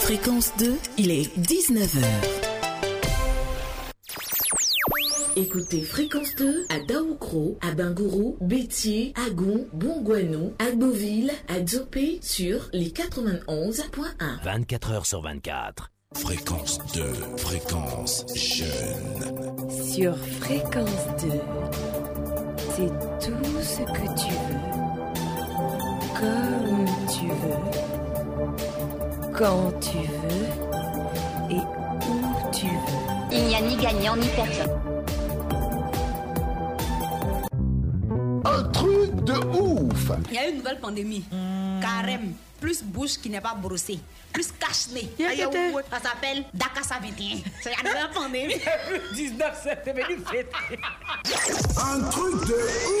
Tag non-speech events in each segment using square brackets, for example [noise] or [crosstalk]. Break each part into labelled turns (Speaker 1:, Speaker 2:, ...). Speaker 1: Fréquence 2, il est 19h. Écoutez Fréquence 2 à Daoukro, à Bingourou, Bétier, à Gon, Bonguano, à Beauville, à Dzopé sur les 91.1.
Speaker 2: 24 heures sur 24.
Speaker 3: Fréquence 2, fréquence jeune.
Speaker 4: Sur Fréquence 2, c'est tout ce que tu veux, comme tu veux, quand tu veux et où tu veux.
Speaker 5: Il n'y a ni gagnant ni personne.
Speaker 6: Un truc de ouf
Speaker 7: Il y a une nouvelle pandémie.
Speaker 1: Hmm.
Speaker 7: Carême. Plus bouche qui n'est pas brossée. Plus cache-nez. Aïe, ouh, Ça s'appelle Dakassa 21. C'est la nouvelle
Speaker 8: [laughs]
Speaker 7: pandémie.
Speaker 8: 19, c'est devenu fête.
Speaker 6: Un truc de ouf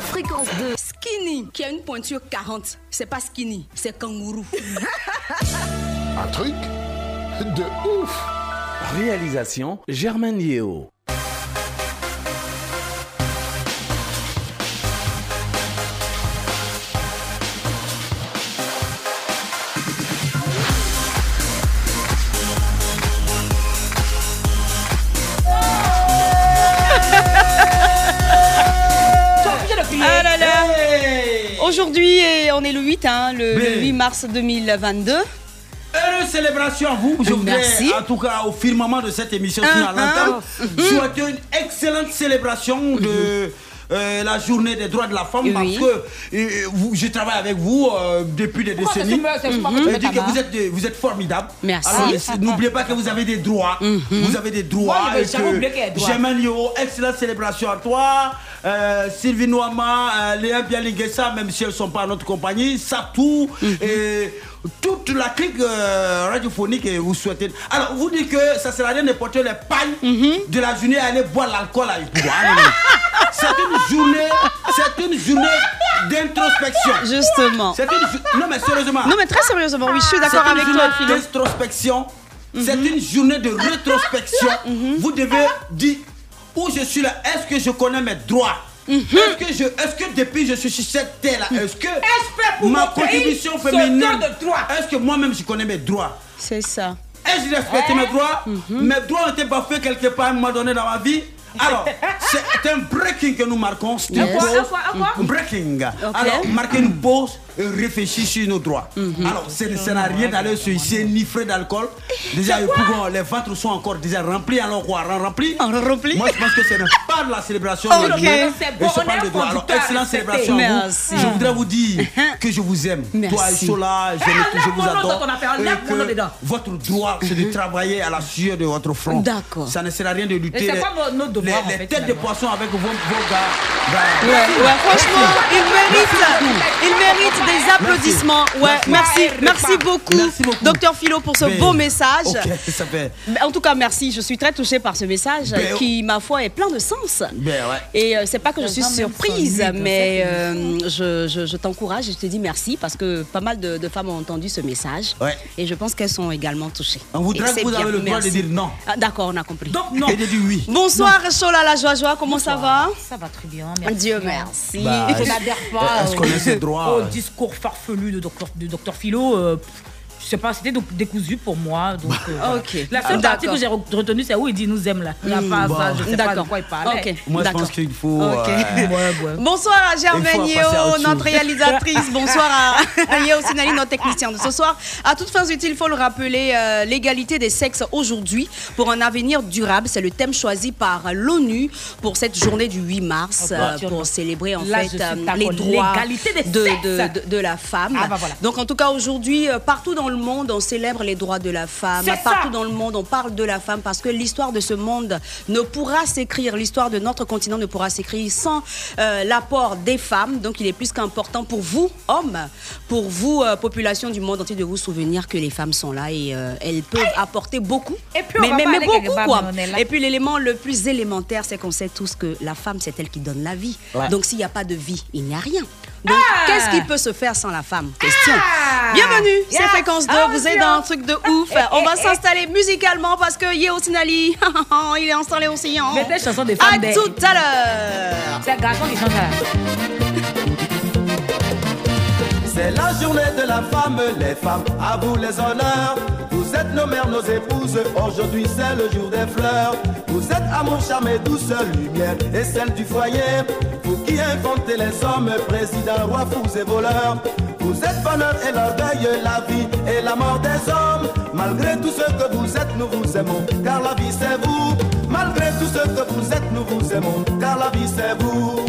Speaker 1: Fréquence 2.
Speaker 7: Skinny, qui a une pointure 40. C'est pas skinny, c'est
Speaker 1: [laughs]
Speaker 7: kangourou.
Speaker 6: un truc de ouf
Speaker 2: Réalisation Germaine Yeo.
Speaker 9: Ah là là Aujourd'hui, eh, on est le 8, hein, le,
Speaker 10: Mais-
Speaker 9: le 8 mars 2022.
Speaker 10: Heureuse célébration à vous. Je voudrais,
Speaker 9: Merci.
Speaker 10: en tout cas, au firmament de cette émission, sur la
Speaker 9: Ah,
Speaker 10: lanterne,
Speaker 9: ah.
Speaker 10: souhaiter une excellente célébration de. euh, la journée des droits de la femme
Speaker 9: Oui.
Speaker 10: parce que euh, vous- je travaille avec vous euh, depuis des
Speaker 8: Pourquoi ça
Speaker 10: décennies.
Speaker 8: se met- ça se met- ça se
Speaker 10: Je
Speaker 8: met
Speaker 10: dis
Speaker 8: à
Speaker 10: que vous
Speaker 8: bas.
Speaker 10: êtes des- vous êtes formidable.
Speaker 9: Mm-hmm. Merci. Mm-hmm.
Speaker 10: n'oubliez pas que vous avez des droits. Vous avez des droits.
Speaker 8: Moi, je vais
Speaker 10: et
Speaker 8: jamais
Speaker 10: que
Speaker 8: oublier qu'il y a des droits.
Speaker 10: Germaine Yo, excellente célébration à toi. Euh, Sylvie Noama, euh, Léa Bialinguessa, même si elles sont pas à notre compagnie, Satou
Speaker 9: Mhm.
Speaker 10: et toute la clique euh, radiophonique et vous souhaitez. Alors, vous dites que ça sert à rien de porter les pailles
Speaker 9: Mhm.
Speaker 10: de la journée à aller boire l'alcool avec vous. Ah, non, non. C'est une journée, c'est une journée d'introspection.
Speaker 9: Justement.
Speaker 10: C'est une ju- non mais sérieusement.
Speaker 9: Non mais très sérieusement, oui, je suis
Speaker 10: C'est
Speaker 9: d'accord
Speaker 10: une
Speaker 9: avec
Speaker 10: journée
Speaker 9: toi, Philo.
Speaker 10: d'introspection. C'est
Speaker 8: Mhm.
Speaker 10: une journée
Speaker 8: [laughs]
Speaker 10: de rétrospection. Vous devez dire où je suis là. Est-ce que je connais mes droits
Speaker 8: Mhm.
Speaker 10: Est-ce que je, est-ce que depuis je suis sur cette terre là, est-ce
Speaker 8: Respect
Speaker 10: que
Speaker 8: Mhm. pour
Speaker 10: ma
Speaker 8: mon pays,
Speaker 10: contribution
Speaker 8: ce
Speaker 10: féminine,
Speaker 8: temps de droits.
Speaker 10: est-ce que moi-même je connais mes droits
Speaker 9: C'est ça.
Speaker 10: Ai-je respecté mes droits
Speaker 8: Mhm.
Speaker 10: Mes droits ont été bafoués quelque part à un moment donné dans
Speaker 8: [laughs]
Speaker 10: ma vie. Alors, c'est un breaking que nous marquons. C'est une
Speaker 9: Yes.
Speaker 10: pause.
Speaker 8: Un quoi, un quoi, un quoi
Speaker 10: Breaking. Alors, marquer une pause et réfléchir sur nos droits.
Speaker 8: Mhm.
Speaker 10: Alors, ce ne sert à rien d'aller se s'enivrer d'alcool. Déjà, les poumons, les ventres sont encore déjà remplis. Alors, quoi, rem- remplis
Speaker 9: En remplis.
Speaker 10: Moi, je pense que ce n'est pas de la célébration.
Speaker 9: Ok.
Speaker 10: de Dieu.
Speaker 9: Non,
Speaker 8: c'est
Speaker 10: Et
Speaker 8: bon,
Speaker 10: ce
Speaker 8: on
Speaker 10: pas
Speaker 8: est
Speaker 10: de
Speaker 8: un
Speaker 10: droit. Alors,
Speaker 8: conducteur
Speaker 10: excellente
Speaker 8: respecté. Uh-huh.
Speaker 10: célébration à vous.
Speaker 9: Merci.
Speaker 10: Je voudrais vous dire que je vous aime. Toi
Speaker 9: Merci.
Speaker 10: et Chola, je,
Speaker 8: Eh,
Speaker 10: je vous
Speaker 8: enlève mon nom
Speaker 10: adore. Euh,
Speaker 8: dans ton affaire, enlève
Speaker 10: Et
Speaker 8: mon nom
Speaker 10: que
Speaker 8: dedans.
Speaker 10: votre droit, c'est de travailler à la sueur de votre front.
Speaker 9: D'accord.
Speaker 10: Ça ne sert à rien de lutter.
Speaker 8: Et c'est
Speaker 10: Les-
Speaker 8: pas mon- notre devoir,
Speaker 10: les-
Speaker 8: en
Speaker 10: les
Speaker 8: fait,
Speaker 10: têtes de
Speaker 8: finalement.
Speaker 10: poisson avec vos, vos gars.
Speaker 9: Ouais,
Speaker 10: Bah,
Speaker 9: ouais, franchement, il mérite, il mérite des applaudissements. Ouais, merci, merci beaucoup,
Speaker 10: Merci beaucoup.
Speaker 9: docteur Philo, pour ce
Speaker 10: ben,
Speaker 9: beau message.
Speaker 10: ok, ça fait-
Speaker 9: Mais Ben, En tout cas, merci. Je suis très touchée par ce message
Speaker 10: Ben,
Speaker 9: qui, ma foi, est plein de sens.
Speaker 10: Ben ouais.
Speaker 9: Et euh, c'est pas que je
Speaker 4: Ça
Speaker 9: suis
Speaker 4: va même
Speaker 9: surprise,
Speaker 4: sans lui,
Speaker 9: mais euh, je, je- je t'encourage et je te dis merci parce que pas mal de, de femmes ont entendu ce message.
Speaker 10: Ouais.
Speaker 9: Et je pense qu'elles sont également touchées.
Speaker 10: On vous
Speaker 9: Et
Speaker 10: drague,
Speaker 9: c'est
Speaker 10: vous
Speaker 9: bien,
Speaker 10: avez le droit de
Speaker 9: merci.
Speaker 10: dire non.
Speaker 9: Ah, D'accord, on a compris.
Speaker 10: Donc, non. Et de dire oui. Hein?
Speaker 9: Bonsoir, Chola la joie joie, comment ça va
Speaker 4: Ça va très bien, merci.
Speaker 9: Dieu merci.
Speaker 10: Bah,
Speaker 4: Je n'adhère pas.
Speaker 10: Est-ce qu'on a ses
Speaker 8: Au
Speaker 10: droits euh
Speaker 8: discours farfelu de docteur, de Dr Philo. euh, pff, je sais pas, c'était donc décousu pour moi.
Speaker 10: Bah,
Speaker 8: Donc, euh, voilà.
Speaker 9: Ok.
Speaker 8: La seule
Speaker 9: Ah,
Speaker 8: partie
Speaker 9: d'accord.
Speaker 8: que j'ai re- retenue, c'est où il dit nous aime là. Il n'y a pas ça, je sais pas de
Speaker 9: D'accord.
Speaker 8: quoi il parlait.
Speaker 9: Ok.
Speaker 10: Bah. Moi, je
Speaker 9: D'accord.
Speaker 10: pense qu'il faut.
Speaker 8: [laughs]
Speaker 9: Ok.
Speaker 10: euh,
Speaker 8: Ouais, ouais.
Speaker 9: Bonsoir à
Speaker 10: Il faut
Speaker 9: Germaine
Speaker 10: passer à autre
Speaker 9: Yeo,
Speaker 10: chose. [laughs]
Speaker 9: notre réalisatrice. Bonsoir à Yeo Sinali, notre technicien de ce soir. À toute fin utile, il faut le rappeler, euh, l'égalité des sexes aujourd'hui pour un avenir durable. C'est le thème choisi par l'ONU pour cette journée du 8
Speaker 8: Oh,
Speaker 9: mars, euh, pour célébrer en
Speaker 8: bah, Là, je
Speaker 9: fait
Speaker 8: suis
Speaker 9: euh,
Speaker 8: d'accord.
Speaker 9: les droits
Speaker 8: L'égalité des
Speaker 9: de,
Speaker 8: sexes.
Speaker 9: de- de- de la femme.
Speaker 8: Ah, bah voilà.
Speaker 9: Donc en tout cas aujourd'hui, euh, partout dans le monde, on célèbre les droits de la femme.
Speaker 1: C'est ça.
Speaker 9: Partout dans le monde, on parle de la femme parce que l'histoire de ce monde ne pourra s'écrire, l'histoire de notre continent ne pourra s'écrire sans euh, l'apport des femmes. Donc, il est plus qu'important pour vous, hommes, pour vous, euh, population du monde entier, de vous souvenir que les femmes sont là et euh, elles peuvent apporter beaucoup. Et
Speaker 1: puis, on va pas aller quelque part, mais on est là.
Speaker 9: Et puis, l'élément le plus élémentaire, c'est qu'on sait tous que la femme, c'est elle qui donne la vie.
Speaker 1: Ouais.
Speaker 9: Donc, s'il n'y a pas de vie, il n'y a rien. Donc,
Speaker 7: Ah
Speaker 9: qu'est-ce qui peut se faire sans la femme Question. Bienvenue, c'est
Speaker 1: Yeah.
Speaker 9: Fréquence 2.
Speaker 1: Ah,
Speaker 9: vous êtes
Speaker 1: bien.
Speaker 9: dans un truc de ouf.
Speaker 7: Ah, eh,
Speaker 9: On va s'installer musicalement parce que Yeo Sinali, [laughs] il est installé aussi. Hein.
Speaker 7: Mettez chanson des femmes
Speaker 9: À
Speaker 7: des-
Speaker 9: tout à l'heure.
Speaker 7: C'est garçon qui chante
Speaker 10: C'est la journée de la femme, les femmes, à vous les honneurs. Vous êtes nos mères, nos épouses, aujourd'hui c'est le jour des fleurs. Vous êtes amour, charme et douce lumière, et celle du foyer. Vous qui inventez les hommes, président, roi, fous et voleurs. Vous êtes bonheur et l'orgueil, la vie et la mort des hommes. Malgré tout ce que vous êtes, nous vous aimons, car la vie c'est vous. Malgré tout ce que vous êtes, nous vous aimons, car la vie c'est vous.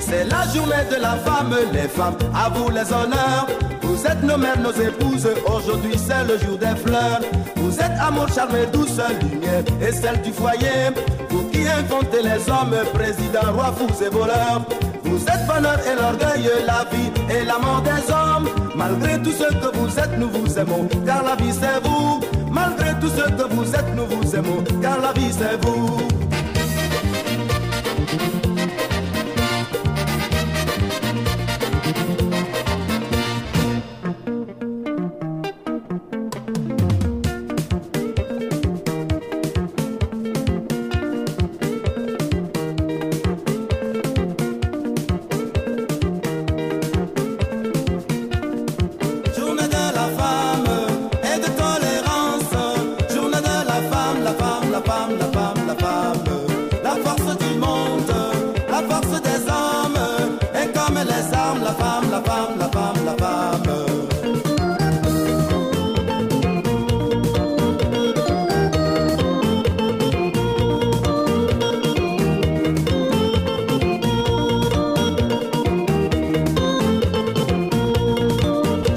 Speaker 10: C'est la journée de la femme, les femmes, à vous les honneurs. Vous êtes nos mères, nos épouses, aujourd'hui c'est le jour des fleurs. Vous êtes amour, charme et douce lumière, et celle du foyer. Vous qui inventez les hommes, président, roi, fous et voleurs. Vous êtes bonheur et l'orgueil, la vie et l'amant des hommes. Malgré tout ce que vous êtes, nous vous aimons, car la vie c'est vous. Malgré tout ce que vous êtes, nous vous aimons, car la vie c'est vous. Journée de la femme et de tolérance. Journée de la femme, la femme, la femme, la femme, la femme. La force du monde, la force des hommes. Et comme les armes, la femme, la femme, la femme, la femme.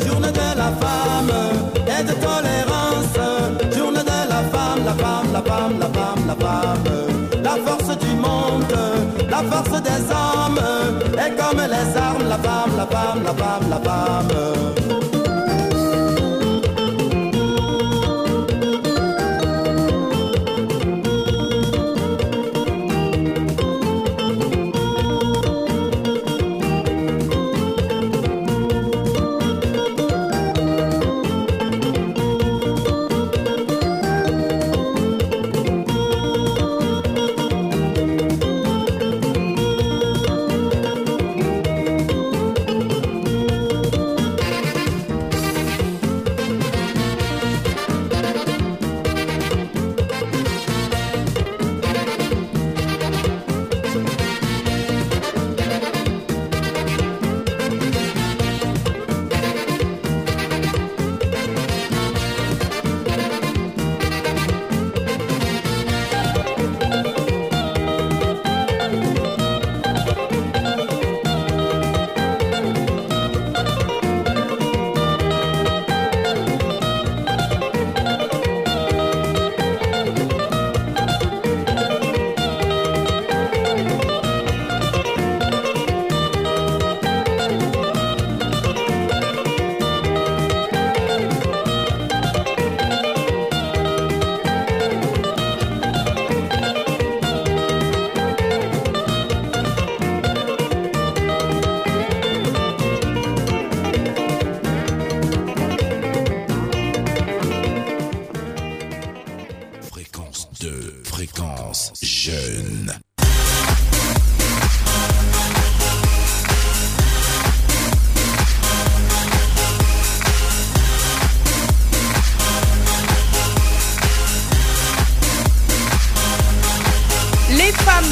Speaker 10: Journée de la femme et de tolérance. Journée de la femme, la femme, la femme, la femme, la femme. La force du monde, la force des hommes. Et comme les armes, la femme, la femme, la femme, la femme.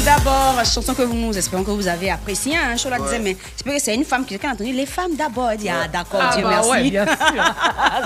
Speaker 9: d'abord, chanson que vous nous espérons que vous avez appréciée. Hein, Chola disait, mais c'est parce que c'est une femme qui quand a entendu les femmes d'abord. Elle dit, ah d'accord,
Speaker 7: Ah
Speaker 9: Dieu
Speaker 7: bah
Speaker 9: merci.
Speaker 7: ouais, bien sûr.
Speaker 9: [laughs]
Speaker 7: Ah,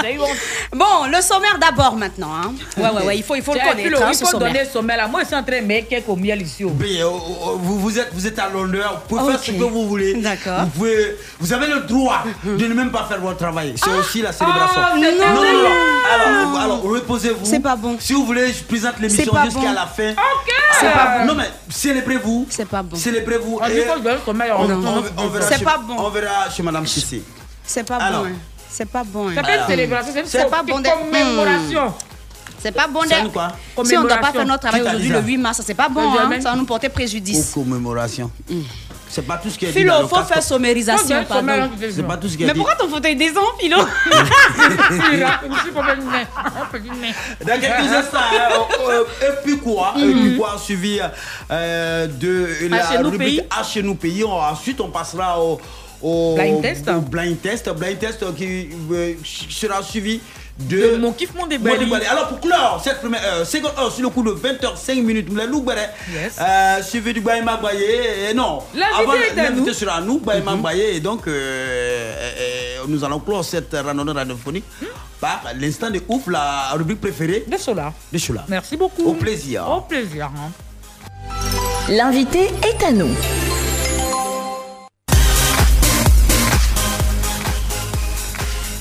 Speaker 9: bon, le sommaire d'abord maintenant. Hein. Ouais, ouais, ouais, il faut, il faut le
Speaker 7: Tiens, et puis
Speaker 9: connaître. hein,
Speaker 7: Il
Speaker 9: ce
Speaker 7: faut
Speaker 9: sommaire.
Speaker 7: donner le sommaire là. Moi, je suis en train de mettre quelques miel ici. oh.
Speaker 10: Oui, euh, euh, vous, vous, êtes, vous êtes à l'honneur, vous pouvez
Speaker 7: Ok.
Speaker 10: faire ce que vous voulez. D'accord. Vous, pouvez- vous avez le droit de ne même pas faire votre travail. C'est aussi la célébration.
Speaker 7: ah, c'est
Speaker 10: non, non,
Speaker 7: merveilleux.
Speaker 10: non. Alors, vous- alors, reposez-vous. C'est
Speaker 9: pas bon.
Speaker 10: Si vous voulez, je présente l'émission
Speaker 7: C'est pas
Speaker 10: jusqu'à
Speaker 7: bon.
Speaker 10: la fin.
Speaker 7: Ok.
Speaker 10: Ah, Non, mais célébrez-vous.
Speaker 9: C'est pas bon.
Speaker 10: Célébrez-vous.
Speaker 7: Ah, je
Speaker 10: et
Speaker 7: pense que je dois le sommeil en
Speaker 10: on-
Speaker 7: même temps.
Speaker 10: on- on verra
Speaker 9: C'est
Speaker 10: chez-
Speaker 9: pas bon.
Speaker 10: On verra chez Madame Cissé.
Speaker 9: C'est pas
Speaker 10: Alors.
Speaker 9: bon. hein. C'est pas bon. hein.
Speaker 7: Ça fait une célébration, c'est une
Speaker 9: C'est pas
Speaker 7: sorte de
Speaker 9: bon d'être- Hmm.
Speaker 7: commémoration.
Speaker 9: C'est pas bon
Speaker 10: C'est nous
Speaker 9: d'être.
Speaker 10: quoi
Speaker 9: Si on ne doit pas
Speaker 7: Commémoration.
Speaker 9: faire notre travail
Speaker 10: Qui t'a
Speaker 9: aujourd'hui,
Speaker 10: dit
Speaker 9: le
Speaker 10: ça
Speaker 9: 8 mars, c'est pas bon.
Speaker 7: Ça,
Speaker 9: hein.
Speaker 7: jamais.
Speaker 9: Ça va nous porter
Speaker 10: Aux
Speaker 9: préjudice.
Speaker 10: commémorations. C'est pas tout ce qui est dit. dans
Speaker 9: Philo,
Speaker 10: le casque.
Speaker 9: faut faire
Speaker 7: Faut faire
Speaker 9: sommérisation,
Speaker 7: le sommaire,
Speaker 9: pardon.
Speaker 7: hein,
Speaker 10: C'est pas tout ce qui est
Speaker 9: Mais
Speaker 10: dit.
Speaker 9: pourquoi ton fauteuil descend, Philo
Speaker 7: Il a- il me suit pour faire une main. On fait une main.
Speaker 10: Dans
Speaker 7: [laughs]
Speaker 10: quelques instants, hein, euh, euh, et puis quoi Et puis quoi Suivi euh, de la
Speaker 7: Mm. chez nous,
Speaker 10: rubrique
Speaker 7: pays
Speaker 10: À chez nous pays. On- ensuite, on passera au, au-
Speaker 7: Blind test.
Speaker 10: au blind test. Blind test euh, qui euh, ch- sera suivi
Speaker 7: De
Speaker 10: de.
Speaker 7: Mon kiff, mon
Speaker 10: Mon
Speaker 7: débali.
Speaker 10: Dibali. Alors pour clore cette première heure, seconde heure sur le coup de 20h05 minutes, nous l'avons
Speaker 7: Yes.
Speaker 10: suivi du Baïma Baye, et non,
Speaker 7: L'invité
Speaker 10: avant
Speaker 7: est à
Speaker 10: l'invité
Speaker 7: nous.
Speaker 10: sera nous, Baïma Baye, et donc euh, euh, euh, nous allons clore cette randonnée radiophonique par l'instant de ouf, la rubrique préférée
Speaker 7: Hmm. De cela.
Speaker 10: de Choula.
Speaker 7: Merci beaucoup.
Speaker 10: Au plaisir.
Speaker 7: Au plaisir. hein.
Speaker 1: L'invité est à nous.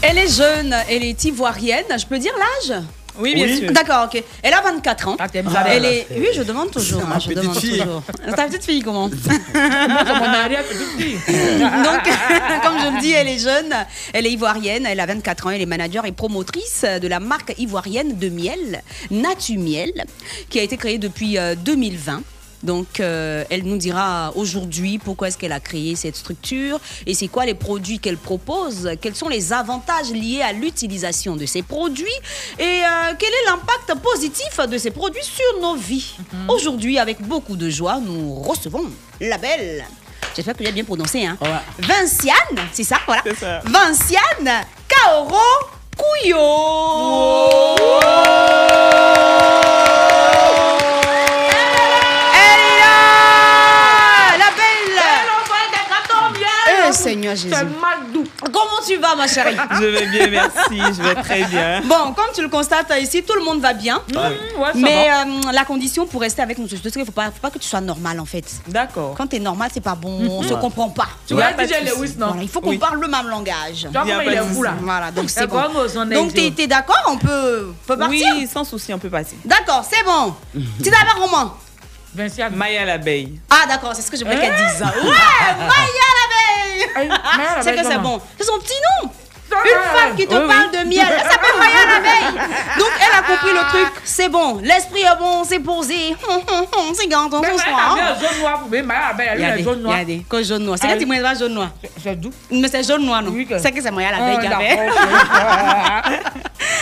Speaker 9: Elle est jeune, elle est ivoirienne. Je peux dire l'âge
Speaker 7: Oui, bien sûr.
Speaker 9: D'accord, ok. Elle a 24 ans.
Speaker 7: Ah, t'es bizarre.
Speaker 9: Elle est... Oui, je demande toujours.
Speaker 10: Ma
Speaker 9: hein, je
Speaker 10: petite
Speaker 9: demande
Speaker 10: fille.
Speaker 9: toujours. Ta petite fille, comment
Speaker 7: Moi, ça m'en arrière, c'est tout petit.
Speaker 9: [laughs] Donc, comme je le dis, elle est jeune, elle est ivoirienne, elle a 24 ans, elle est manager et promotrice de la marque ivoirienne de miel, Natu Miel, qui a été créée depuis euh, 2020. Donc, euh, elle nous dira aujourd'hui pourquoi est-ce qu'elle a créé cette structure et c'est quoi les produits qu'elle propose, quels sont les avantages liés à l'utilisation de ces produits et euh, quel est l'impact positif de ces produits sur nos vies. Aujourd'hui, avec beaucoup de joie, nous recevons la belle J'espère que j'ai bien prononcé. Hein. Vinciane, c'est ça, voilà. Vinciane Kaoro Kuyo.
Speaker 7: Oh.
Speaker 9: Elle est là, la belle.
Speaker 7: Euh.
Speaker 9: Eh, Seigneur Jésus. Comment tu vas, ma chérie
Speaker 11: Je vais bien, merci. Je vais très bien.
Speaker 9: Bon, comme tu le constates euh, ici, tout le monde va bien.
Speaker 7: Mmh, ouais, ça
Speaker 9: Mais
Speaker 7: va.
Speaker 9: euh, la condition pour rester avec nous, c'est qu'il ne faut pas, faut pas que tu sois normal en fait.
Speaker 11: D'accord.
Speaker 9: Quand tu es normal, c'est pas bon, on se comprend pas.
Speaker 7: Mhm. Tu vois,
Speaker 11: pas de
Speaker 7: DJ
Speaker 11: souci.
Speaker 7: Lewis, non
Speaker 9: Voilà, il faut qu'on parle le même langage.
Speaker 7: Tu vois
Speaker 11: Il y a
Speaker 7: comment il
Speaker 11: pas
Speaker 7: est
Speaker 11: de
Speaker 7: fou là
Speaker 9: Voilà, donc c'est
Speaker 7: Eh,
Speaker 9: bon.
Speaker 7: vamos, on est
Speaker 9: Donc t'es
Speaker 7: idiot.
Speaker 9: t'es d'accord On peut, peut partir
Speaker 11: Oui, sans souci, on peut passer.
Speaker 9: D'accord, c'est bon. tu t'appelles comment
Speaker 7: Vinciane.
Speaker 11: Maya l'abeille. Hein?
Speaker 9: Ah d'accord, c'est ce que je voulais qu'elle dise. Ouais,
Speaker 7: Hey,
Speaker 9: Maya
Speaker 7: Maya
Speaker 9: l'abeille
Speaker 7: l'abeille,
Speaker 9: C'est que c'est
Speaker 7: comment
Speaker 9: bon. C'est son petit nom
Speaker 7: Ah,
Speaker 9: Une femme qui te
Speaker 11: oui, oui.
Speaker 9: parle de miel, elle s'appelle Maya l'abeille. Donc elle a compris le truc, c'est bon. L'esprit est bon, c'est posé. Hum, hum, hum, C'est grand, on
Speaker 7: Mais
Speaker 9: se
Speaker 7: Maya
Speaker 9: soir,
Speaker 7: l'abeille, elle
Speaker 9: hein.
Speaker 7: est jaune noire. Mais Maya l'abeille, elle est
Speaker 9: Regardez,
Speaker 7: jaune noire.
Speaker 9: regardez, que jaune noir. C'est que
Speaker 7: Allez.
Speaker 9: tu me pas jaune noir.
Speaker 7: C'est doux.
Speaker 9: Mais c'est jaune noir, non
Speaker 7: Oui, que-
Speaker 9: C'est que c'est Maya l'abeille
Speaker 7: Oh,
Speaker 9: qui
Speaker 7: d'accord.
Speaker 9: avait.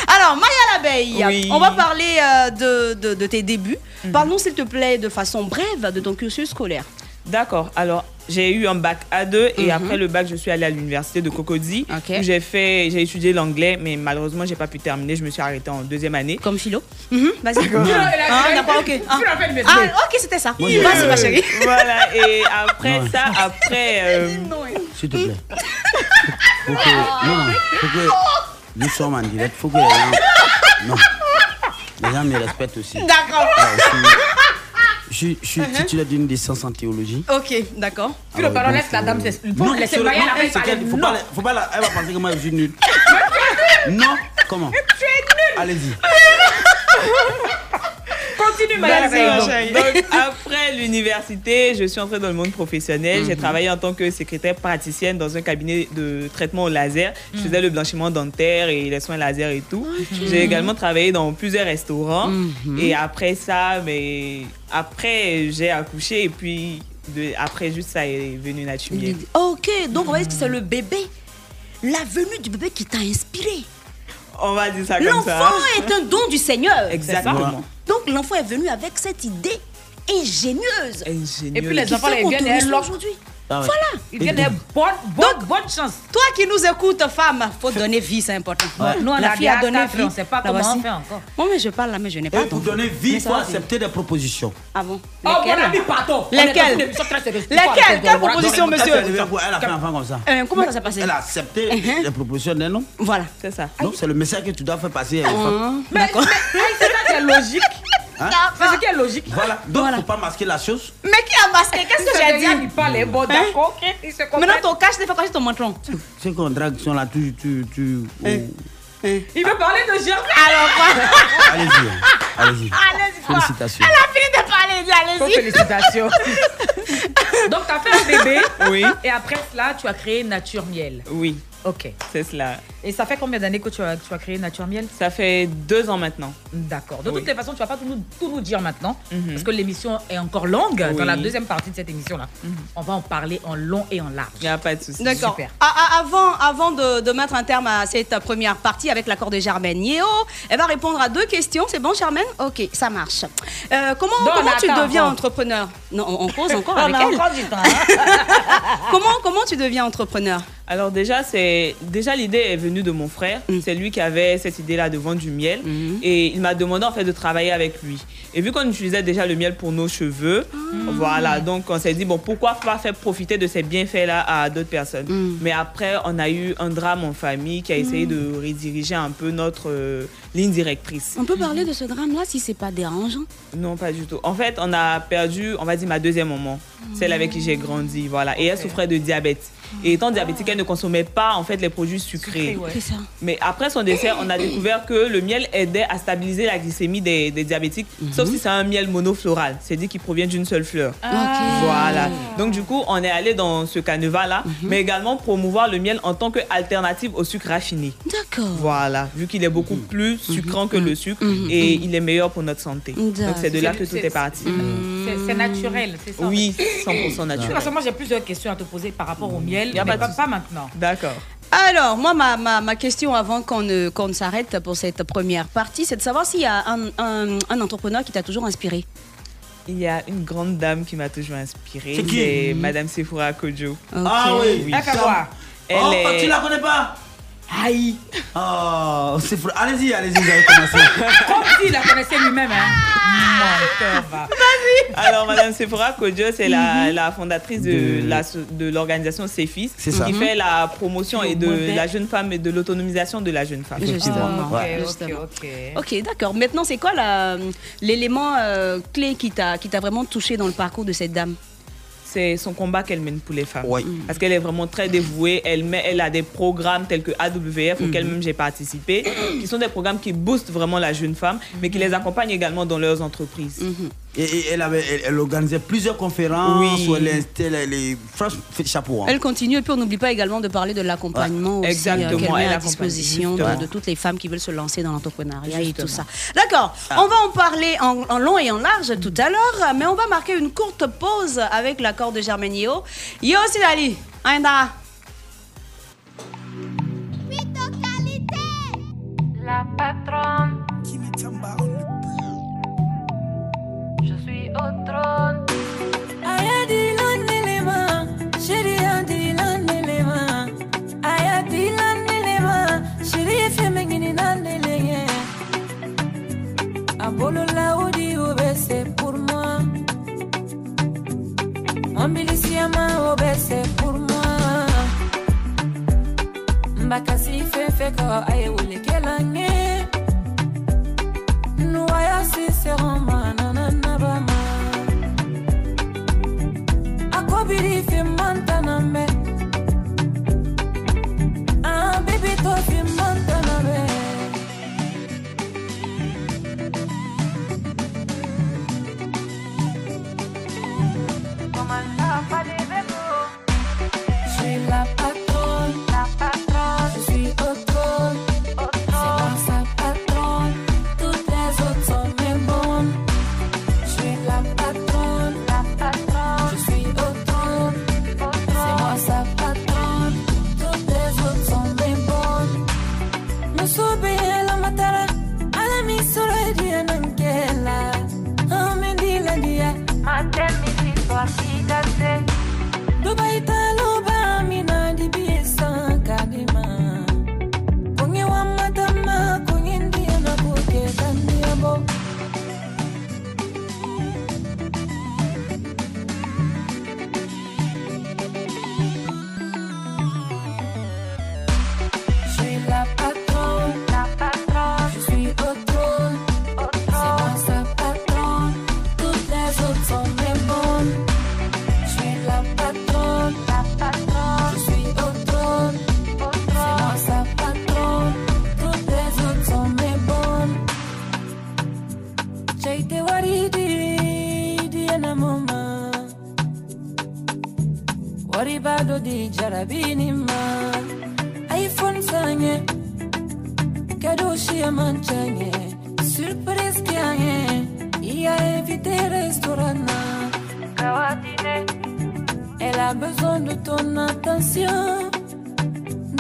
Speaker 9: Alors, Maya l'abeille,
Speaker 11: Oui.
Speaker 9: on va parler euh, de, de- de tes débuts.
Speaker 10: Mhm.
Speaker 9: Parle-nous, s'il te plaît, de façon brève de ton cursus scolaire.
Speaker 11: D'accord. Alors, j'ai eu un bac A2 et après le bac, je suis allée à l'université de Cocody
Speaker 9: Mhm. Ok.
Speaker 11: où j'ai fait, j'ai étudié l'anglais, mais malheureusement, j'ai pas pu terminer. Je me suis arrêtée en deuxième année.
Speaker 9: Comme
Speaker 11: [laughs]
Speaker 9: philo. Mhm, Vas-y.
Speaker 7: Philo, elle a-
Speaker 9: Ah,
Speaker 7: elle a-
Speaker 9: d'accord, ok. Ah,
Speaker 7: Philo a fait le métier.
Speaker 9: Ah, ok, c'était ça.
Speaker 10: Moi, j'ai-
Speaker 9: Vas-y, ma chérie.
Speaker 11: [laughs]
Speaker 9: [laughs]
Speaker 11: voilà. Et après ça, après, euh,
Speaker 10: S'il te plaît. Faut que. Non, faut que. Nous sommes en direct, faut que les gens. Non. Les gens me respectent aussi.
Speaker 9: D'accord.
Speaker 10: Ah, je suis- Je suis
Speaker 7: Uh-huh.
Speaker 10: titulaire d'une licence en théologie.
Speaker 9: [laughs] Ok, d'accord.
Speaker 10: Ah
Speaker 7: Philo,
Speaker 10: ouais,
Speaker 7: pardon,
Speaker 10: donc,
Speaker 7: laisse la dame.
Speaker 10: euh,
Speaker 7: c'est-
Speaker 10: Non,
Speaker 7: Bon, laissez
Speaker 10: c'est-
Speaker 7: Maya
Speaker 10: non,
Speaker 7: l'abeille
Speaker 10: elle, c'est
Speaker 7: parler.
Speaker 10: qu'elle- faut pas,
Speaker 7: Non.
Speaker 10: la- faut pas la- elle va penser que moi je suis nul. [laughs] non, comment Tu es nul. Allez-y.
Speaker 8: [laughs]
Speaker 7: Continue, Maya
Speaker 11: Vas-y,
Speaker 7: l'abeille.
Speaker 11: ma
Speaker 7: donc.
Speaker 11: chérie. Donc, après l'université, je suis entrée dans le monde professionnel. J'ai travaillé en tant que secrétaire praticienne dans un cabinet de traitement au laser.
Speaker 1: Mhm.
Speaker 11: Je faisais le blanchiment dentaire et les soins laser et tout. J'ai également travaillé dans plusieurs restaurants. Et après ça, mais après j'ai accouché et puis de- après juste ça est venu Natchumie.
Speaker 9: Ok, donc on va dire que c'est le bébé. La venue du bébé qui t'a inspiré.
Speaker 11: On va dire ça comme ça.
Speaker 9: L'enfant est un don du Seigneur.
Speaker 11: Exactement.
Speaker 9: Donc l'enfant est venu avec cette idée ingénieuse.
Speaker 11: Ingénieux.
Speaker 7: Et puis les
Speaker 9: Qui
Speaker 7: enfants,
Speaker 9: fait
Speaker 7: ils
Speaker 9: qu'on
Speaker 7: viennent et
Speaker 9: te
Speaker 7: elles
Speaker 9: reçoit
Speaker 7: loquent.
Speaker 9: aujourd'hui.
Speaker 10: Ah ouais.
Speaker 9: Voilà.
Speaker 10: Il vient des
Speaker 9: bonne, bonne, chance. Toi qui nous écoutes, femme, faut donner vie, c'est important.
Speaker 1: Ouais. Nous, on
Speaker 9: la
Speaker 1: a
Speaker 9: fille a
Speaker 1: dit à
Speaker 9: donné
Speaker 1: quatre,
Speaker 9: vie.
Speaker 1: on sait pas
Speaker 9: la
Speaker 1: comment on
Speaker 9: voici.
Speaker 1: fait encore.
Speaker 9: Bon, mais je parle là, mais je n'ai pas
Speaker 10: Et pour donner vie,
Speaker 9: Mais
Speaker 10: il
Speaker 9: ça
Speaker 10: faut
Speaker 9: va venir.
Speaker 10: accepter des propositions.
Speaker 9: Ah bon
Speaker 1: Ah,
Speaker 9: Lesquelles
Speaker 1: mon ami, pardon.
Speaker 9: Lesquelles
Speaker 1: On est dans une émission très sérieuse.
Speaker 9: Lesquelles Quelle
Speaker 10: Attends,
Speaker 9: proposition,
Speaker 10: attends,
Speaker 9: monsieur
Speaker 10: Elle a fait un enfant comme ça.
Speaker 9: Euh, comment ça s'est passé
Speaker 10: Elle a accepté les propositions d'un homme.
Speaker 9: Voilà.
Speaker 11: C'est ça.
Speaker 10: Donc c'est le message que tu dois faire passer à une
Speaker 9: Ah,
Speaker 10: femme.
Speaker 9: D'accord.
Speaker 1: C'est ça qui est logique.
Speaker 10: Hein?
Speaker 1: C'est ce qui est logique.
Speaker 10: Voilà. Donc faut pas masquer la chose.
Speaker 9: Mais qui a masqué Qu'est-ce que j'ai dit
Speaker 1: Il parlait, bon,
Speaker 9: Hein
Speaker 1: d'accord, ok, il se comprend.
Speaker 9: Maintenant, ton cache, n'est pas caché ton menton.
Speaker 10: Ces contractions là, tu. tu, tu
Speaker 1: Il veut parler de Germaine.
Speaker 9: Alors
Speaker 1: [laughs]
Speaker 9: quoi
Speaker 10: Allez-y. hein. Allez-y.
Speaker 9: Allez-y, quoi
Speaker 10: Félicitations.
Speaker 9: Elle a fini de parler, dis,
Speaker 1: Oh,
Speaker 7: [laughs]
Speaker 9: allez-y. [laughs]
Speaker 1: Félicitations. Donc, t'as fait un bébé.
Speaker 11: Oui.
Speaker 1: Et après cela, tu as créé Nature Miel.
Speaker 11: Oui,
Speaker 1: Ok.
Speaker 11: c'est cela.
Speaker 1: Et ça fait combien d'années que tu as, tu as créé Nature Miel
Speaker 11: Ça fait deux ans maintenant.
Speaker 1: D'accord. De
Speaker 11: Oui.
Speaker 1: toutes les façons, tu vas pas tout nous, tout nous dire maintenant,
Speaker 11: Mhm.
Speaker 1: parce que l'émission est encore longue. Dans
Speaker 11: Oui.
Speaker 1: la deuxième partie de cette émission-là, on va en parler en long et en large.
Speaker 11: Il n'y a pas de souci.
Speaker 9: D'accord.
Speaker 1: Super.
Speaker 9: Ah, ah, Avant, avant de, de mettre un terme à cette première partie avec l'accord de Germaine Yeo, elle va répondre à deux questions. C'est bon, Germaine Ok, ça marche. Euh, comment
Speaker 1: Non,
Speaker 9: comment
Speaker 1: mais
Speaker 9: tu
Speaker 1: attends,
Speaker 9: deviens
Speaker 1: attends.
Speaker 9: entrepreneur Non, on, on cause encore
Speaker 1: On
Speaker 9: avec
Speaker 1: a
Speaker 9: elle.
Speaker 1: encore du temps. hein.
Speaker 9: Comment, comment tu deviens entrepreneur
Speaker 11: Alors déjà, c'est déjà l'idée est venue de mon frère.
Speaker 9: Mm.
Speaker 11: C'est lui qui avait cette idée-là de vendre du miel et il m'a demandé en fait de travailler avec lui. Et vu qu'on utilisait déjà le miel pour nos cheveux,
Speaker 9: Ah.
Speaker 11: voilà, donc on s'est dit bon pourquoi pas faire profiter de ces bienfaits-là à d'autres personnes.
Speaker 9: Mm.
Speaker 11: Mais après, on a eu un drame en famille qui a essayé de rediriger un peu notre euh, ligne directrice.
Speaker 9: On peut parler de ce drame-là si c'est pas dérangeant
Speaker 11: Non, pas du tout. En fait, on a perdu, on va dire, ma deuxième maman, celle avec qui j'ai grandi, voilà. Et elle souffrait de diabète. Et étant diabétique, elle ne consommait pas, en fait, les produits sucrés.
Speaker 1: ouais.
Speaker 9: C'est ça.
Speaker 11: Mais après son dessert, on a découvert que le miel aidait à stabiliser la glycémie des, des diabétiques, sauf si c'est un miel monofloral, c'est dit qu'il provient d'une seule fleur.
Speaker 9: Ah.
Speaker 11: Voilà. Donc du coup, on est allé dans ce canevas-là, mais également promouvoir le miel en tant qu'alternative au sucre raffiné.
Speaker 9: D'accord.
Speaker 11: Voilà, vu qu'il est beaucoup plus sucrant que le sucre et il est meilleur pour notre santé. Donc c'est de là que tout est parti.
Speaker 1: C'est- C'est naturel, c'est ça. en
Speaker 11: Oui, 100%
Speaker 1: fait. De toute
Speaker 11: naturel.
Speaker 1: façon, moi, j'ai plusieurs questions à te poser par rapport au miel,
Speaker 11: Y a
Speaker 1: mais
Speaker 11: pas de
Speaker 1: pas, pas maintenant.
Speaker 11: D'accord.
Speaker 9: Alors, moi, ma, ma, ma question avant qu'on ne, qu'on ne s'arrête pour cette première partie, c'est de savoir s'il y a un, un, un entrepreneur qui t'a toujours inspiré.
Speaker 11: Il y a une grande dame qui m'a toujours inspirée.
Speaker 10: C'est qui
Speaker 11: C'est Madame Sephora Kojo.
Speaker 10: Ah
Speaker 9: Ok.
Speaker 10: oui.
Speaker 1: Elle fait
Speaker 10: ça-
Speaker 1: quoi
Speaker 11: Elle
Speaker 10: oh,
Speaker 11: est-
Speaker 10: tu la connais pas
Speaker 1: Aïe.
Speaker 10: Oh, c'est fou. Allez-y, allez-y, vous avez
Speaker 11: [laughs]
Speaker 10: commencé.
Speaker 12: Ah,
Speaker 1: Comme s'il la connaissait lui-même. Hein.
Speaker 11: Ah.
Speaker 1: Menteur, va.
Speaker 11: Alors, Madame Sephora Kojo, c'est la, la fondatrice de la- de l'organisation de Cephis,
Speaker 10: C'est ça.
Speaker 11: qui fait la promotion et de
Speaker 1: modèle.
Speaker 11: la jeune femme et de l'autonomisation de la jeune femme.
Speaker 9: Justement.
Speaker 1: Ok, ok,
Speaker 9: Justement.
Speaker 1: ok.
Speaker 9: Ok, d'accord. Maintenant, c'est quoi la- l'élément euh, clé qui t'a qui t'a vraiment touché dans le parcours de cette dame
Speaker 11: C'est son combat qu'elle mène pour les femmes. Mm.
Speaker 10: Ouais.
Speaker 11: Parce qu'elle est vraiment très dévouée. Elle, met- elle a des programmes tels que
Speaker 10: Mm-hmm.
Speaker 11: AWF, auxquels même j'ai participé, qui sont des programmes qui boostent vraiment la jeune femme, mais qui les accompagnent également dans leurs entreprises.
Speaker 10: Mm-hmm. Et, et elle, avait, elle, elle organisait plusieurs conférences.
Speaker 11: Oui.
Speaker 10: Où elle, est- elle, elle est- franchement, fait chapeau. hein.
Speaker 9: Elle continue et puis on n'oublie pas également de parler de l'accompagnement
Speaker 11: Ouais,
Speaker 9: aussi, euh,
Speaker 11: exactement,
Speaker 9: qu'elle met
Speaker 11: elle
Speaker 9: à
Speaker 11: accompagne,
Speaker 9: disposition de,
Speaker 11: justement.
Speaker 9: de toutes les femmes qui veulent se lancer dans l'entrepreneuriat et
Speaker 11: Justement. Ah.
Speaker 9: tout ça. D'accord, on va en parler en, en long et en large tout à l'heure, mais on va marquer une courte pause avec l'accord de Germaine Yeo. Yo Sidali, Ainda.
Speaker 13: La patronne. Je suis au trône. Aya Dylan Nelema. Chérie, Aya Dylan Nelema. Aya Dylan Nelema. Chérie, fais mes guinéens Nelema. Abolo Laoudi, Obe, c'est pour moi. Ambilisiama, Obe, c'est pour moi. mbakasi fɛnfɛ ka a ye weelekɛla ɲɛ nuwaya si sɛgɛn ma nana naba ma a ko biri finman tana mɛ an bibi to finman tana mɛ Komandafa de bɛ ko je suis la patronne, la patronne, je suis au trône, au trône, sa patronne, toutes les autres sont mes bonnes. Je suis la patronne, la patronne, je suis au trône, au trône, c'est moi sa patronne, toutes les autres sont mes bonnes. Musubi la matara, ala mi sura dia nankela, amendi la dia, matem mi si lobaitaloba mina libiesa kadima kungi wa matama kungi ndiyo nakuketa ndiyobo Je suis la patronne, la patronne, je suis au trône, au trône, c'est moi sa patronne, toutes les autres sont mes bonnes. Je suis la patronne, la patronne, je suis au trône, au trône, c'est moi sa patronne, toutes les autres sont mes bonnes. J'ai été waridi, di enamoma, waribado di jarabinima. iPhone sanye Kadoshi ya manchanye Surprise kanye Ia évité restaurant Kawatine Elle a besoin de ton attention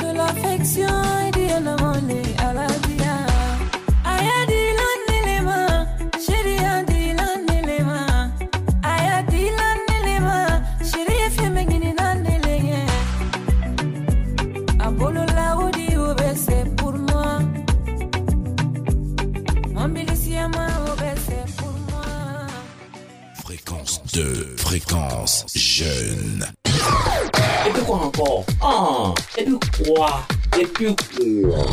Speaker 13: De l'affection Et d'y en amone à la dia Aya dilan nilema Chéri a dilan nilema Aya dilan nilema Chéri a fait megini nan nilenge Apollo là où dit où ben, c'est pour moi. Mon miliciama où ben, c'est pour moi.
Speaker 3: Fréquence 2, fréquence jeune.
Speaker 13: Et puis quoi encore Ah, et puis quoi Et puis quoi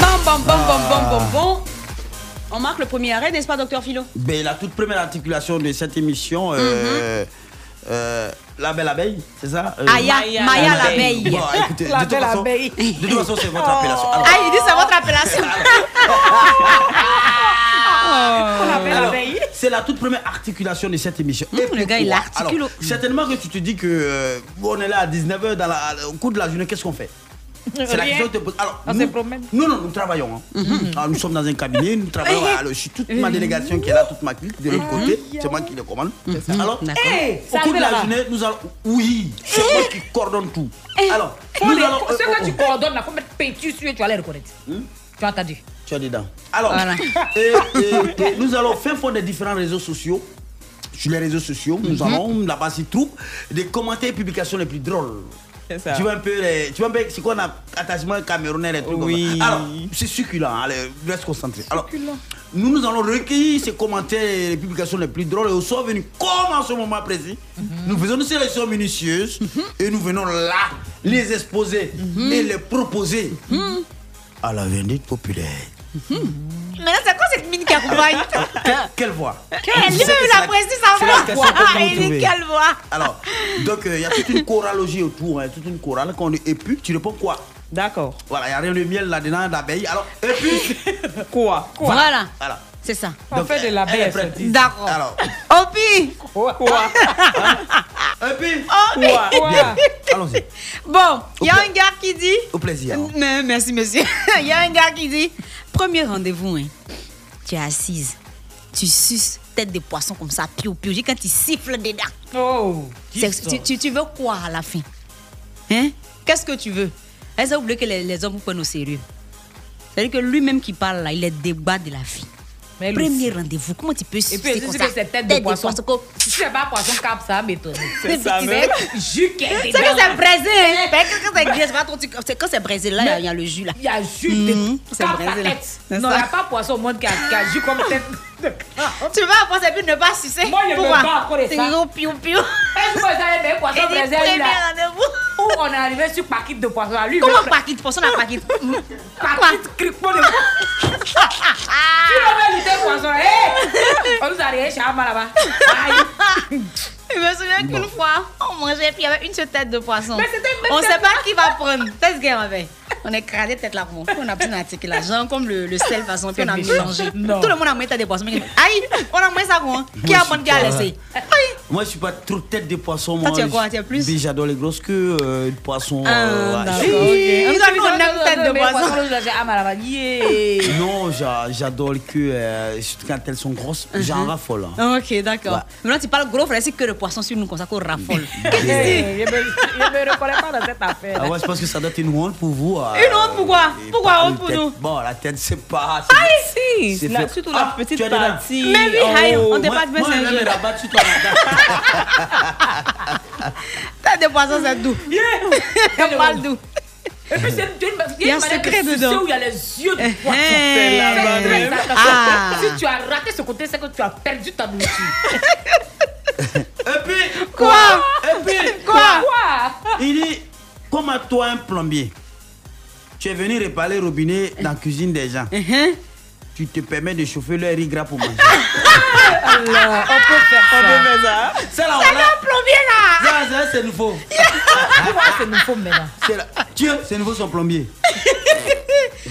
Speaker 7: Bam, bam, bam, bam, bam, bam, bam.
Speaker 11: Ah.
Speaker 7: On marque le premier arrêt, n'est-ce pas, docteur Philo
Speaker 10: Ben, la toute première articulation de cette émission, euh, euh, La Belle Abeille, c'est ça Euh,
Speaker 7: Aya, Maya l'abeille.
Speaker 10: Bon, écoutez,
Speaker 7: La
Speaker 10: de toute
Speaker 7: Belle
Speaker 10: façon-
Speaker 7: Abeille.
Speaker 10: De toute façon, c'est votre appellation. Alors,
Speaker 7: Ah, il dit c'est votre
Speaker 10: [laughs]
Speaker 7: appellation.
Speaker 12: Ah, ben,
Speaker 10: Alors, C'est la toute première articulation de cette émission.
Speaker 12: Hum,
Speaker 10: Et
Speaker 7: le gars, il
Speaker 10: pourquoi
Speaker 7: articule.
Speaker 10: Alors, Certainement que tu te dis que euh, on est là à 19h dans la- au cours de la journée, qu'est-ce qu'on fait C'est la
Speaker 12: Rien.
Speaker 10: question que tu te poses. Alors,
Speaker 12: On se
Speaker 10: nous,
Speaker 12: promène. Hum,
Speaker 10: nous, non, nous travaillons. hein. Alors, nous sommes dans un cabinet, nous travaillons. Alors, je suis toute ma délégation qui est là, toute ma clique de
Speaker 12: Hum.
Speaker 10: l'autre côté. C'est moi qui les commande. Alors, hey, au
Speaker 12: Ça
Speaker 10: cours de la
Speaker 12: arrive
Speaker 10: journée, nous allons. Oui, c'est moi qui coordonne tout. Alors,
Speaker 12: Faut
Speaker 10: nous
Speaker 12: les-
Speaker 10: allons.
Speaker 12: ceux
Speaker 10: euh,
Speaker 12: que tu
Speaker 10: euh,
Speaker 12: coordonnes, là, faut mettre peinture sur eux, tu vas les reconnaître.
Speaker 7: Hmm?
Speaker 12: Tu as entendu
Speaker 10: tu as dedans. Alors,
Speaker 12: Voilà.
Speaker 10: [laughs] et, et- et nous allons faire fond des différents réseaux sociaux. Sur les réseaux sociaux,
Speaker 11: Mhm.
Speaker 10: nous allons là-bas s'y trouve des commentaires et publications les plus drôles.
Speaker 11: C'est ça.
Speaker 10: Tu vois un peu, les- tu vois un peu c'est quoi l'attachement camerounais, les trucs
Speaker 11: Oui.
Speaker 10: comme ça. Alors, c'est succulent, hein, allez, reste concentré. Alors, nous, nous allons recueillir ces commentaires et les publications les plus drôles et au soir venu, comme en ce moment précis,
Speaker 11: Mhm.
Speaker 10: nous faisons une sélection minutieuse et nous venons là les exposer
Speaker 11: Mhm.
Speaker 10: et les proposer
Speaker 7: Hmm.
Speaker 10: à la vendite populaire.
Speaker 7: Mais là, c'est quoi cette mine qui accompagne
Speaker 10: Que- Quelle voix
Speaker 7: Quelle
Speaker 10: Je sais que
Speaker 7: lui,
Speaker 10: Ah. c'est
Speaker 7: la précise, sa
Speaker 10: c'est
Speaker 7: voix.
Speaker 10: la question qu'on
Speaker 7: Ah,
Speaker 10: va
Speaker 7: il dit
Speaker 10: trouver.
Speaker 7: quelle voix.
Speaker 10: Alors, donc euh, il y a toute une choralogie autour, hein, toute une chorale qu'on et puis tu réponds quoi
Speaker 11: D'accord.
Speaker 10: Voilà, il n'y a rien de miel là-dedans, d'abeille. Alors, et
Speaker 7: [laughs]
Speaker 10: puis
Speaker 11: quoi
Speaker 7: Voilà.
Speaker 10: Voilà.
Speaker 7: C'est ça.
Speaker 10: Donc,
Speaker 11: fait de
Speaker 10: elle-
Speaker 11: l'abeille,
Speaker 10: elle est
Speaker 11: ça
Speaker 10: prête.
Speaker 11: dit.
Speaker 7: D'accord.
Speaker 10: Alors,
Speaker 7: Opi
Speaker 11: Quoi
Speaker 10: [laughs] et puis
Speaker 7: Opi
Speaker 11: Quoi
Speaker 10: Bien. Allons-y.
Speaker 7: Bon, il y a un gars qui dit.
Speaker 10: Au plaisir.
Speaker 7: Mais, merci, monsieur. [laughs] Il y a un gars qui dit Premier rendez-vous, hein. tu es assise, tu suces tête de poisson comme ça, piou piou. J'ai quand tu siffles dedans.
Speaker 12: Oh
Speaker 7: C'est- Tu, tu- tu veux quoi à la fin Hein Qu'est-ce que tu veux Est-ce que vous voulez que les, les hommes vous prennent au sérieux C'est-à-dire que lui-même qui parle là, il est débat de la fille.
Speaker 12: Mais lui-
Speaker 7: Premier rendez-vous, comment tu peux
Speaker 12: Et
Speaker 7: sucer
Speaker 12: puis, elle dit
Speaker 7: comme
Speaker 12: que
Speaker 7: ça
Speaker 12: c'est tête de
Speaker 7: Tête
Speaker 12: poisson.
Speaker 7: comme-
Speaker 12: Si c'est pas poisson cap, ça va m'étonner.
Speaker 11: C'est ça
Speaker 7: Tu
Speaker 11: même.
Speaker 7: sais,
Speaker 12: Jus qu'elle
Speaker 7: [laughs] C'est
Speaker 12: est
Speaker 7: que
Speaker 12: dedans. Eh, bah,
Speaker 7: c'est braisé, hein. Parce que quand
Speaker 12: [laughs]
Speaker 7: c'est gris, c'est pas trop- c'est quand c'est braisé, là, il y a- il y, a le jus, là.
Speaker 12: Il y a jus de
Speaker 7: Hmm. c'est
Speaker 12: cap
Speaker 7: braisé,
Speaker 12: la
Speaker 7: là.
Speaker 12: tête.
Speaker 7: C'est
Speaker 12: Non,
Speaker 7: ça.
Speaker 12: il n'y a pas poisson au monde qui a, qui a jus
Speaker 7: [laughs]
Speaker 12: comme tête de cap.
Speaker 7: Tu vas penser puis ne pas sucer.
Speaker 12: Moi, je me
Speaker 7: Pourquoi
Speaker 12: bats encore de
Speaker 7: C'est
Speaker 12: ça.
Speaker 7: gros piou piou.
Speaker 12: [laughs] Est-ce que vous avez des
Speaker 7: Et
Speaker 12: poissons
Speaker 7: dit
Speaker 12: braisés
Speaker 7: premier
Speaker 12: là
Speaker 7: rendez-vous.
Speaker 12: Où on est arrivé sur paquet de poissons à lui
Speaker 7: Comment paquet Pour ça, on a paquet.
Speaker 12: [laughs] Paquet de cripon
Speaker 7: [laughs]
Speaker 12: de poissons. Tu l'avais lutté poisson. Hé On nous a rien, Chama là-bas. Aïe.
Speaker 7: Je me souviens qu'une fois, on mangeait puis il y avait une seule tête de poisson.
Speaker 12: Mais c'était même
Speaker 7: On
Speaker 12: tête
Speaker 7: sait pas qui va prendre. Test game avec. On est cradé tête là pour On a pris un ticket là, genre comme le, le sel façon, puis on a
Speaker 12: C'est méchant.
Speaker 7: mélangé.
Speaker 12: Non.
Speaker 7: Tout le monde a mis tête de poisson. mais- Aïe, on a moins ça quoi. Qui
Speaker 10: Moi,
Speaker 7: a
Speaker 10: je
Speaker 7: bon
Speaker 10: suis
Speaker 7: qui a
Speaker 10: pas-
Speaker 7: laissé
Speaker 10: Moi, je suis pas trop tête de poisson.
Speaker 7: Toi,
Speaker 10: moi,
Speaker 7: tu es quoi
Speaker 10: je-
Speaker 7: Tu es plus
Speaker 10: Mais J'adore les grosses queues, euh, de poisson.
Speaker 7: Ah,
Speaker 10: euh, ouais.
Speaker 7: d'accord,
Speaker 10: Hi.
Speaker 7: ok. Nous, on
Speaker 12: ça,
Speaker 7: aime
Speaker 12: ça, ça,
Speaker 7: tête de poisson.
Speaker 10: Non, j'a- j'adore le cul. euh, surtout quand elles sont grosses,
Speaker 7: Mhm.
Speaker 10: j'en raffole. hein.
Speaker 7: Ah, Ok, d'accord. Maintenant, tu parles gros, frère, c'est que le poisson sur nous, comme ça qu'on raffole.
Speaker 10: Qu'est-ce que c'est
Speaker 7: Je me reconnais pas dans cette affaire.
Speaker 10: Ah ouais, je pense que ça doit être une honte pour vous. euh,
Speaker 11: Une honte pourquoi
Speaker 10: et
Speaker 11: Pourquoi
Speaker 10: pas
Speaker 11: honte
Speaker 10: une
Speaker 11: pour
Speaker 10: tête.
Speaker 11: nous
Speaker 10: Bon, la tête, c'est pas.
Speaker 11: Ah ici
Speaker 10: c'est
Speaker 11: la,
Speaker 10: fait.
Speaker 11: Surtout
Speaker 10: Ah,
Speaker 11: la petite
Speaker 10: tu as des dents.
Speaker 11: partie.
Speaker 10: Mais
Speaker 7: Oh,
Speaker 10: oui, aïe, on t'a
Speaker 11: débat
Speaker 10: pas de besoin.
Speaker 7: [laughs] Tête de poisson, c'est doux. [laughs] On parle doux.
Speaker 12: Et puis c'est une
Speaker 7: Il y a un
Speaker 12: manière de
Speaker 7: secret
Speaker 12: sucer
Speaker 7: dedans.
Speaker 12: où il y a les yeux
Speaker 7: Eh,
Speaker 12: du poisson.
Speaker 7: eh.
Speaker 12: C'est très
Speaker 7: Ah. [laughs]
Speaker 12: important.
Speaker 7: Ah.
Speaker 12: Si tu as raté ce côté, c'est que tu as perdu ta nourriture.
Speaker 10: Et puis.
Speaker 12: Quoi
Speaker 10: Et puis.
Speaker 12: Quoi
Speaker 10: Eh Il dit Comme à toi, un plombier, tu es venu réparer le robinet dans la cuisine des gens. Tu te permets de chauffer leur riz gras pour manger.
Speaker 8: Ah,
Speaker 11: Alors, on peut faire ça. On peut faire
Speaker 8: hein
Speaker 11: ça.
Speaker 10: C'est là,
Speaker 11: C'est
Speaker 10: un
Speaker 11: plombier, là.
Speaker 10: Ça, c'est nouveau.
Speaker 7: c'est nouveau maintenant.
Speaker 10: C'est là. Tiens, c'est nouveau son plombier.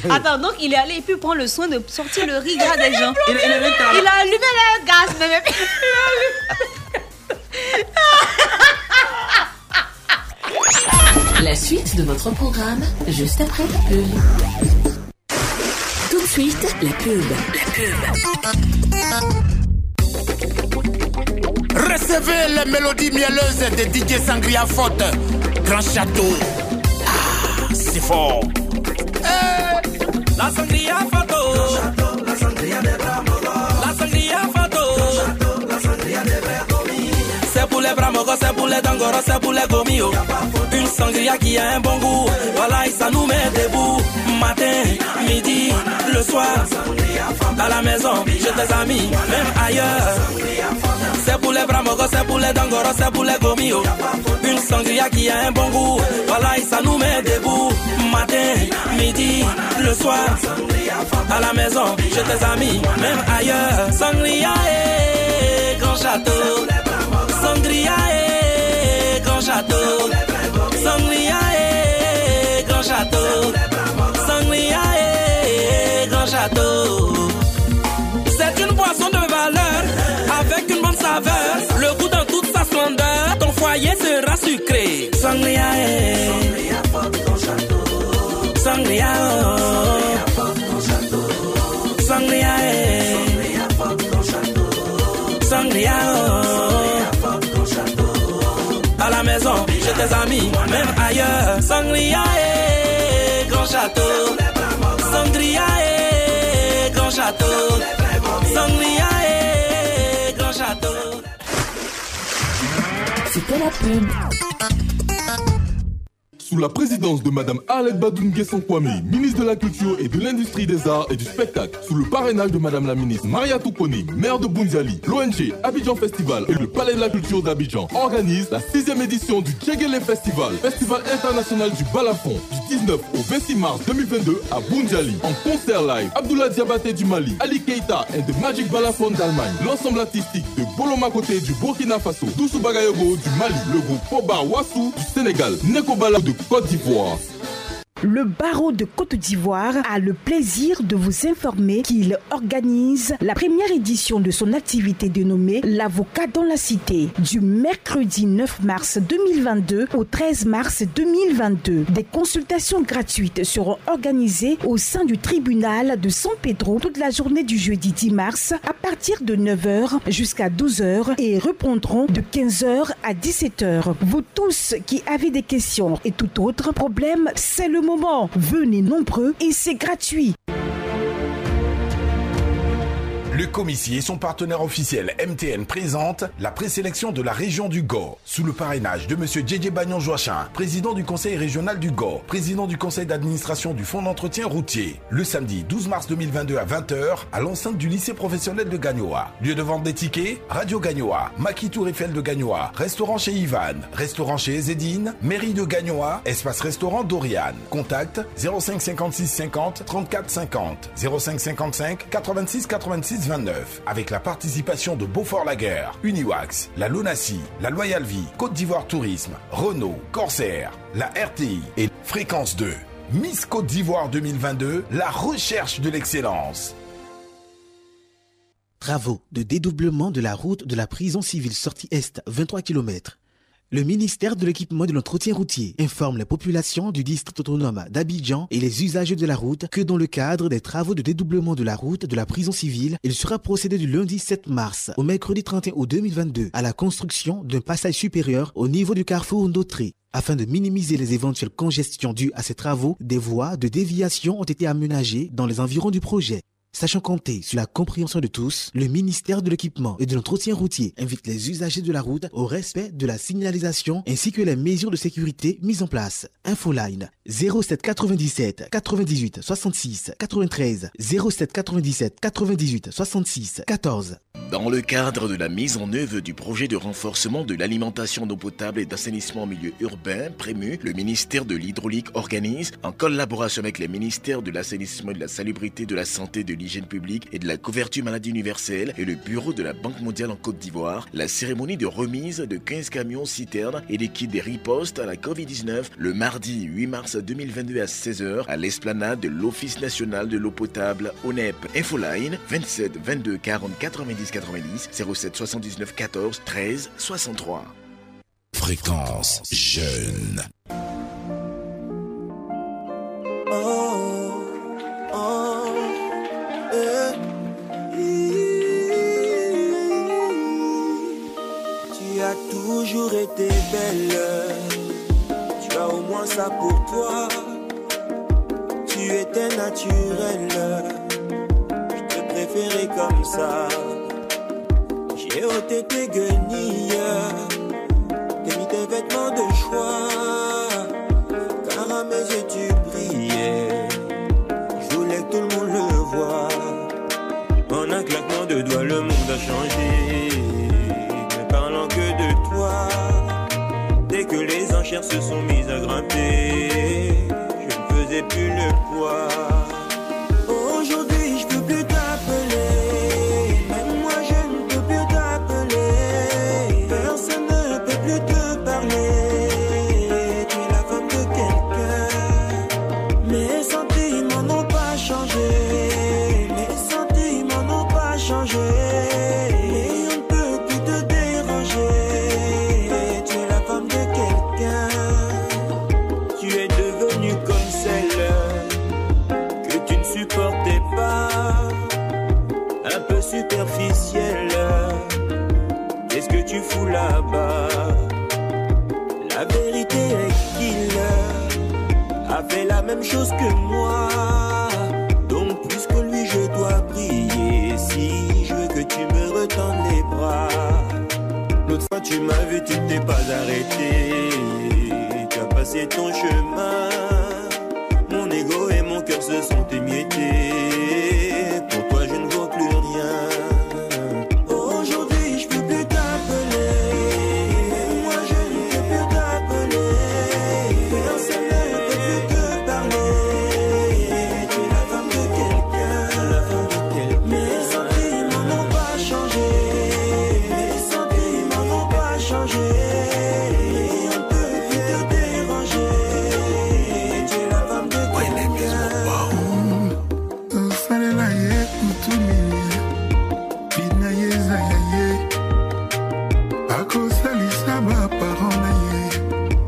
Speaker 7: Attends, donc il est allé et puis prendre le soin de sortir le riz gras des gens.
Speaker 10: Il- il avait été à la-
Speaker 7: Il a allumé le gaz, mais [laughs] mais-
Speaker 14: La suite de votre programme, juste après la pub. Tout de suite, la pub.
Speaker 8: [laughs]
Speaker 15: Recevez les mélodies mielleuses de DJ Sangria Forte. Grand château. Ah, c'est fort.
Speaker 8: Eh,
Speaker 13: La sangria fato. La sangria de Bramogos. La sangria fato. La sangria de Bergomi.
Speaker 8: C'est pour les bras mogos, c'est pour les dangoros, c'est pour les gomio. Une sangria qui a un bon goût. Voilà, et ça nous met debout. Matin, midi, le soir. Dans la maison, chez tes amis, même ailleurs. C'est pour les bras mogos, c'est pour les dangoros, c'est pour les gomio. Une sangria qui a un bon goût. Voilà, et ça nous met debout. Matin, midi, le soir. À la maison, chez tes amis, même ailleurs. Sangria et grand château. Sangria et grand château. Sangria et grand château. Sangria et grand château. C'est une boisson de valeur avec une bonne saveur. Le goût dans toute sa splendeur. Ton foyer sera sucré. Sangria et Sangria. oh. Sangria eh. Sangria oh. À la maison, chez tes amis, même ailleurs Sangria eh. Grand château Sangria eh. Grand château Sangria eh. Grand château
Speaker 14: C'était la pub.
Speaker 16: Sous la présidence de Madame Arlette Badoun-Guesson Kwame, ministre de la Culture et de l'Industrie des Arts et du Spectacle, sous le parrainage de Madame la ministre Maria Toukoni, maire de Bunzali, l'ONG Abidjan Festival et le Palais de la Culture d'Abidjan organisent la sixième édition du Tchégélé Festival, festival international du balafon, du 19 au 26 mars 2022 à Bunzali, en concert live. Abdullah Diabaté du Mali, Ali Keita et The Magic Balafon d'Allemagne, l'ensemble artistique de Boloma Côté du Burkina Faso, Doussou Bagayogo du Mali, le groupe Poba Wassou du Sénégal, Nekobala de Côte d'Ivoire.
Speaker 5: Le barreau de Côte d'Ivoire a le plaisir de vous informer qu'il organise la première édition de son activité dénommée L'avocat dans la cité du mercredi 9 mars 2022 au 13 mars 2022. Des consultations gratuites seront organisées au sein du tribunal de San Pedro toute la journée du jeudi 10 mars à partir de 9h jusqu'à 12h et répondront de 15h à 17h. Vous tous qui avez des questions et tout autre problème, c'est le moment. Venez nombreux et c'est gratuit.
Speaker 6: Le commissaire et son partenaire officiel MTN présente la présélection de la région du Gord sous le parrainage de Monsieur JJ Bagnon Joachin, président du conseil régional du Gord, président du conseil d'administration du fonds d'entretien routier, le samedi 12 mars 2022 à 20h à l'enceinte du lycée professionnel de Gagnoa. Lieu de vente des tickets, Radio Gagnoa, Maki Tour Eiffel de Gagnoa, restaurant chez Ivan, restaurant chez Ezedine, mairie de Gagnoa, espace restaurant Dorian. Contact 05 56 50 34 50 05 55 86 86 29 avec la participation de Beaufort Laguerre, Uniwax, la Lonassi, la Loyal Vie, Côte d'Ivoire Tourisme, Renault, Corsair, la RTI et Fréquence 2. Miss Côte d'Ivoire 2022, la recherche de l'excellence.
Speaker 17: Travaux de dédoublement de la route de la prison civile sortie Est, 23 km. Le ministère de l'équipement et de l'entretien routier informe les populations du district autonome d'Abidjan et les usagers de la route que dans le cadre des travaux de dédoublement de la route de la prison civile, il sera procédé du lundi 7 mars au mercredi 31 août 2022 à la construction d'un passage supérieur au niveau du carrefour Ndotré. Afin de minimiser les éventuelles congestions dues à ces travaux, des voies de déviation ont été aménagées dans les environs du projet. Sachant compter sur la compréhension de tous, le ministère de l'équipement et de l'entretien routier invite les usagers de la route au respect de la signalisation ainsi que les mesures de sécurité mises en place. Infoline 07 97 98 66 93 07 97 98 66 14.
Speaker 18: Dans le cadre de la mise en œuvre du projet de renforcement de l'alimentation d'eau potable et d'assainissement en milieu urbain, Prému, le ministère de l'Hydraulique organise, en collaboration avec les ministères de l'Assainissement et de la Salubrité, de la Santé, de l'Hygiène publique et de la Couverture maladie universelle et le Bureau de la Banque mondiale en Côte d'Ivoire, la cérémonie de remise de 15 camions citernes et des kits des ripostes à la Covid-19 le mardi 8 mars 2022 à 16h à l'esplanade de l'Office national de l'eau potable, E ONEP. Infoline 27 22 40 90 90 07 79 14 13 63.
Speaker 3: Fréquence jeune.
Speaker 19: eh. Tu as toujours été belle. Tu as au moins ça pour toi. Tu étais naturelle. Je te préférais comme ça. J'ai ôté tes guenilles. T'as mis tes vêtements de choix. Car à mes yeux tu brillais. Je voulais que tout le monde le voie. En un claquement de doigts, le monde a changé. Ne parlant que de toi. Dès que les enchères se sont mises à grimper, je ne faisais plus le poids. Aujourd'hui, je peux plus t'appeler. Même moi, je ne peux plus t'appeler. Personne ne peut plus te parler. Tu es la femme de quelqu'un. Mes sentiments n'ont pas changé. Mes sentiments n'ont pas changé. Et on ne peut plus te déranger. Tu es la femme de quelqu'un. Tu es devenue comme celle que tu ne supportais pas. Un peu superficielle. Qu'est-ce que tu fous là-bas? La vérité est qu'il a fait la même chose que moi. Donc plus que lui, je dois prier si je veux que tu me retends les bras. L'autre fois, tu m'as vu, tu t'es pas arrêté. Tu as passé ton chemin. Mon ego et mon cœur se sont émiettés. Pour toi, je ne vaux plus rien. Aujourd'hui, je peux plus t'appeler. Moi, je ne peux plus t'appeler. Personne ne peut plus te parler. Tu es la femme de quelqu'un. Mes sentiments n'ont pas changé. Mes sentiments n'ont pas changé. Et on peut plus te déranger. Tu es la femme de quelqu'un.
Speaker 8: osalela ye kutuni bina yeza ya ye akosalisa baparo na ye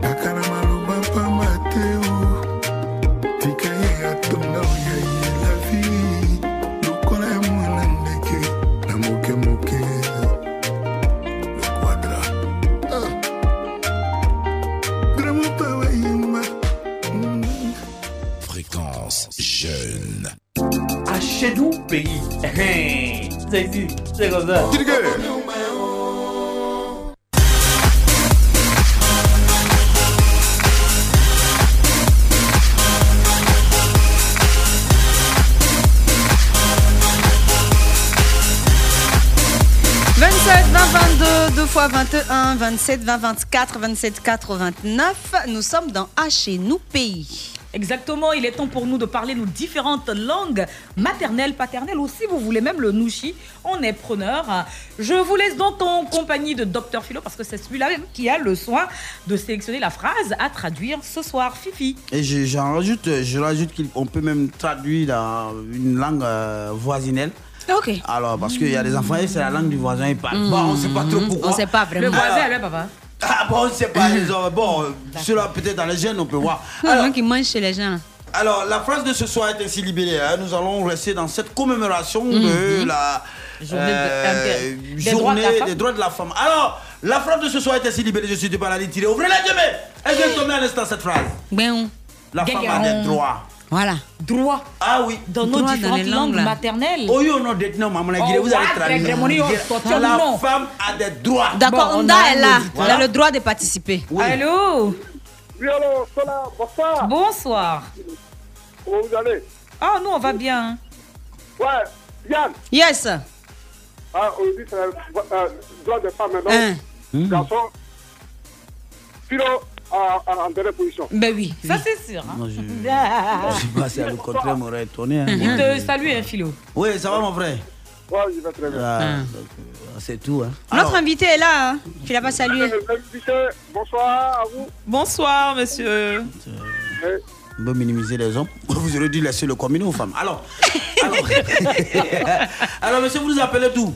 Speaker 8: kaka na maloba pamba te o tika ye atonda oya ye lavi lokola ya mwana ndeke na mokemoke lequadra Uh. gramopa wayimba
Speaker 3: Fréquence jeune.
Speaker 20: À chez nous, pays. Hein. C'est ici, c'est comme ça.
Speaker 9: Mmh. 27, 20, 22, 2 fois 21, 27, 20, 24, 27, 4, 29. Nous sommes dans A chez nous pays.
Speaker 1: Exactement, il est temps pour nous de parler nos différentes langues, maternelles, paternelles ou si vous voulez même le nouchi, on est preneur. Je vous laisse donc en compagnie de Dr Philo parce que c'est celui-là même qui a le soin de sélectionner la phrase à traduire ce soir. Fifi.
Speaker 10: Et je- j'en rajoute, euh, je rajoute qu'on peut même traduire dans une langue euh, voisinelle.
Speaker 9: Ok.
Speaker 10: Alors, parce qu'il y a des enfants, et c'est la langue du voisin, ils parlent.
Speaker 9: Mm.
Speaker 10: Bon, on sait pas trop
Speaker 9: Mm.
Speaker 10: pourquoi.
Speaker 9: On sait pas vraiment.
Speaker 10: Alors,
Speaker 1: papa.
Speaker 10: Ah bon, c'est pas les hommes. Bon, cela peut-être dans les gènes, on peut voir.
Speaker 17: Comment qui mange chez les gens là.
Speaker 10: Alors, la phrase de ce soir est ainsi libérée. hein. Nous allons rester dans cette commémoration de
Speaker 17: Mhm.
Speaker 10: la euh,
Speaker 17: Journée de- des
Speaker 10: journée
Speaker 17: droits de la femme.
Speaker 10: des droits de la femme. Alors, la phrase de ce soir est ainsi libérée. Je suis de la tirée. Ouvrez la gueule. Elle vient de tomber à l'instant, cette phrase.
Speaker 17: Ben,
Speaker 10: La femme a des droits.
Speaker 17: Voilà.
Speaker 1: Droit.
Speaker 10: Ah oui.
Speaker 1: Dans nos différentes langues maternelles.
Speaker 10: Oh, yo, non, détenons, maman, la guirée,
Speaker 1: Oh,
Speaker 10: vous allez
Speaker 1: what?
Speaker 10: traduire.
Speaker 1: Les
Speaker 7: oh,
Speaker 1: démonios, sortons,
Speaker 10: La
Speaker 1: non.
Speaker 10: femme a des droits.
Speaker 7: D'accord,
Speaker 10: Bon, on
Speaker 7: Onda
Speaker 10: a
Speaker 7: est là.
Speaker 10: Voilà.
Speaker 7: Elle a le droit de participer.
Speaker 1: Allô
Speaker 8: Oui, allô, Sola, bonsoir.
Speaker 1: Bonsoir.
Speaker 8: Comment vous allez
Speaker 1: Ah, nous, on va bien.
Speaker 8: Ouais, Yann.
Speaker 7: Yes.
Speaker 8: Ah, on dit c'est le euh, droit des femmes, non Garçon, uh, Philo, à- à- en dernière position.
Speaker 7: Ben oui.
Speaker 1: Ça, c'est sûr. hein.
Speaker 10: Non, je-
Speaker 1: Ah.
Speaker 10: Je sais pas si le contraire m'aurait étonné. hein.
Speaker 1: Il te salue, hein, Philo.
Speaker 10: Oui, ça va, mon frère
Speaker 8: Ouais, je vais très bien.
Speaker 10: Ah, donc, euh, C'est tout, hein.
Speaker 7: Notre invité est là. hein. Tu l'as pas salué.
Speaker 8: Bonsoir à Ah, vous.
Speaker 21: Bonsoir, monsieur.
Speaker 10: On peut minimiser les hommes. [laughs] Vous aurez dû laisser le combiné aux femmes. Alors, alors, [laughs] alors, Ah, monsieur, vous nous appelez d'où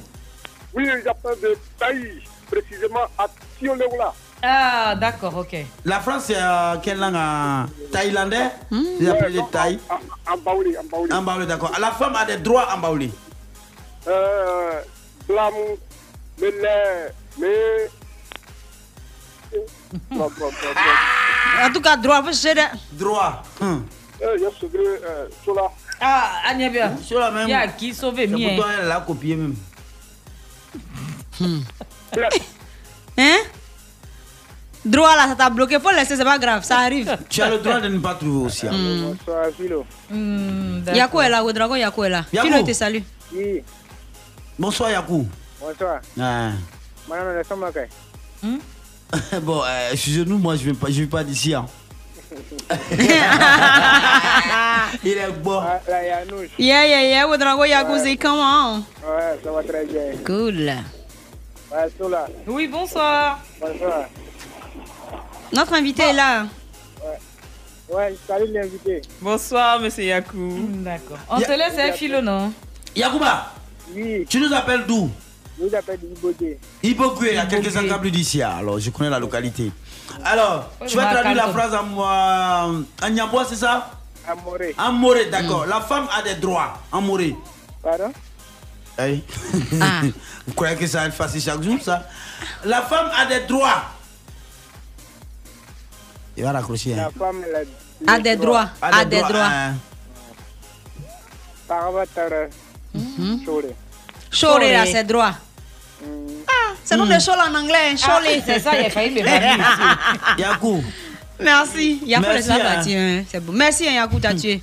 Speaker 8: Oui, j'appelle de Taï, précisément à Tioleoula.
Speaker 1: Ah, d'accord, ok.
Speaker 10: La France, c'est euh, quelle langue euh, Thaïlandais
Speaker 1: Hmm.
Speaker 10: Vous appelez les Thaï
Speaker 8: En Baoulé, en Baoulé.
Speaker 10: En Baoulé, d'accord. La femme a des droits en Baoulé.
Speaker 8: Euh, Blam, Melé, mais. Blam, blam, blam, blam.
Speaker 7: [laughs] En tout cas, droit, vous gérez.
Speaker 10: Droit. Hum.
Speaker 8: Eh, je suis venu, euh, Sola.
Speaker 1: Ah, Agnébia.
Speaker 10: Sur la Hum, même.
Speaker 1: Il y a qui sauver
Speaker 10: C'est
Speaker 1: mien.
Speaker 10: pour toi, elle l'a copié même.
Speaker 1: Hmm.
Speaker 7: [laughs] Hein Droit là, ça t'a bloqué. Faut le laisser, c'est pas grave, ça arrive. Hum.
Speaker 10: Tu as le droit de ne pas trouver aussi. hein.
Speaker 8: Bonsoir, Philo.
Speaker 1: Hmm.
Speaker 7: Yako est là, au dragon Yako est là.
Speaker 10: Yako.
Speaker 7: Philo te salue.
Speaker 8: Oui,
Speaker 10: Bonsoir, Yakou.
Speaker 8: bonsoir.
Speaker 10: Ah.
Speaker 8: Maintenant, on est ensemble, ok
Speaker 10: [laughs] bon, euh, excusez-nous, moi, je ne vais pas, je vais pas d'ici. hein. Il est bon.
Speaker 8: Ah, là, il y a nous.
Speaker 7: Yeah, yeah, yeah, au dragon Yako, c'est hein? comment
Speaker 8: Ouais, ça va très bien.
Speaker 7: Cool.
Speaker 8: Ouais, Sola.
Speaker 1: Oui, bonsoir.
Speaker 8: Bonsoir.
Speaker 7: Notre invité est là.
Speaker 8: Ouais, salut l'invité.
Speaker 21: Bonsoir, monsieur Yakou.
Speaker 1: D'accord. On te laisse, hein, Philo, non
Speaker 10: Yakouba
Speaker 8: Oui.
Speaker 10: Tu nous appelles d'où
Speaker 8: Je vous appelle Iboté.
Speaker 10: Ibokwe, à quelques encablures d'ici. hein. Alors, je connais la localité. Alors,
Speaker 8: Oui,
Speaker 10: tu vas
Speaker 8: bah,
Speaker 10: traduire la
Speaker 8: calme-toi.
Speaker 10: phrase en moi. En Nyambois, c'est ça
Speaker 8: Amoré.
Speaker 10: En Moré,
Speaker 8: Mm.
Speaker 10: d'accord. La femme a des droits. En Moré.
Speaker 8: Pardon
Speaker 10: Hey.
Speaker 7: Ah.
Speaker 10: [laughs] Vous croyez que ça va être facile chaque jour, ça La femme a des droits. Il va raccrocher. hein.
Speaker 8: La femme elle
Speaker 7: A des droits. A des droits.
Speaker 10: hein.
Speaker 8: Par Avatar. Choré.
Speaker 7: Choré Mhm. là, c'est droit.
Speaker 10: Mm.
Speaker 7: Ah, c'est le nom
Speaker 8: Hmm.
Speaker 7: de Chola en anglais. hein, Choré.
Speaker 1: Ah, c'est ça, il a failli me marier ici.
Speaker 10: Yakou.
Speaker 7: [laughs] Merci. Yako,
Speaker 10: Merci,
Speaker 7: laisse-la
Speaker 10: hein.
Speaker 7: partir. hein. C'est bon. Merci, hein, Yako, t'as tué.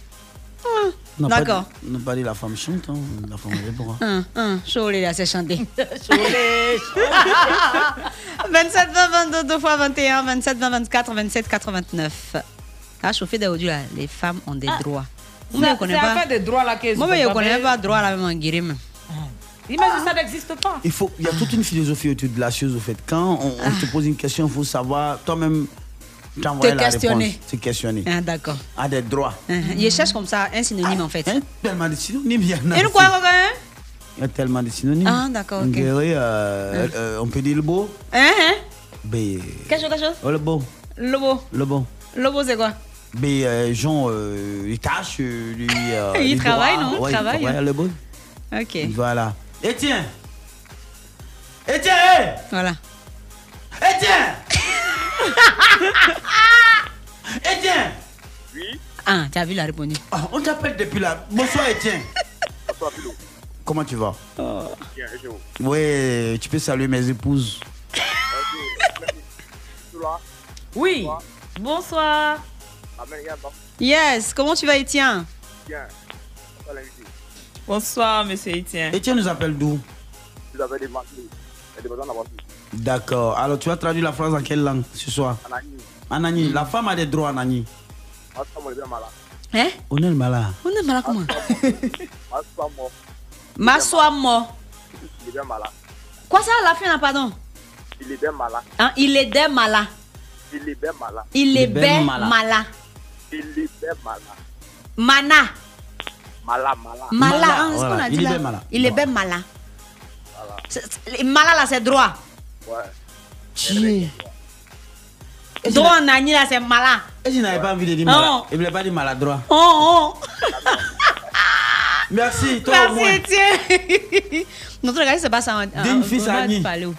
Speaker 7: Ah,
Speaker 10: On n'a pas
Speaker 7: D'accord.
Speaker 10: dit- On n'a pas dit la femme chante, hein. la femme a des droits.
Speaker 7: Un, un, Choré là, c'est
Speaker 1: [laughs]
Speaker 7: chanté. [laughs] 27, 20, 22, 2 fois 21, 27, 20, 24, 27, 89. Ah, chauffé d'aujourd'hui là, les femmes ont des droits. Vous ne
Speaker 1: C'est
Speaker 7: connaissez pas.
Speaker 1: affaire de droit là que
Speaker 7: Moi, mais je ne connais pas droit là, même en guérir. même.
Speaker 1: Imagine, ça n'existe pas.
Speaker 10: [laughs] Il faut, il y a toute une philosophie autour de la chose au fait. Quand on, on te pose une question, il faut savoir toi-même t'envoyer
Speaker 7: Ah. Te
Speaker 10: la
Speaker 7: questionner.
Speaker 10: réponse. Se questionner.
Speaker 7: Ah, D'accord. Hein,
Speaker 10: A des droits.
Speaker 7: Je cherche comme ça un synonyme
Speaker 10: Ah,
Speaker 7: en
Speaker 10: hein?
Speaker 7: fait.
Speaker 10: Tellement de synonymes, il y en a.
Speaker 7: Et nous quoi,
Speaker 10: aussi.
Speaker 7: hein?
Speaker 10: Il y a tellement de synonymes.
Speaker 7: Ah, d'accord, ok. Ah.
Speaker 10: On dirait, euh, euh, on peut dire le beau.
Speaker 7: Hein, hein?
Speaker 10: Ben,
Speaker 7: Quelque chose, quelque chose?
Speaker 10: oh, le beau,
Speaker 7: Lobo.
Speaker 10: le bon.
Speaker 7: Lobo, c'est quoi?
Speaker 10: Ben, euh, Jean, euh, il tâche, euh, lui. euh,
Speaker 7: [laughs] Il
Speaker 10: les
Speaker 7: travaille,
Speaker 10: droits.
Speaker 7: non? Il
Speaker 10: Ouais,
Speaker 7: travaille. hein.
Speaker 10: le beau.
Speaker 7: Ok.
Speaker 10: Voilà. Etienne Etienne
Speaker 7: Voilà.
Speaker 8: [laughs]
Speaker 10: Etienne
Speaker 7: Eh,
Speaker 10: Etienne
Speaker 7: Ah, t'as vu la réponse.
Speaker 10: Ah, on t'appelle depuis là. Bonsoir Etienne.
Speaker 8: Bonsoir, Philo.
Speaker 10: Comment tu vas
Speaker 8: Bien, et vous
Speaker 10: Ouais, tu peux saluer mes épouses.
Speaker 8: Sola.
Speaker 1: Oui. [laughs] Bonsoir.
Speaker 8: Amen, Yann, bon,
Speaker 7: Yes, comment tu vas, Étienne?
Speaker 8: bien. Bonsoir, l'invité.
Speaker 21: Bonsoir, monsieur Etienne.
Speaker 10: Etienne nous appelle d'où
Speaker 8: Vous avez des marqués. Et des besoins d'avoir vu.
Speaker 10: D'accord. Alors, tu as traduit la phrase en quelle langue ce soir
Speaker 8: Anani,
Speaker 10: Anani, la femme a des droits, Anani.
Speaker 8: Massa, mon bien malade.
Speaker 7: Hein?
Speaker 10: On est le malin.
Speaker 7: On est malade comment?
Speaker 8: Massa, mon
Speaker 7: Massois mort.
Speaker 8: il est bien malade.
Speaker 7: Quoi ça à la fin là, pardon?
Speaker 8: Il est bien malade.
Speaker 7: Hein, il est des malades.
Speaker 8: Il est bien malade.
Speaker 7: Il est bien malade.
Speaker 8: Il est bien malade.
Speaker 7: Mana.
Speaker 8: Mala, mala.
Speaker 7: Mala, hein, c'est ce qu'on a dit
Speaker 8: Il est
Speaker 7: là.
Speaker 8: bien malade.
Speaker 7: Il est bien malade. C'est- c'est- Mala là, c'est droit.
Speaker 8: Ouais.
Speaker 7: Dieu.
Speaker 9: Droit en Annie, là, c'est malin.
Speaker 10: Et je n'avais pas envie de dire
Speaker 9: Non.
Speaker 10: malade. Il ne voulait pas dire maladroit.
Speaker 9: Oh, oh.
Speaker 10: Merci, toi au moins.
Speaker 9: Merci,
Speaker 7: [laughs]
Speaker 9: Étienne. Notre regard se passe en. en-
Speaker 10: Digne fils
Speaker 9: on va
Speaker 10: Annie.
Speaker 9: parler où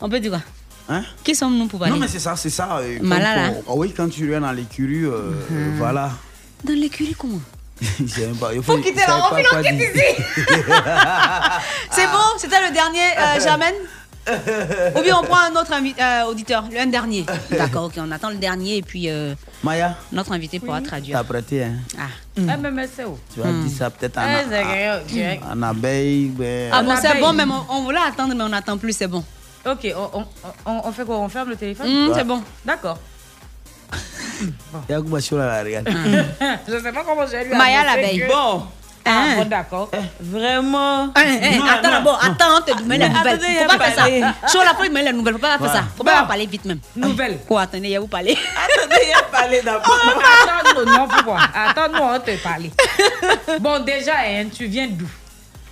Speaker 9: On peut dire quoi
Speaker 10: Hein
Speaker 9: Qui sommes-nous pour parler
Speaker 10: Non, mais c'est ça, c'est ça. euh, comme
Speaker 9: Malala.
Speaker 10: pour- Ah oui, quand tu viens dans l'écurie, euh,
Speaker 9: Mhm.
Speaker 10: voilà. [laughs]
Speaker 9: Dans l'écurie, comment
Speaker 10: Je sais même pas. Il
Speaker 9: Faut quitter
Speaker 10: je
Speaker 9: la-
Speaker 10: savais
Speaker 9: on
Speaker 10: pas
Speaker 9: finit, on
Speaker 10: quoi
Speaker 9: quitte
Speaker 10: dire.
Speaker 7: C'est bon C'était le dernier,
Speaker 10: Ah.
Speaker 7: euh, j'amène
Speaker 10: [laughs]
Speaker 7: Ou bien on prend un autre invi- euh, auditeur, le un dernier. D'accord, ok, on attend le dernier et puis euh,
Speaker 10: Maya,
Speaker 7: notre invité pourra traduire.
Speaker 10: t'as prêté, hein
Speaker 7: Ah.
Speaker 1: MMSO.
Speaker 10: Tu vas dire ça peut-être en,
Speaker 7: Eh, c'est
Speaker 10: en-
Speaker 7: vrai,
Speaker 10: en abeille. ben-
Speaker 7: Ah bon, c'est bon, mais on, on voulait attendre, mais on n'attend plus, c'est bon.
Speaker 1: Ok, on, on- on- on fait quoi On ferme le téléphone
Speaker 7: Mm, c'est bon.
Speaker 1: D'accord.
Speaker 10: Il y a un goût sur la regarde.
Speaker 7: Hmm.
Speaker 1: Je sais pas comment j'ai lu.
Speaker 7: Maya l'abeille.
Speaker 1: Bon. Ah,
Speaker 7: Hein.
Speaker 1: bon, d'accord.
Speaker 10: Eh.
Speaker 1: Vraiment.
Speaker 7: Hein, attends d'abord, attends, on te met la
Speaker 1: Non.
Speaker 7: nouvelle.
Speaker 1: Attendez,
Speaker 7: Faut pas faire
Speaker 1: y a
Speaker 7: ça.
Speaker 1: parler.
Speaker 7: Chaud la fois, il met la nouvelle. Faut pas faire
Speaker 1: Voilà.
Speaker 7: ça. Faut pas parler vite même.
Speaker 1: Nouvelle.
Speaker 7: Quoi, attendez, il y a vous parler.
Speaker 1: Attendez, il a parlé d'abord. Attends-nous, non, pourquoi Attends-nous, on te
Speaker 10: [laughs]
Speaker 1: parle. Bon, déjà, hein, tu viens d'où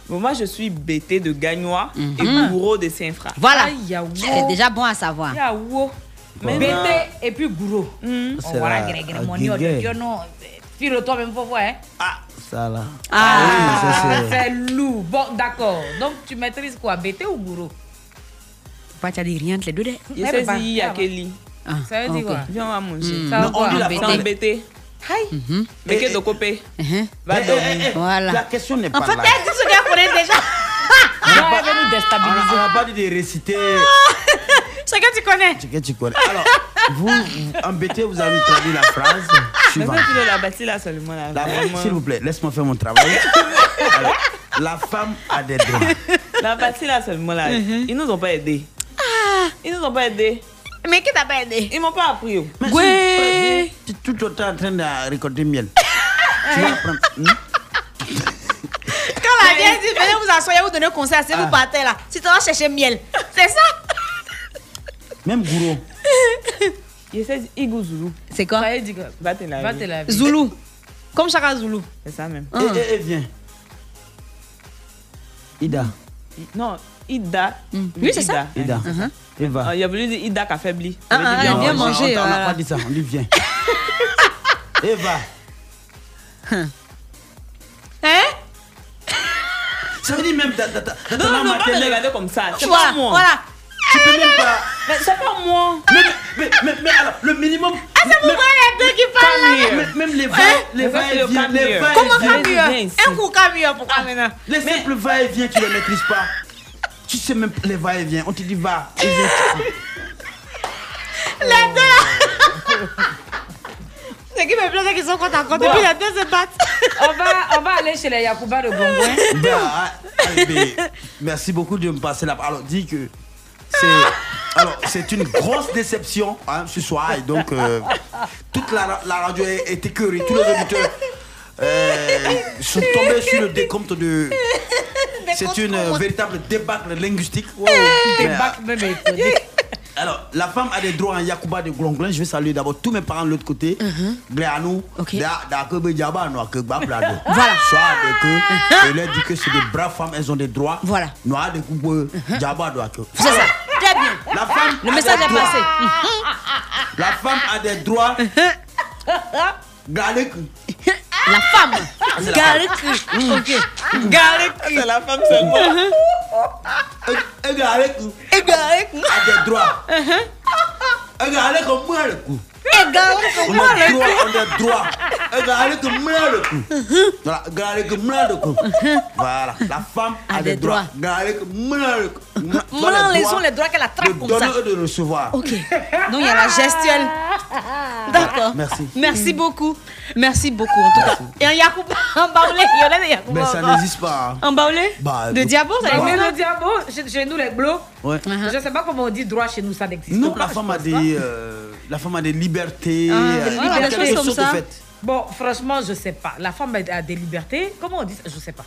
Speaker 11: Bon, moi, je suis bêté de Gagnois
Speaker 10: Mm-hmm.
Speaker 11: et
Speaker 1: Mhm.
Speaker 11: bourreau de Saint-Fra.
Speaker 7: Voilà.
Speaker 11: C'est
Speaker 7: C'est déjà bon à savoir.
Speaker 1: Yawo.
Speaker 11: Voilà.
Speaker 1: Bébé et puis gourou.
Speaker 7: Hmm.
Speaker 11: Ça
Speaker 1: On voilà,
Speaker 10: va,
Speaker 1: gré, gré,
Speaker 10: à
Speaker 1: mon Dieu,
Speaker 10: guiguer.
Speaker 1: Dieu, non. Filo, toi-même, faut voir. Hein.
Speaker 10: Ça là.
Speaker 1: Ah,
Speaker 10: Ah, oui, ça, c'est-
Speaker 1: c'est lourd. Bon, d'accord. Donc, tu maîtrises quoi Bété ou gourou
Speaker 7: Pas t'as dit rien entre les deux. Ah,
Speaker 11: Je sais si il y a Kelly.
Speaker 1: Ça veut dire quoi
Speaker 11: Viens, on va manger.
Speaker 7: Mm.
Speaker 11: Ça va
Speaker 7: Non, on dit la
Speaker 11: quoi
Speaker 7: Mm-hmm. phrase.
Speaker 11: C'est embêté.
Speaker 1: Aïe.
Speaker 11: Mais qu'est-ce de copé Va
Speaker 10: Eh, eh, eh,
Speaker 11: dormir.
Speaker 10: eh, La question n'est pas
Speaker 11: En fait,
Speaker 10: là.
Speaker 11: elle dit ce qu'elle connaît
Speaker 7: déjà.
Speaker 10: On
Speaker 7: Ah,
Speaker 10: n'a pas-
Speaker 11: [laughs]
Speaker 1: nous
Speaker 10: Ah, on n'a pas dit de réciter
Speaker 7: [laughs] Ce que tu connais.
Speaker 10: ce que tu connais. Alors, vous, vous embêtez, vous avez traduit la phrase
Speaker 7: Ah,
Speaker 11: Mais
Speaker 10: suivante.
Speaker 11: ça, tu dois la bâtir là seulement. Là,
Speaker 10: La
Speaker 11: vraiment.
Speaker 10: S'il vous plaît, laisse-moi faire mon travail. Alors, la femme a des droits.
Speaker 11: [laughs] La partie là seulement là,
Speaker 7: Mm-hmm.
Speaker 11: ils nous ont pas aidés. Ah. Ils nous ont pas aidés.
Speaker 7: Mais qui t'a pas aidé
Speaker 11: Ils m'ont pas appris. oh.
Speaker 10: Oui. Tu es tout autant en train de récolter miel. tu vas prendre.
Speaker 7: Quand la vieille dit, venez vous asseoir, vous donner conseil, si vous
Speaker 10: Ah.
Speaker 7: partez là, si tu vas chercher miel. C'est ça
Speaker 10: Même Gouro.
Speaker 11: [laughs] Je sais Igou Zoulou.
Speaker 7: C'est quoi
Speaker 11: Va te laver.
Speaker 1: Va te laver.
Speaker 7: Zoulou. Comme Chaka Zoulou.
Speaker 11: C'est ça même.
Speaker 10: Eh, eh, eh, viens. Ida.
Speaker 11: Non, Ida.
Speaker 7: Hmm. Oui, c'est ça.
Speaker 10: Ida. Eva.
Speaker 11: Ah, Il a voulu dire Ida qui a faibli.
Speaker 7: Mm-hmm. Ah,
Speaker 11: Il avait
Speaker 7: ah,
Speaker 11: dit,
Speaker 7: ah,
Speaker 11: viens,
Speaker 7: viens
Speaker 11: on-
Speaker 7: manger,
Speaker 11: on-
Speaker 10: On
Speaker 11: on-
Speaker 10: n'a pas dit ça, on dit
Speaker 11: [laughs]
Speaker 10: viens. Eva.
Speaker 7: Hein
Speaker 10: Ça veut dire même ta, ta, ta, ta,
Speaker 11: Non, non,
Speaker 10: ta
Speaker 11: non, pas me
Speaker 10: maternelle.
Speaker 11: regarder comme ça. C'est
Speaker 10: Voilà,
Speaker 11: pas moi.
Speaker 10: voilà. Tu peux même pas.
Speaker 11: Mais c'est pas moi.
Speaker 10: Mais, mais, mais, mais alors, le minimum. Ah, ça vous
Speaker 7: les deux qui
Speaker 10: parlent là Même les va les
Speaker 11: Ça,
Speaker 10: va
Speaker 11: c'est le
Speaker 10: et vient, les
Speaker 11: camion.
Speaker 10: va Hein?
Speaker 11: Comment
Speaker 7: camion Un coup camion, pourquoi maintenant
Speaker 10: Les simples va et vient, tu les maîtrises pas. Tu sais même les va et vient, on te dit va. et vient,
Speaker 7: Les deux là C'est qui me plaît, c'est qu'ils sont contre à contre, et puis les deux se battent.
Speaker 1: [laughs] on va, on va aller chez les Yakuba de Bongo. hein.
Speaker 10: tu- Bah, ah, ah, mais merci beaucoup de me passer la parole. Alors, dis que c'est. Alors, c'est une grosse déception hein, ce soir. Et donc, euh, toute la, ra- la radio est, est écœurée. Tous les auditeurs euh, sont tombés sur le décompte de. C'est une euh, véritable débâcle linguistique. Mais,
Speaker 1: Débacle même étonnée.
Speaker 10: [laughs] Alors, la femme a des droits en Yakuba de Glonglin. Je vais saluer d'abord tous mes parents de l'autre côté.
Speaker 7: Mhm.
Speaker 10: Gléanou, Da- Da Kebe Diaba, Noa Keba Plado.
Speaker 7: Voilà.
Speaker 10: Soit avec eux, je leur dis que c'est des braves femmes, elles ont des droits.
Speaker 7: Voilà. Mhm.
Speaker 10: Noa de Kube, Diaba Noa Kebe.
Speaker 7: C'est ça. Très bien.
Speaker 10: La femme
Speaker 7: Le
Speaker 10: a
Speaker 7: message
Speaker 10: des
Speaker 7: est
Speaker 10: droits.
Speaker 7: passé.
Speaker 10: La femme a des droits. Galek.
Speaker 7: Mhm. La femme.
Speaker 10: Ah, c'est la
Speaker 7: Garek.
Speaker 10: Mm.
Speaker 7: Ok. Garek.
Speaker 8: Ah,
Speaker 11: C'est la femme seulement.
Speaker 8: Eh,
Speaker 10: Un Galek
Speaker 7: Et Garek.
Speaker 10: a des droits.
Speaker 8: Eh,
Speaker 10: Un Galek, on meurt le coup.
Speaker 7: Et Garek.
Speaker 10: On a droit, on a droit. Un Galek, on meurt le coup. Voilà, Galek, on meurt le coup. Voilà, la femme
Speaker 9: Ah,
Speaker 10: a des droits. Galek, on meurt le coup.
Speaker 7: Maintenant, les ont les droits qu'elle attrape
Speaker 10: De
Speaker 7: comme ça.
Speaker 10: donner et de recevoir.
Speaker 7: Ok. Donc il y a la gestuelle. D'accord.
Speaker 10: Merci.
Speaker 7: Merci beaucoup. Merci beaucoup. En tout cas, et un Yakuba, [laughs] un baoulé. Il y en a des Yakuba
Speaker 10: Mais ça
Speaker 7: encore.
Speaker 10: n'existe pas. hein.
Speaker 7: Un baoulé
Speaker 10: Bah,
Speaker 7: De diabo, ça
Speaker 1: Mais
Speaker 7: existe Uh-huh.
Speaker 1: le diabo, chez, chez nous, les blocs,
Speaker 10: Ouais.
Speaker 1: je sais pas comment on dit droit chez nous, ça n'existe
Speaker 10: Non,
Speaker 1: pas.
Speaker 10: la femme a des, euh, la femme a des libertés.
Speaker 1: Ah,
Speaker 10: euh,
Speaker 1: des libertés
Speaker 10: quelque
Speaker 1: comme
Speaker 10: sorte,
Speaker 1: ça.
Speaker 10: au fait.
Speaker 1: Bon, franchement, je sais pas. La femme a a des libertés. Comment on dit ça Je sais pas.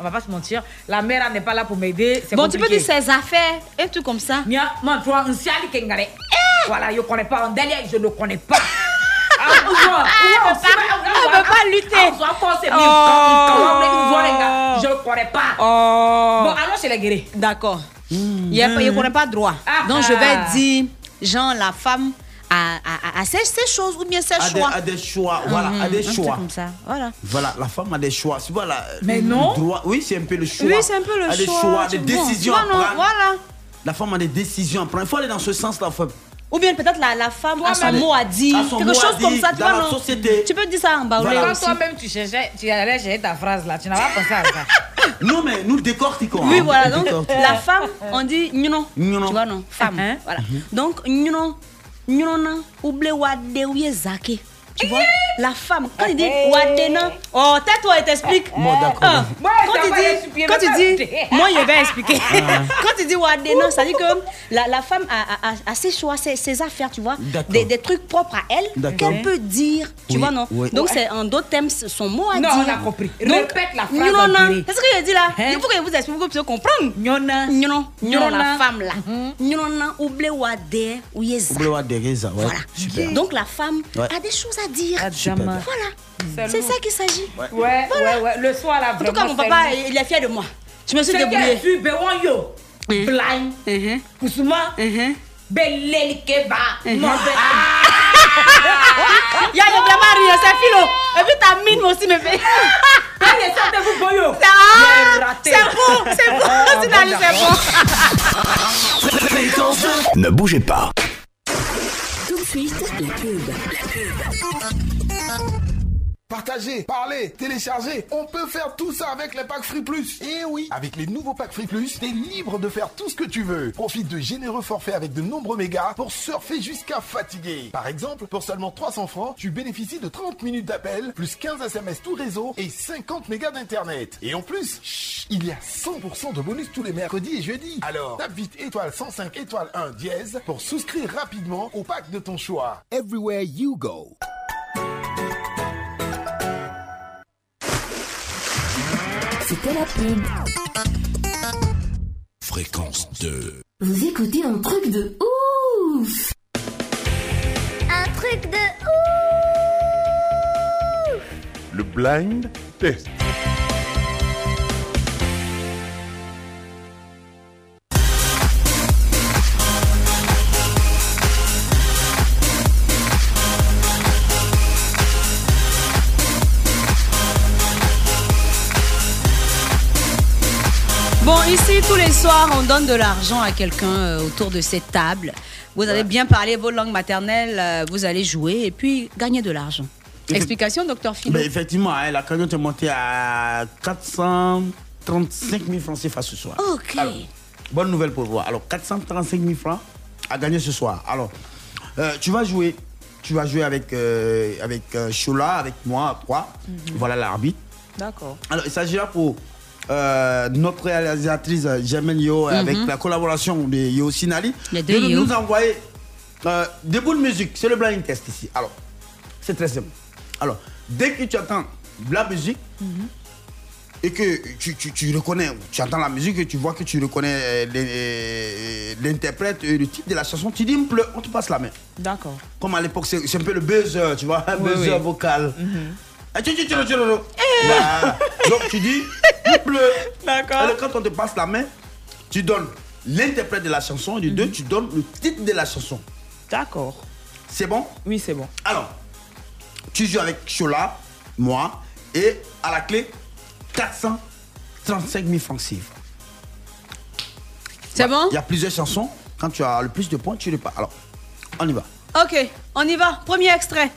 Speaker 1: On va pas se mentir. La mère elle n'est pas là pour m'aider.
Speaker 7: Bon, tu peux dire ses affaires et tout comme ça. Eh!
Speaker 1: Mia, moi, toi, un siali kengare. Voilà, je connais pas un délire, je ne connais pas.
Speaker 7: [laughs]
Speaker 1: Ah, ouah, ouah,
Speaker 7: Elle peut
Speaker 1: si,
Speaker 7: pas-
Speaker 1: ouah,
Speaker 7: elle
Speaker 1: ouah,
Speaker 7: peut pas lutter.
Speaker 1: ah, ouah, quand c'est mis,
Speaker 7: Oh.
Speaker 1: quand- quand on est ouah, les gars, Je ne connais pas.
Speaker 7: Oh.
Speaker 1: Bon, allons chez les guéris.
Speaker 10: Mm.
Speaker 7: D'accord. Il ne connaît pas droit.
Speaker 1: Ah,
Speaker 7: Donc, je
Speaker 1: ah.
Speaker 7: vais dire, genre, la femme
Speaker 9: à, à- à ces, ces choses ou bien ces
Speaker 10: À des,
Speaker 9: choix.
Speaker 10: à des choix, voilà,
Speaker 7: Mm-hmm.
Speaker 9: Mhm,
Speaker 10: à
Speaker 9: un
Speaker 10: des
Speaker 9: truc
Speaker 10: choix.
Speaker 9: comme ça, voilà.
Speaker 10: Voilà, la femme a des choix. C'est pas la- le
Speaker 9: Mais non.
Speaker 10: droit- Oui, c'est un peu le choix.
Speaker 9: Oui, c'est un peu le
Speaker 10: Elle a des
Speaker 9: choix,
Speaker 10: choix,
Speaker 9: tu
Speaker 10: des
Speaker 9: vois.
Speaker 10: décisions
Speaker 9: Non,
Speaker 10: à
Speaker 9: non,
Speaker 10: prendre.
Speaker 9: voilà.
Speaker 10: La femme a des décisions à prendre. Il faut aller dans ce sens, la femme.
Speaker 9: Ou bien peut-être la, la femme a son
Speaker 10: Allez.
Speaker 9: mot à dire,
Speaker 10: À Ah, son
Speaker 9: quelque
Speaker 10: mot à
Speaker 9: chose comme
Speaker 10: dire
Speaker 9: ça, tu
Speaker 10: dans
Speaker 9: vois,
Speaker 10: la
Speaker 9: non
Speaker 10: société.
Speaker 9: Tu peux dire ça en baoulé
Speaker 7: Quand
Speaker 9: aussi.
Speaker 7: toi-même tu cherchais, tu allais chercher ta phrase là, tu n'as pas pensé à ça.
Speaker 10: Non, mais nous décortiquons.
Speaker 9: Oui,
Speaker 10: hein,
Speaker 9: voilà,
Speaker 10: nous
Speaker 9: donc
Speaker 10: décortiquons.
Speaker 9: la femme, on dit non.
Speaker 10: Nyonon.
Speaker 9: Tu vois, non, femme.
Speaker 7: Hein?
Speaker 9: Voilà.
Speaker 10: Mhm.
Speaker 9: Donc, non, non, oubliez wade ou yezake. Tu vois, la femme, quand il dit wade, non, oh, tais-toi et t'explique.
Speaker 10: Moi, d'accord.
Speaker 9: Ah,
Speaker 7: Eh. Moi,
Speaker 9: quand
Speaker 7: ça
Speaker 9: il
Speaker 7: va,
Speaker 9: dit,
Speaker 7: je suis bien,
Speaker 9: quand
Speaker 7: mais
Speaker 9: il
Speaker 7: ça-
Speaker 9: dit, moi, je vais expliquer.
Speaker 10: Ah.
Speaker 7: [laughs]
Speaker 9: quand il dit wade, non, ça dit que la, la femme a, a- a- a ses choix, ses, ses affaires, tu vois,
Speaker 10: D'accord.
Speaker 9: des, des trucs propres à elle
Speaker 10: D'accord.
Speaker 9: qu'elle peut dire, tu
Speaker 10: Oui,
Speaker 9: vois, non.
Speaker 10: oui.
Speaker 9: Donc, c'est en d'autres termes son mot à
Speaker 7: Non,
Speaker 9: dire.
Speaker 7: on a compris. Répète la phrase
Speaker 9: Nyonona.
Speaker 7: en durée.
Speaker 9: Qu'est-ce que j'ai dit là Il faut que je vous explique pour que vous puissiez comprendre.
Speaker 7: Nyona.
Speaker 9: Nyonon. Nyonon, la
Speaker 7: Nyona.
Speaker 9: femme là. Nyonona, oubliez ou adé ou yeza.
Speaker 10: Oubliez pas des raisons, ouais. Super.
Speaker 9: Donc la femme
Speaker 10: Ouais.
Speaker 9: a des choses à dire.
Speaker 10: Super.
Speaker 9: Voilà. C'est ça qu'il s'agit.
Speaker 10: Ouais.
Speaker 7: Ouais, ouais, ouais. Le soir là,
Speaker 9: En tout cas, mon
Speaker 7: vraiment,
Speaker 9: papa,
Speaker 7: c'est-
Speaker 9: il est fier de moi. Je me suis
Speaker 7: C'est
Speaker 9: débrouillée.
Speaker 7: que tu bewon yo. Blind. Kusuma. Beleli keba. Mauvais.
Speaker 9: Y'a y'a vraiment rien, c'est philo. Et puis ta mine aussi me fait.
Speaker 7: Allez, sortez-vous, boyo.
Speaker 9: Ah, C'est bon, c'est bon, c'est d'aller, c'est bon.
Speaker 18: Ne bougez pas.
Speaker 11: Tout de suite, la pub.
Speaker 6: Partager, parler, télécharger, on peut faire tout ça avec les packs Free Plus. Et oui, avec les nouveaux packs Free Plus, t'es libre de faire tout ce que tu veux. Profite de généreux forfaits avec de nombreux mégas pour surfer jusqu'à fatiguer. Par exemple, pour seulement 300 francs, tu bénéficies de 30 minutes d'appel, plus 15 SMS tout réseau et 50 mégas d'internet. Et en plus, chut, il y a 100% de bonus tous les mercredis et jeudis. Alors, tape vite étoile 105 étoile 1 dièse pour souscrire rapidement au pack de ton choix. Everywhere you go.
Speaker 11: C'était la pub.
Speaker 3: Fréquence 2.
Speaker 11: Vous écoutez un truc de ouf
Speaker 8: Un truc de ouf
Speaker 22: Le blind test.
Speaker 9: Bon, ici, tous les soirs, on donne de l'argent à quelqu'un euh, autour de cette table. Vous allez bien parler vos langues maternelles, euh, vous allez jouer et puis gagner de l'argent.
Speaker 10: Et-
Speaker 9: Explication, docteur Philo
Speaker 10: Mais effectivement, hein, la cagnotte est montée à 435 000 francs CFA ce soir.
Speaker 9: Ok.
Speaker 10: Alors, bonne nouvelle pour vous. Alors, 435 000 francs à gagner ce soir. Alors, euh, tu vas jouer. Tu vas jouer avec, euh, avec euh, Chola, avec moi, à trois.
Speaker 9: Mhm.
Speaker 10: Voilà l'arbitre.
Speaker 7: D'accord.
Speaker 10: Alors, il s'agira pour euh, notre réalisatrice euh, Germaine Yo
Speaker 23: Mhm.
Speaker 10: avec la collaboration de Yo Sinali
Speaker 23: Les deux
Speaker 10: de
Speaker 23: Yo.
Speaker 10: nous envoyer euh, des bouts de musique. C'est le blind test ici. Alors, c'est très simple. Alors, dès que tu entends de la musique
Speaker 23: Mhm.
Speaker 10: et que tu, tu- tu reconnais, tu entends la musique et tu vois que tu reconnais euh, les- l'interprète et le titre de la chanson, tu dis, Mple, on te passe la main.
Speaker 7: D'accord.
Speaker 10: Comme à l'époque, c'est c'est un peu le buzzer, tu vois, [laughs] un
Speaker 7: Oui,
Speaker 10: buzzer
Speaker 7: oui.
Speaker 10: vocal.
Speaker 8: Mm-hmm.
Speaker 10: Ah, tu- tu- tu- tu-
Speaker 24: Eh.
Speaker 10: tu- Voilà. Bah, Donc tu dis
Speaker 24: [laughs]
Speaker 10: bleu. D'accord. Alors quand on te passe la main, tu donnes l'interprète de la chanson et du deux, tu donnes le titre de la chanson.
Speaker 24: Mhm. D'accord.
Speaker 10: C'est bon
Speaker 24: Oui, c'est bon.
Speaker 10: Alors, tu joues avec Chola, moi, et à la clé, 435 000 francs CFA.
Speaker 9: C'est
Speaker 24: Hein
Speaker 9: bon
Speaker 10: Il y a plusieurs chansons. Quand tu as le plus de points, tu les pas. Alors, on y va.
Speaker 9: Ok, on y va. Premier extrait.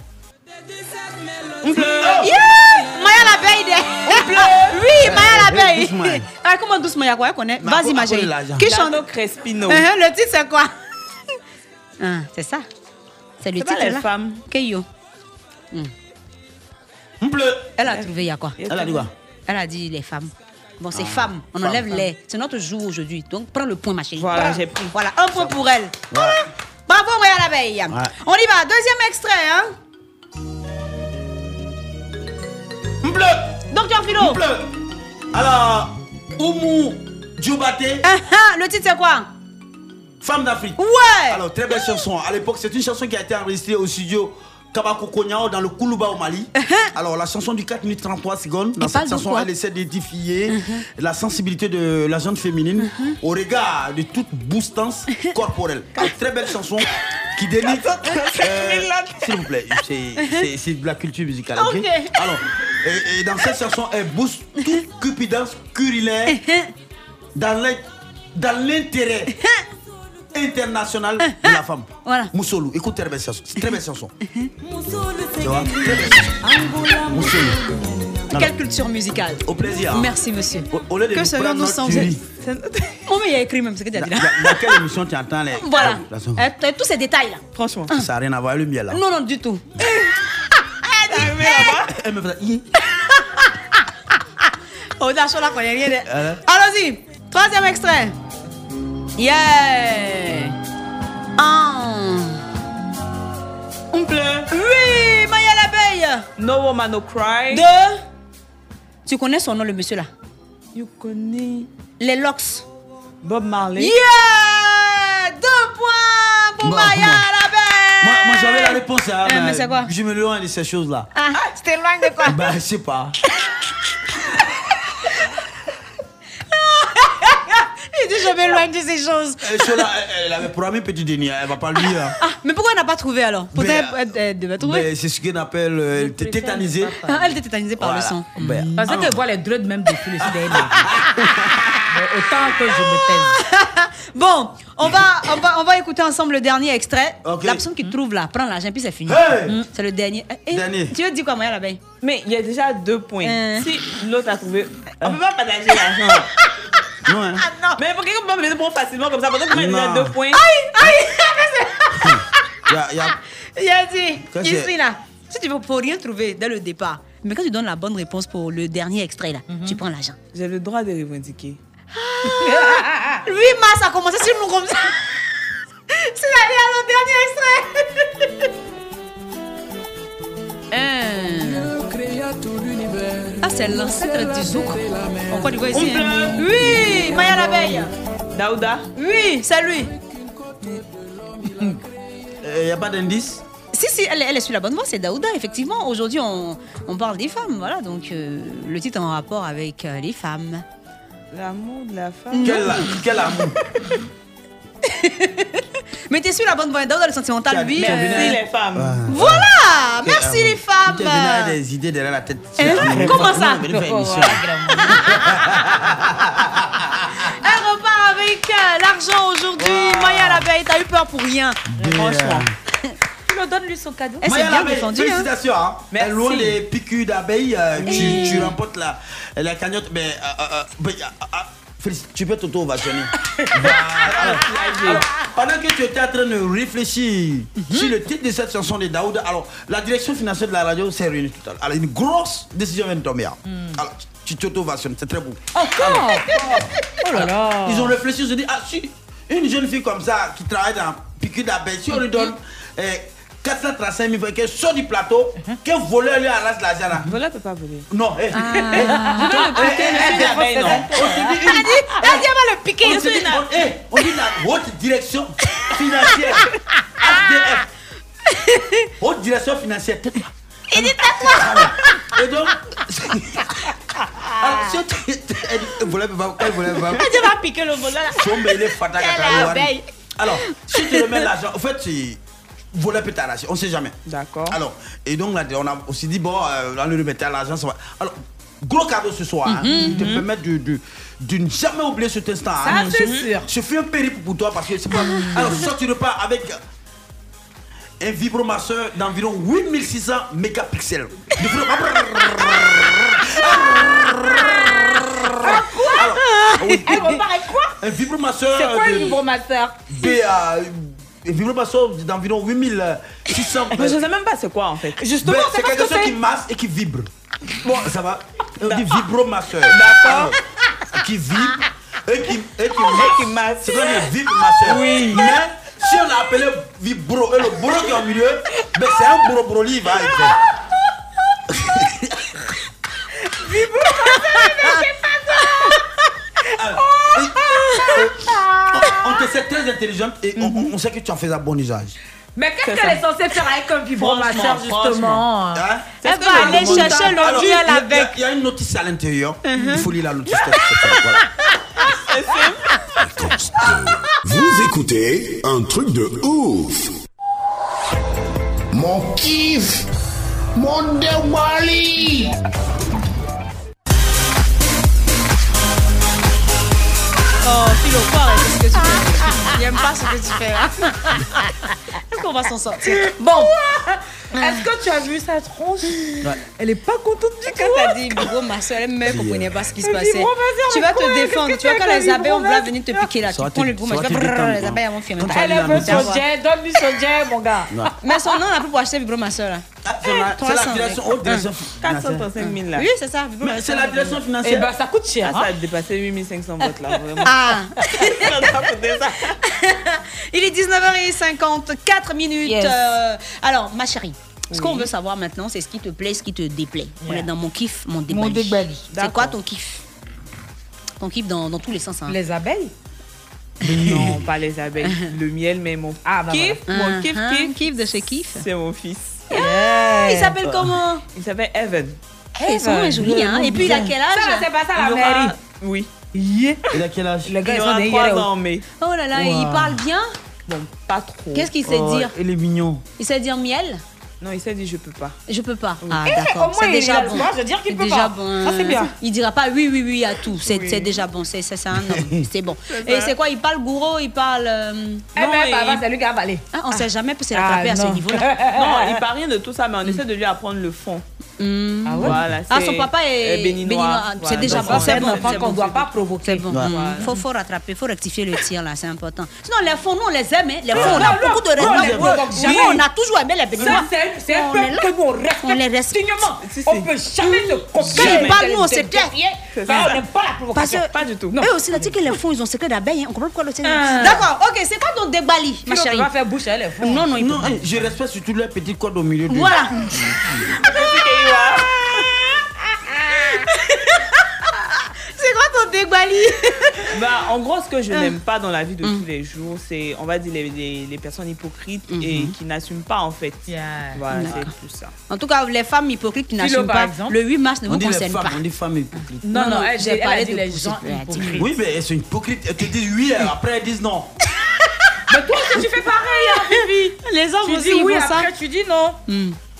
Speaker 10: Oh.
Speaker 9: Yeah Maya l'abeille de... Oui, Maya
Speaker 10: Eh, doucement,
Speaker 9: l'abeille.
Speaker 10: eh.
Speaker 9: Ah, comment doucement, Y'a quoi elle connaît Vas-y, ma chérie. Qui chante
Speaker 24: Crespino.
Speaker 9: Hein, Le titre, c'est quoi Ah, C'est ça. C'est le
Speaker 24: C'est pas
Speaker 9: titre.
Speaker 24: les
Speaker 9: là.
Speaker 24: femmes.
Speaker 9: Keyo.
Speaker 10: Mmh. Bleu.
Speaker 9: Elle a trouvé, il y a quoi
Speaker 10: Elle a dit quoi
Speaker 9: Elle a dit les femmes. Bon, c'est
Speaker 10: Ah,
Speaker 9: femmes. On
Speaker 10: femmes,
Speaker 9: enlève
Speaker 10: femmes.
Speaker 9: les. C'est notre jour aujourd'hui. Donc, prends le point, ma chérie.
Speaker 24: Voilà,
Speaker 9: Prends.
Speaker 24: j'ai pris.
Speaker 9: Voilà, un point pour elle.
Speaker 10: Voilà.
Speaker 9: Bravo, Moya l'abeille.
Speaker 10: Ouais.
Speaker 9: On y va. Deuxième extrait, hein.
Speaker 10: Mmh, Bleu. Mmh,
Speaker 9: Docteur Philo.
Speaker 10: Bleu. Alors, Oumou Djoubate,
Speaker 9: Uh-huh. le titre, c'est quoi
Speaker 10: Femme d'Afrique.
Speaker 9: Ouais.
Speaker 10: Alors, très belle chanson. À l'époque, c'est une chanson qui a été enregistrée au studio Kabako Konyao dans le Koulouba au Mali. Alors la chanson du 4 minutes 33 secondes, dans
Speaker 9: Uh-huh. Il parle
Speaker 10: cette
Speaker 9: de
Speaker 10: chanson,
Speaker 9: quoi Uh-huh.
Speaker 10: elle essaie d'édifier la sensibilité de la jeune féminine au regard de toute boostance
Speaker 9: Uh-huh.
Speaker 10: corporelle. Une très belle chanson qui délie. euh, S'il vous plaît, c'est-
Speaker 9: Uh-huh.
Speaker 10: c'est- c'est de la culture musicale. ok
Speaker 13: Ok.
Speaker 10: Alors, et, et dans cette chanson, elle booste toute cupidance curulaire
Speaker 9: Uh-huh.
Speaker 10: dans l'in- dans
Speaker 9: [laughs]
Speaker 10: l'intérêt international de la femme.
Speaker 9: Ah, Voilà.
Speaker 10: Moussolou, écoute très belle chanson. C'est très belle chanson. Tu vois Très belle chanson.
Speaker 9: Angoula.
Speaker 10: Moussolou. Alors,
Speaker 9: Quelle culture musicale.
Speaker 10: Mmh, Au plaisir. hein.
Speaker 9: Merci, monsieur.
Speaker 10: au lieu de
Speaker 9: que
Speaker 10: nous
Speaker 9: serions
Speaker 10: prendre
Speaker 9: nous
Speaker 10: notre
Speaker 9: sans
Speaker 10: jury.
Speaker 9: elle [laughs] Oh, mais il y a écrit même ce que tu as dit là.
Speaker 10: Dans- Dans quelle émission tu entends les.
Speaker 9: [laughs] Voilà.
Speaker 10: La chanson
Speaker 9: Euh, t- tous ces détails là.
Speaker 11: Franchement.
Speaker 10: Ça n'a rien à voir avec le miel là.
Speaker 9: Non, non, du [laughs] tout.
Speaker 10: Elle me fait. Hi.
Speaker 9: [laughs] Oh, d'accord, là, connaît rien. de-
Speaker 10: Euh,
Speaker 9: Allons-y. Troisième extrait. Yeah. Ah.
Speaker 11: On pleure.
Speaker 9: Oui, Maya l'abeille.
Speaker 11: No woman, no cry.
Speaker 9: Deux. Tu connais son nom, le monsieur là
Speaker 11: You connais.
Speaker 9: Les Locks.
Speaker 11: Bob Marley.
Speaker 9: Yeah. Deux points pour
Speaker 10: Bah,
Speaker 9: Maya
Speaker 10: bah.
Speaker 9: l'abeille.
Speaker 10: Moi, moi, j'avais la réponse à.
Speaker 9: Eh, mais c'est quoi
Speaker 10: Je me loin de ces choses là.
Speaker 9: Ah, tu t'éloignes de quoi
Speaker 10: Bah, je sais pas.
Speaker 9: [laughs] Il dit je m'éloigne de ces choses.
Speaker 10: Euh, Chola, elle, elle avait promis petit déni, elle va pas le dire.
Speaker 9: Ah, mais pourquoi elle n'a pas trouvé alors Peut-être
Speaker 10: Ben,
Speaker 9: elle, elle- elle devait trouver.
Speaker 10: Mais c'est ce qu'on appelle. euh, Elle était tétanisée.
Speaker 9: Ah, elle était tétanisée par le Bah, son.
Speaker 10: Ben,
Speaker 1: Parce que je vois les dreads même défiler sur des Autant que je me taise.
Speaker 9: bon, on va, on, va, on va écouter ensemble le dernier extrait.
Speaker 1: Ok.
Speaker 9: La personne qui trouve là, prends l'argent, puis c'est fini.
Speaker 11: Hey
Speaker 9: Mm. C'est le dernier. Eh, eh,
Speaker 11: Dernier.
Speaker 9: Tu veux dire quoi, Maya l'abeille
Speaker 11: Mais il y a déjà deux points.
Speaker 9: Euh.
Speaker 11: Si l'autre a trouvé, on
Speaker 10: Ah.
Speaker 11: peut pas partager l'argent.
Speaker 10: non, hein.
Speaker 11: Ah non. Mais pour quelqu'un peut me donner facilement comme ça, pendant que moi, il y a
Speaker 10: Non.
Speaker 11: déjà deux points.
Speaker 9: Aïe, aïe,
Speaker 10: y a- Ah, y
Speaker 9: [laughs]
Speaker 10: a-
Speaker 9: il a dit,
Speaker 10: Qu'est-ce
Speaker 9: je
Speaker 10: que-
Speaker 9: suis là. Si tu veux, pour rien trouver dès le départ. Mais quand tu donnes la bonne réponse pour le dernier extrait là, tu prends l'argent.
Speaker 11: Mhm. J'ai le droit de revendiquer.
Speaker 9: Le 8 mars a commencé sur nous comme ça. [laughs] C'est la dernière, dernier extrait. Hein. Ah, c'est l'ancêtre du zouk. En Côte d'Ivoire ici. hein. Oui, Maya l'abeille.
Speaker 11: Daouda.
Speaker 9: Oui, c'est lui.
Speaker 10: Euh, y a pas d'indice
Speaker 9: Si, si, elle, est- elle est sur la bonne voie, c'est Daouda. Effectivement, aujourd'hui, on, on parle des femmes. Voilà, donc euh, le titre en rapport avec euh, les femmes.
Speaker 11: L'amour de la femme.
Speaker 10: Quel, quel amour
Speaker 9: [laughs] Mais t'es sur la bonne voie, Daouda, le sentimental, lui. euh,
Speaker 10: Ah.
Speaker 11: femmes.
Speaker 9: Voilà, merci les femmes.
Speaker 10: Tu es venu avec des idées derrière la tête.
Speaker 9: Hein Comment ça
Speaker 10: Non, venez faire une émission.
Speaker 9: Elle repart avec euh, l'argent aujourd'hui. Maya l'abeille, t'as eu peur pour rien.
Speaker 10: Franchement.
Speaker 1: Tu le donnes lui son cadeau.
Speaker 9: Elle s'est
Speaker 10: Maya
Speaker 9: bien
Speaker 10: Lamé, [laughs]
Speaker 9: défendue, hein.
Speaker 10: Félicitations. Hein.
Speaker 9: Merci.
Speaker 10: Loin des piqûres d'abeilles, euh,
Speaker 9: Eh.
Speaker 10: tu, tu remportes la, la cagnotte. Mais, euh, euh, ben, euh, euh, félici- tu peux
Speaker 9: [laughs]
Speaker 10: t'auto-ovationner. Voilà. Alors, pendant que tu étais en train de réfléchir
Speaker 9: Mhm.
Speaker 10: sur le titre de cette chanson de Daoud, alors la direction financière de la radio s'est réunie tout à l'heure. Alors, une grosse décision vient de tomber. hein. Alors, tu tu t'auto-ovationnes, c'est très beau.
Speaker 13: Encore
Speaker 10: Oh là là. Ils ont réfléchi, ils ont dit, ah si, une jeune fille comme ça qui travaille dans piqûre d'abeille, si on lui donne eh, 435 000 francs, qu'elle sort du plateau, qu'un voleur lui arrache l'argent là.
Speaker 11: Voleur peut pas voler.
Speaker 10: Non. eh. [laughs]
Speaker 11: Ah. Je vais le
Speaker 10: Eh,
Speaker 11: piquer,
Speaker 10: eh,
Speaker 11: monsieur,
Speaker 10: eh, eh, eh, eh, On te dit,
Speaker 11: l'abeille, non.
Speaker 9: Elle dit, elle dit, elle va
Speaker 10: on te dit,
Speaker 9: le piquer.
Speaker 10: on- eh, on dit la haute direction financière, HDF. Haute direction financière, tête Ah,
Speaker 9: Il dit
Speaker 10: Et donc, alors, si on te- elle dit, eh, voleur peut pas- eh, voleur peut pas-
Speaker 7: Ah,
Speaker 9: Elle dit, elle va piquer le volant.
Speaker 10: Sombe, il est fatal,
Speaker 9: Quelle
Speaker 10: Kata Yowari.
Speaker 1: ben.
Speaker 9: abeille.
Speaker 10: Alors, si tu remets l'argent, en fait, tu voler peut t'arracher, on sait jamais.
Speaker 11: D'accord.
Speaker 10: Alors, et donc là, on a aussi dit, bon, euh, on va lui remettre à l'argent, ça va. Alors, gros cadeau ce soir, hein,
Speaker 1: Mm-hmm,
Speaker 10: qui te permet de, de, de ne jamais oublier cet instant. hein.
Speaker 1: Ça, c'est sûr. Ah.
Speaker 10: Je fais un périple pour toi parce que c'est pas. Alors, soit tu repars avec. Un vibromasseur d'environ 8600
Speaker 1: [laughs]
Speaker 10: mégapixels. De vibro-
Speaker 1: Ah.
Speaker 10: Alors, Ah oui.
Speaker 1: Elle repart avec quoi
Speaker 10: Un vibromasseur.
Speaker 1: C'est quoi
Speaker 10: de-
Speaker 1: le vibromasseur
Speaker 10: euh, B à vibromasseur d'environ euh, 8600.
Speaker 11: Mais je sais même pas c'est quoi en fait.
Speaker 10: Ben,
Speaker 11: Justement, c'est
Speaker 10: c'est
Speaker 11: parce
Speaker 10: quelque
Speaker 11: que
Speaker 10: chose
Speaker 11: c'est-
Speaker 10: qui masse et qui vibre. Bon, ça va. Euh, On dit vibromasseur.
Speaker 11: D'accord.
Speaker 10: Alors, Qui vibre et qui, et qui masse. C'est comme le vibromasseur.
Speaker 11: Oui.
Speaker 10: Mais si on l'appelait vibro et le bro qui est au milieu, ben c'est un bro bro livre. hein, On te sait très intelligente et on, on- on sait que tu en fais un bon usage.
Speaker 1: Mais qu'est-ce
Speaker 15: C'est
Speaker 1: qu'elle
Speaker 15: ça.
Speaker 1: est censée faire avec un vibromasseur,
Speaker 10: Franchement,
Speaker 1: justement
Speaker 10: franchement. Hein C'est
Speaker 1: Elle
Speaker 10: ce
Speaker 1: va
Speaker 10: que
Speaker 1: aller
Speaker 10: tout le monde
Speaker 1: chercher
Speaker 10: dit.
Speaker 1: le
Speaker 10: Alors,
Speaker 1: duel
Speaker 10: il y a-
Speaker 1: avec.
Speaker 10: Il y a une notice à l'intérieur.
Speaker 9: Uh-huh.
Speaker 10: Il faut lire la notice.
Speaker 6: Vous écoutez un truc de ouf. Mon kiff. Mon débali.
Speaker 9: Oh, Philo, faut arrêter ce que tu fais. J'aime pas ce que tu fais. hein. Est-ce qu'on va s'en sortir
Speaker 1: Bon, est-ce que tu as vu sa tronche Elle est pas contente du tout.
Speaker 9: Quand t'as dit gros ma soeur, elle même comprenait pas ce qui se
Speaker 1: Elle dit,
Speaker 9: passait.
Speaker 1: Gros, vas-y,
Speaker 9: Tu
Speaker 1: mais
Speaker 9: vas te
Speaker 1: quoi,
Speaker 9: défendre.
Speaker 1: qu'est-ce que
Speaker 9: Tu vois,
Speaker 1: tu as
Speaker 9: quand
Speaker 1: avec
Speaker 9: les
Speaker 1: un
Speaker 9: abeilles, on va
Speaker 1: vibromasseur
Speaker 9: venir te piquer là. Tu
Speaker 10: Soit
Speaker 9: prends
Speaker 10: tu-
Speaker 9: le gros, je
Speaker 10: soit
Speaker 9: vais
Speaker 10: tu détends,
Speaker 9: brrr, les
Speaker 10: quoi.
Speaker 9: abeilles, elles vont fuir.
Speaker 10: Quand tu as
Speaker 9: Elle
Speaker 10: lu la
Speaker 9: veut
Speaker 10: notice.
Speaker 9: son jet,
Speaker 1: donne-lui son jet, mon gars.
Speaker 10: Non.
Speaker 9: Mais son nom, on a plus pour acheter vibromasseur là.
Speaker 10: C'est Ah, la
Speaker 9: 300,
Speaker 10: direction
Speaker 9: ouais.
Speaker 10: haute direction
Speaker 9: Hein.
Speaker 10: financière.
Speaker 11: 435 000 là.
Speaker 9: Oui, c'est ça.
Speaker 10: Mais c'est la direction
Speaker 11: Eh
Speaker 10: financière.
Speaker 11: ben,
Speaker 1: ça coûte cher.
Speaker 11: Ah, Ça a dépassé 8500 votes là, vraiment.
Speaker 9: Ah. [laughs] Il est 19h54 minutes.
Speaker 11: Yes.
Speaker 9: Euh, alors, ma chérie, ce qu'on
Speaker 11: Oui.
Speaker 9: veut savoir maintenant, c'est ce qui te plaît, ce qui te déplaît. On
Speaker 11: Yeah.
Speaker 9: est dans mon kiff, mon
Speaker 11: Mon
Speaker 9: débali.
Speaker 11: débali.
Speaker 9: C'est quoi ton kiff Ton kiff dans, dans tous les sens. hein.
Speaker 1: Les abeilles
Speaker 11: Non, pas les abeilles.
Speaker 10: [laughs]
Speaker 11: Le miel, mais mon
Speaker 9: Ah, bah,
Speaker 11: kiff,
Speaker 9: Hein,
Speaker 11: mon kiff, kiff,
Speaker 9: kiff de ce kiff.
Speaker 11: c'est mon fils.
Speaker 9: Ah, il s'appelle comment
Speaker 11: Il s'appelle Evan.
Speaker 9: Eh, son nom est joli, hein. Et puis, il a quel âge
Speaker 1: Ça, c'est pas ça la
Speaker 11: Il aura-
Speaker 1: mairie.
Speaker 11: Oui.
Speaker 10: Il a quel âge
Speaker 1: Le
Speaker 11: Il aura 3 ans en mai.
Speaker 9: Oh là là, et il
Speaker 10: Wow.
Speaker 9: parle bien
Speaker 11: Bon, pas trop.
Speaker 9: [laughs] Qu'est-ce qu'il sait dire
Speaker 10: Oh, Il est mignon.
Speaker 9: Il sait dire miel
Speaker 11: Non, il s'est dit je peux pas.
Speaker 9: Je peux pas. Ah,
Speaker 11: Eh, au
Speaker 9: d'accord.
Speaker 11: moins,
Speaker 9: C'est
Speaker 11: il
Speaker 9: déjà
Speaker 11: a le
Speaker 9: bon.
Speaker 11: droit de dire qu'il
Speaker 9: C'est
Speaker 11: peut
Speaker 9: déjà
Speaker 11: pas.
Speaker 9: bon.
Speaker 11: Ça, c'est bien.
Speaker 9: Il dira pas oui, oui, oui à tout. C'est c'est déjà bon. C'est ça, c'est un homme. C'est bon. Et
Speaker 1: ça.
Speaker 9: c'est quoi Il parle gourou, il parle. euh,
Speaker 1: Eh ben,
Speaker 9: et-
Speaker 1: papa, c'est lui qui a avalé.
Speaker 9: Ah, on sait jamais, peut
Speaker 1: c'est
Speaker 9: c'est la à ce
Speaker 1: [laughs]
Speaker 9: niveau-là.
Speaker 11: non, il parle rien de tout ça, mais on essaie de lui apprendre le fond.
Speaker 9: Ah
Speaker 1: Hmm. ouais
Speaker 11: Voilà,
Speaker 9: Ah,
Speaker 11: c'est-
Speaker 9: son papa est
Speaker 11: euh, béninois.
Speaker 9: C'est
Speaker 11: Voilà,
Speaker 9: déjà
Speaker 11: donc
Speaker 9: bon.
Speaker 11: on
Speaker 9: C'est
Speaker 11: aime
Speaker 9: bon.
Speaker 11: apprendre
Speaker 9: c'est
Speaker 11: qu'on
Speaker 9: bon,
Speaker 11: doit
Speaker 9: c'est
Speaker 1: pas
Speaker 9: bon.
Speaker 1: provoquer.
Speaker 9: C'est bon.
Speaker 11: Voilà.
Speaker 9: Il faut, faut rattraper, faut rectifier le tir là, c'est important. Sinon, les fonds, nous on les aime. hein. Les fonds, on
Speaker 1: non,
Speaker 9: a
Speaker 1: non,
Speaker 9: beaucoup de
Speaker 1: non, on les
Speaker 9: respect. pour eux.
Speaker 1: provoque
Speaker 9: Jamais
Speaker 1: jamais.
Speaker 9: on a toujours aimé les béninois.
Speaker 1: Ça, c'est- c'est un
Speaker 9: On
Speaker 1: peuple
Speaker 9: est là.
Speaker 1: que nous respectons
Speaker 9: On les respecte.
Speaker 1: On peut jamais se
Speaker 9: Quand
Speaker 1: comparer.
Speaker 9: ils parlent, nous on se tait.
Speaker 1: Bah, on n'aime pas la provocation.
Speaker 9: Pas
Speaker 11: du tout.
Speaker 9: Eux aussi, là, tu sais que les fonds, ils ont secret d'abeille. hein. On comprend pourquoi le tien.
Speaker 1: Ah.
Speaker 9: D'accord, ok, c'est quoi ton débali, ma
Speaker 1: Philo, tu
Speaker 9: chérie
Speaker 1: vas faire bouche à lèvres.
Speaker 9: Non, non, il
Speaker 10: Non, eh, je respecte surtout les petites cordes au milieu du.
Speaker 9: Voilà. [laughs] C'est quoi ton déguali
Speaker 11: bah, En gros, ce que
Speaker 9: Hmm.
Speaker 11: je n'aime pas dans la vie de tous les jours, c'est, on va dire, les, les- les personnes hypocrites
Speaker 9: Hmm.
Speaker 11: et qui n'assument pas, en fait. Voilà,
Speaker 9: D'accord.
Speaker 11: c'est tout ça.
Speaker 9: En tout cas, les femmes hypocrites qui
Speaker 11: Philo,
Speaker 9: n'assument
Speaker 11: par
Speaker 9: pas,
Speaker 11: exemple.
Speaker 9: le 8 mars ne
Speaker 10: On
Speaker 9: vous
Speaker 10: dit les
Speaker 9: concerne
Speaker 10: femmes,
Speaker 9: pas.
Speaker 10: on dit femmes hypocrites.
Speaker 9: Non, non, elle-
Speaker 10: j'ai
Speaker 9: elle a
Speaker 10: parlé
Speaker 9: dit
Speaker 10: de
Speaker 9: les
Speaker 10: hypocrites.
Speaker 9: gens hypocrites.
Speaker 10: Oui, mais elles sont hypocrites. Elles te disent oui, après elles disent non.
Speaker 1: [laughs] Mais toi aussi, tu fais pareil, hein, Vivi.
Speaker 9: Les hommes
Speaker 1: Tu
Speaker 9: aussi,
Speaker 1: dis
Speaker 9: ils
Speaker 1: oui,
Speaker 9: font ça.
Speaker 1: après, tu dis non.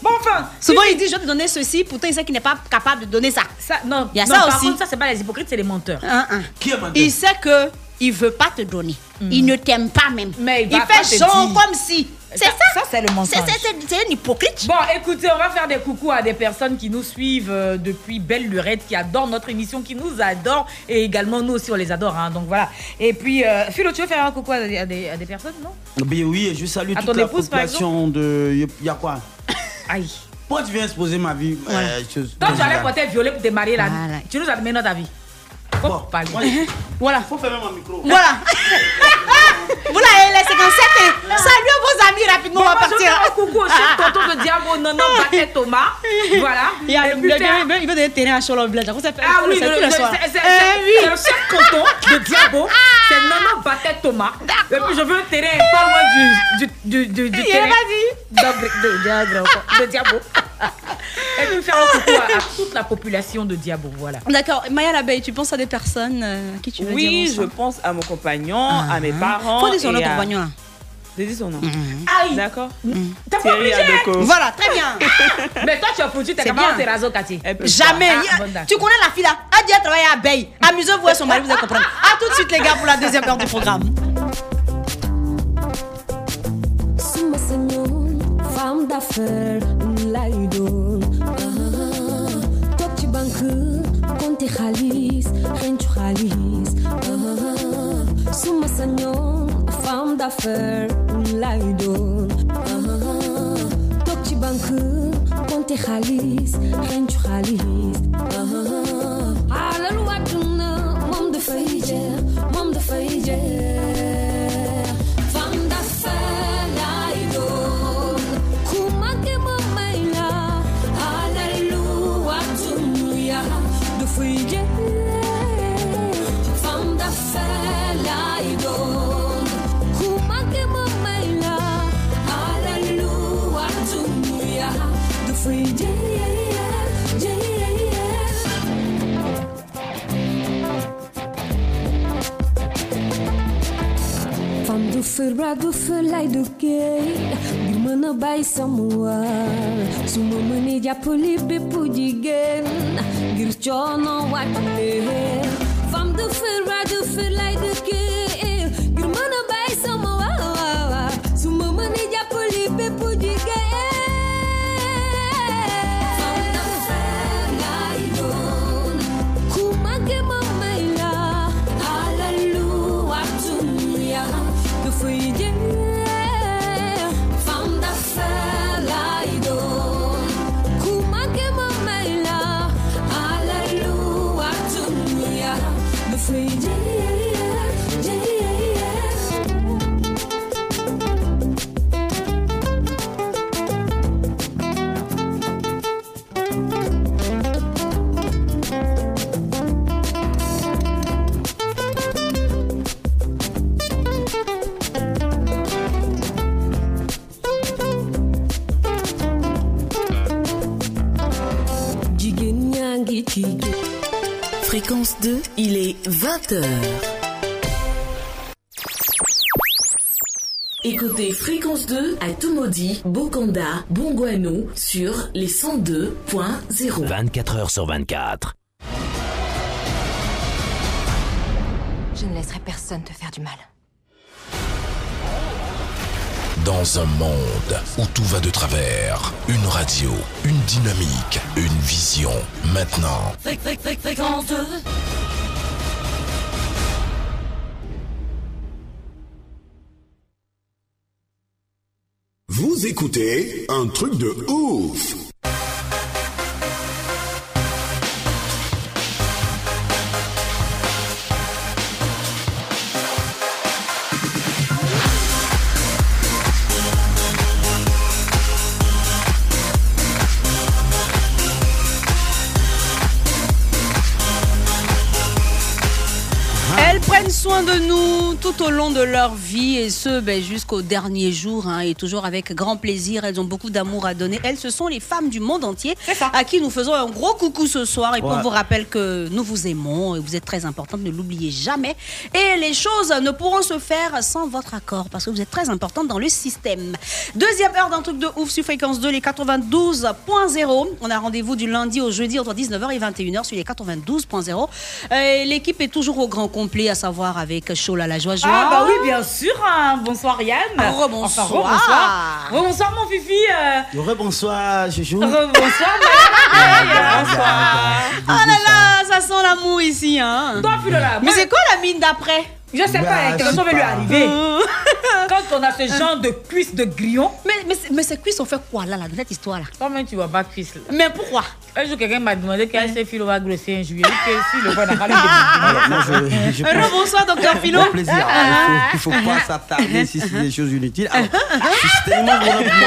Speaker 1: Bon, enfin.
Speaker 9: Souvent, ils disent je vais te donner ceci, pourtant il sait qu'il n'est pas capable de donner ça.
Speaker 1: non,
Speaker 9: il y a
Speaker 1: non,
Speaker 9: ça
Speaker 1: par
Speaker 9: aussi.
Speaker 1: contre, ça, c'est pas les hypocrites, c'est les menteurs.
Speaker 9: Hein, hein.
Speaker 10: Qui est
Speaker 9: Il sait que il veut pas te donner. Il ne t'aime pas même.
Speaker 1: Mm. Mais
Speaker 9: il
Speaker 1: va pas
Speaker 9: fait
Speaker 1: te
Speaker 9: genre
Speaker 1: dire.
Speaker 9: comme si. C'est ça.
Speaker 1: Euh, Ça, c'est le mensonge.
Speaker 9: C'est- c'est- C'est une hypocrite.
Speaker 1: Bon, écoutez, on va faire des coucous à des personnes qui nous suivent euh, depuis Belle Lurette, qui adorent notre émission, qui nous adorent. Et également, nous aussi, on les adore. hein, donc voilà. Et puis, euh, Philo, tu veux faire un coucou à des, à des- à des personnes, non
Speaker 10: Ben oui, et je salue
Speaker 1: À
Speaker 10: toute
Speaker 1: ton
Speaker 10: la
Speaker 1: épouse, par
Speaker 10: population de. Il y a quoi
Speaker 1: [coughs] Aïe.
Speaker 10: Pourquoi tu viens exposer ma vie euh, chose-
Speaker 1: Toi, tu
Speaker 10: Voilà.
Speaker 1: allais porter violet pour te marier là. Tu nous as donné notre avis. Faut parler. [laughs]
Speaker 9: Voilà.
Speaker 10: Faut fermer mon micro.
Speaker 9: Voilà. Vous l'avez laissé comme ça. Salut vos amis rapidement, on va
Speaker 1: Moi, je
Speaker 9: partir.
Speaker 1: fais un coucou au chef tonton
Speaker 9: [laughs]
Speaker 1: de Diabo, non, non, Batet Thomas. Voilà.
Speaker 9: Il y a
Speaker 1: Et
Speaker 9: le
Speaker 1: puis,
Speaker 9: bleu,
Speaker 1: faire-
Speaker 9: il veut- il veut donner terrain à Cholo Blanc. Ça fait-
Speaker 1: Ah
Speaker 9: on le
Speaker 1: oui,
Speaker 9: sait
Speaker 1: le-
Speaker 9: tous
Speaker 1: le-
Speaker 9: les
Speaker 1: c'est
Speaker 9: soirs.
Speaker 1: c'est- c'est-
Speaker 9: Eh oui. Ah!
Speaker 1: c'est le chef canton de
Speaker 9: [laughs]
Speaker 1: Diabo, c'est Nanon Batet Thomas. Et puis je veux un terrain pas loin du, du, du, du, du
Speaker 9: Il est
Speaker 1: terrain.
Speaker 9: vas-y.
Speaker 1: d'Abri- De, de- de-
Speaker 9: [laughs]
Speaker 1: de Diabo. Et puis faire un coucou à, à toute la population de Diabo, voilà.
Speaker 9: D'accord, Maya l'abeille, tu penses à des personnes euh, à qui tu veux dire
Speaker 11: Oui, je
Speaker 9: bonsoir
Speaker 11: pense à mon compagnon,
Speaker 1: Ah.
Speaker 11: à mes parents.
Speaker 9: Faut dire son nom,
Speaker 11: et à-
Speaker 9: compagnon, là. Hmm.
Speaker 11: J'ai dit son nom.
Speaker 1: Aïe.
Speaker 11: D'accord
Speaker 1: T'as pas
Speaker 11: Thierry
Speaker 1: obligé.
Speaker 11: Adoko.
Speaker 9: Voilà, très bien.
Speaker 1: Hmm. [laughs] Mais toi, tu as foutu tes
Speaker 9: C'est
Speaker 1: camarades
Speaker 9: bien.
Speaker 1: Terrazzo, Cathy.
Speaker 9: Jamais.
Speaker 1: Ah,
Speaker 9: Il-
Speaker 1: bon, d'accord.
Speaker 9: tu connais la fille là Elle dit elle travaille à abeille. Amusez-vous et son mari, vous allez comprendre. A tout de suite, les gars, pour la deuxième heure du programme.
Speaker 4: Sumasa nyon, femme d'affaires, la idol. Ah, toi tu banques, compte tes khalis, rien tu khalis. Ah, Sumasa nyon, femme d'affaires, la idol. Ah, toi tu banques, compte tes khalis, rien tu khalis. Ah, alal waduna, mom de faïdje, mom de faïdje. Femme d'affaires, la idole. Kumake mamaila, alléluia, Tunguya, de fouille. Femme d'affaires, la idole. Kumake mamaila, alléluia. fura do fulai do que Gimana bai samua Suma mani ja puli be pudigen Girchono wakte Fam do fura do fulai do que Gimana bai samua Suma mani ja puli be pudigen Kumake mamaila Hallelujah Atunia Du fuyje Femme d'affaires Laïdon Kumake mamaila Hallelujah Atunia Du fuyje
Speaker 1: Fréquence 2, il est 20h. Écoutez Fréquence 2 à Toumodi, Bokanda, Bonguano sur les
Speaker 7: oh.
Speaker 8: [laughs]
Speaker 1: 102.0.
Speaker 8: 24 heures sur 24.
Speaker 25: Je ne laisserai personne te faire du mal.
Speaker 3: Dans un monde où tout va de travers, une radio, une dynamique, une vision. Maintenant,
Speaker 13: Fric, fric, fric, fréquence 2.
Speaker 26: Vous écoutez un truc de ouf.
Speaker 10: Ah.
Speaker 9: Elles prennent soin de nous tout au long de leur vie et ce ben, jusqu'au dernier jour hein, et toujours avec grand plaisir. Elles ont beaucoup d'amour à donner. Elles, ce sont les femmes du monde entier à qui nous faisons un gros coucou ce soir. Et puis
Speaker 27: Ouais.
Speaker 9: on vous rappelle que nous vous aimons et vous êtes très importantes, ne l'oubliez jamais. Et les choses ne pourront se faire sans votre accord parce que vous êtes très importantes dans le système. Deuxième heure d'un truc de ouf sur fréquence 2, les 92.0. On a rendez-vous du lundi au jeudi entre 19h et 21h sur les 92.0. Euh, L'équipe est toujours au grand complet, à savoir avec Chola la joie joie.
Speaker 7: Ah bah oui, bien sûr. hein. Bonsoir Yann.
Speaker 9: Rebonsoir.
Speaker 7: Enfin, rebonsoir.
Speaker 1: Ah,
Speaker 7: Rebonsoir mon Fifi. euh,
Speaker 10: Rebonsoir, Joujou.
Speaker 7: Rebonsoir, Ah,
Speaker 9: Oh là là, ça sent l'amour ici. Hein. Mais c'est quoi la mine d'après
Speaker 7: Je sais pas, hein, quelque chose va lui arriver. Quand on a ce genre de cuisses de grillon.
Speaker 9: Mais, mais, c'est- mais ces cuisses ont fait quoi là, là dans cette histoire là
Speaker 7: Comment tu vois pas cuisses là
Speaker 9: Mais pourquoi
Speaker 7: Un jour, quelqu'un m'a demandé quel ce filo va grossir un jour. Il dit que si le bon n'a pas
Speaker 10: Alors, moi, je- [laughs]
Speaker 1: [laughs]
Speaker 10: je pense-
Speaker 9: Rebonsoir, docteur Philo. Ah,
Speaker 10: Bon plaisir. Alors, Il ne faut, il faut pas s'attarder si c'est des choses inutiles. Alors, je suis tellement heureux pour moi d'être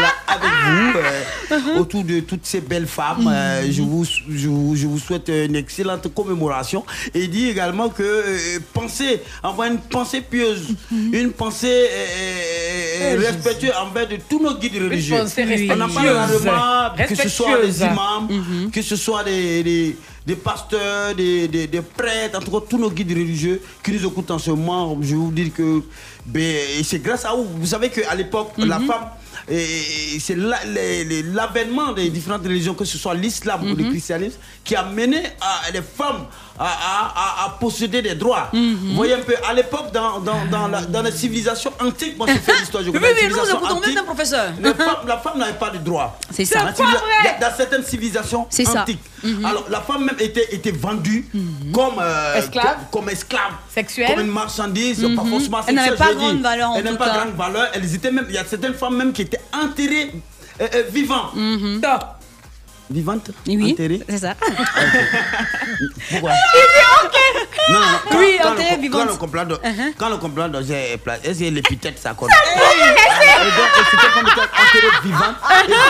Speaker 10: là avec vous, euh, autour de toutes ces belles femmes. Euh,
Speaker 28: Mhm.
Speaker 10: je, vous, sou- je, vous, je vous souhaite une excellente commémoration et dire également que euh, pensez, envoie une pensée pieuse, une pensée euh,
Speaker 28: Mhm. Pieuse.
Speaker 10: respectueuse envers de tous nos guides religieux.
Speaker 28: pensée
Speaker 10: On n'a pas le
Speaker 28: respectueuse.
Speaker 10: droit, que ce soit les
Speaker 28: Respectueuse.
Speaker 10: imams,
Speaker 9: Mhm.
Speaker 10: que ce soit des, des, des pasteurs, des, des, des prêtres, en tout cas tous nos guides religieux qui nous écoutent en ce moment, je vais vous dire que ben, et c'est grâce à vous. Vous savez qu'à l'époque, la
Speaker 9: Mhm.
Speaker 10: femme, et- et c'est la- les- les- l'avènement des différentes religions, que ce soit l'islam ou
Speaker 9: Mhm.
Speaker 10: le christianisme, qui a mené à- les femmes à, à- à- à posséder des droits.
Speaker 9: Mhm.
Speaker 10: Vous voyez un peu, à l'époque, dans, dans, dans, la, dans les civilisations antiques, moi je fais l'histoire, je
Speaker 9: [laughs] Oui,
Speaker 10: connais
Speaker 9: oui,
Speaker 10: les
Speaker 9: mais nous, nous
Speaker 10: civilisations
Speaker 9: écoutons
Speaker 10: antiques,
Speaker 9: maintenant, professeur.
Speaker 10: les femmes- la femme n'avait pas de droit.
Speaker 9: C'est ça.
Speaker 10: Dans la
Speaker 9: C'est pas
Speaker 10: civili-
Speaker 9: vrai.
Speaker 10: il y a- Dans certaines civilisations
Speaker 9: C'est ça. Mhm.
Speaker 10: antiques. Alors la femme même était, était vendue comme, euh,
Speaker 9: Esclave.
Speaker 10: co- comme esclave.
Speaker 7: Sexuelle.
Speaker 10: Comme une marchandise,
Speaker 9: Mhm.
Speaker 10: pas forcément
Speaker 9: Elle n'avait
Speaker 10: sexuelle,
Speaker 9: pas
Speaker 10: je veux
Speaker 9: grande
Speaker 10: dire.
Speaker 9: valeur, en
Speaker 10: Elle n'avait
Speaker 9: tout
Speaker 10: pas
Speaker 9: cas.
Speaker 10: grande valeur. Elles étaient même, il y a certaines femmes même qui étaient enterrées euh, euh, vivantes. Vivantes Enterrées
Speaker 9: Mhm. C'est ça. [laughs]
Speaker 10: Pourquoi Non, non, non. Quand,
Speaker 9: Oui,
Speaker 10: quand
Speaker 9: enterrées
Speaker 10: le,
Speaker 9: vivantes.
Speaker 10: Quand le complot,
Speaker 9: Uh-huh.
Speaker 10: quand le complot, j'ai placé, est-ce que l'épithète, ça compte
Speaker 9: Hey.
Speaker 10: Et donc, c'était comme étant enterrées vivantes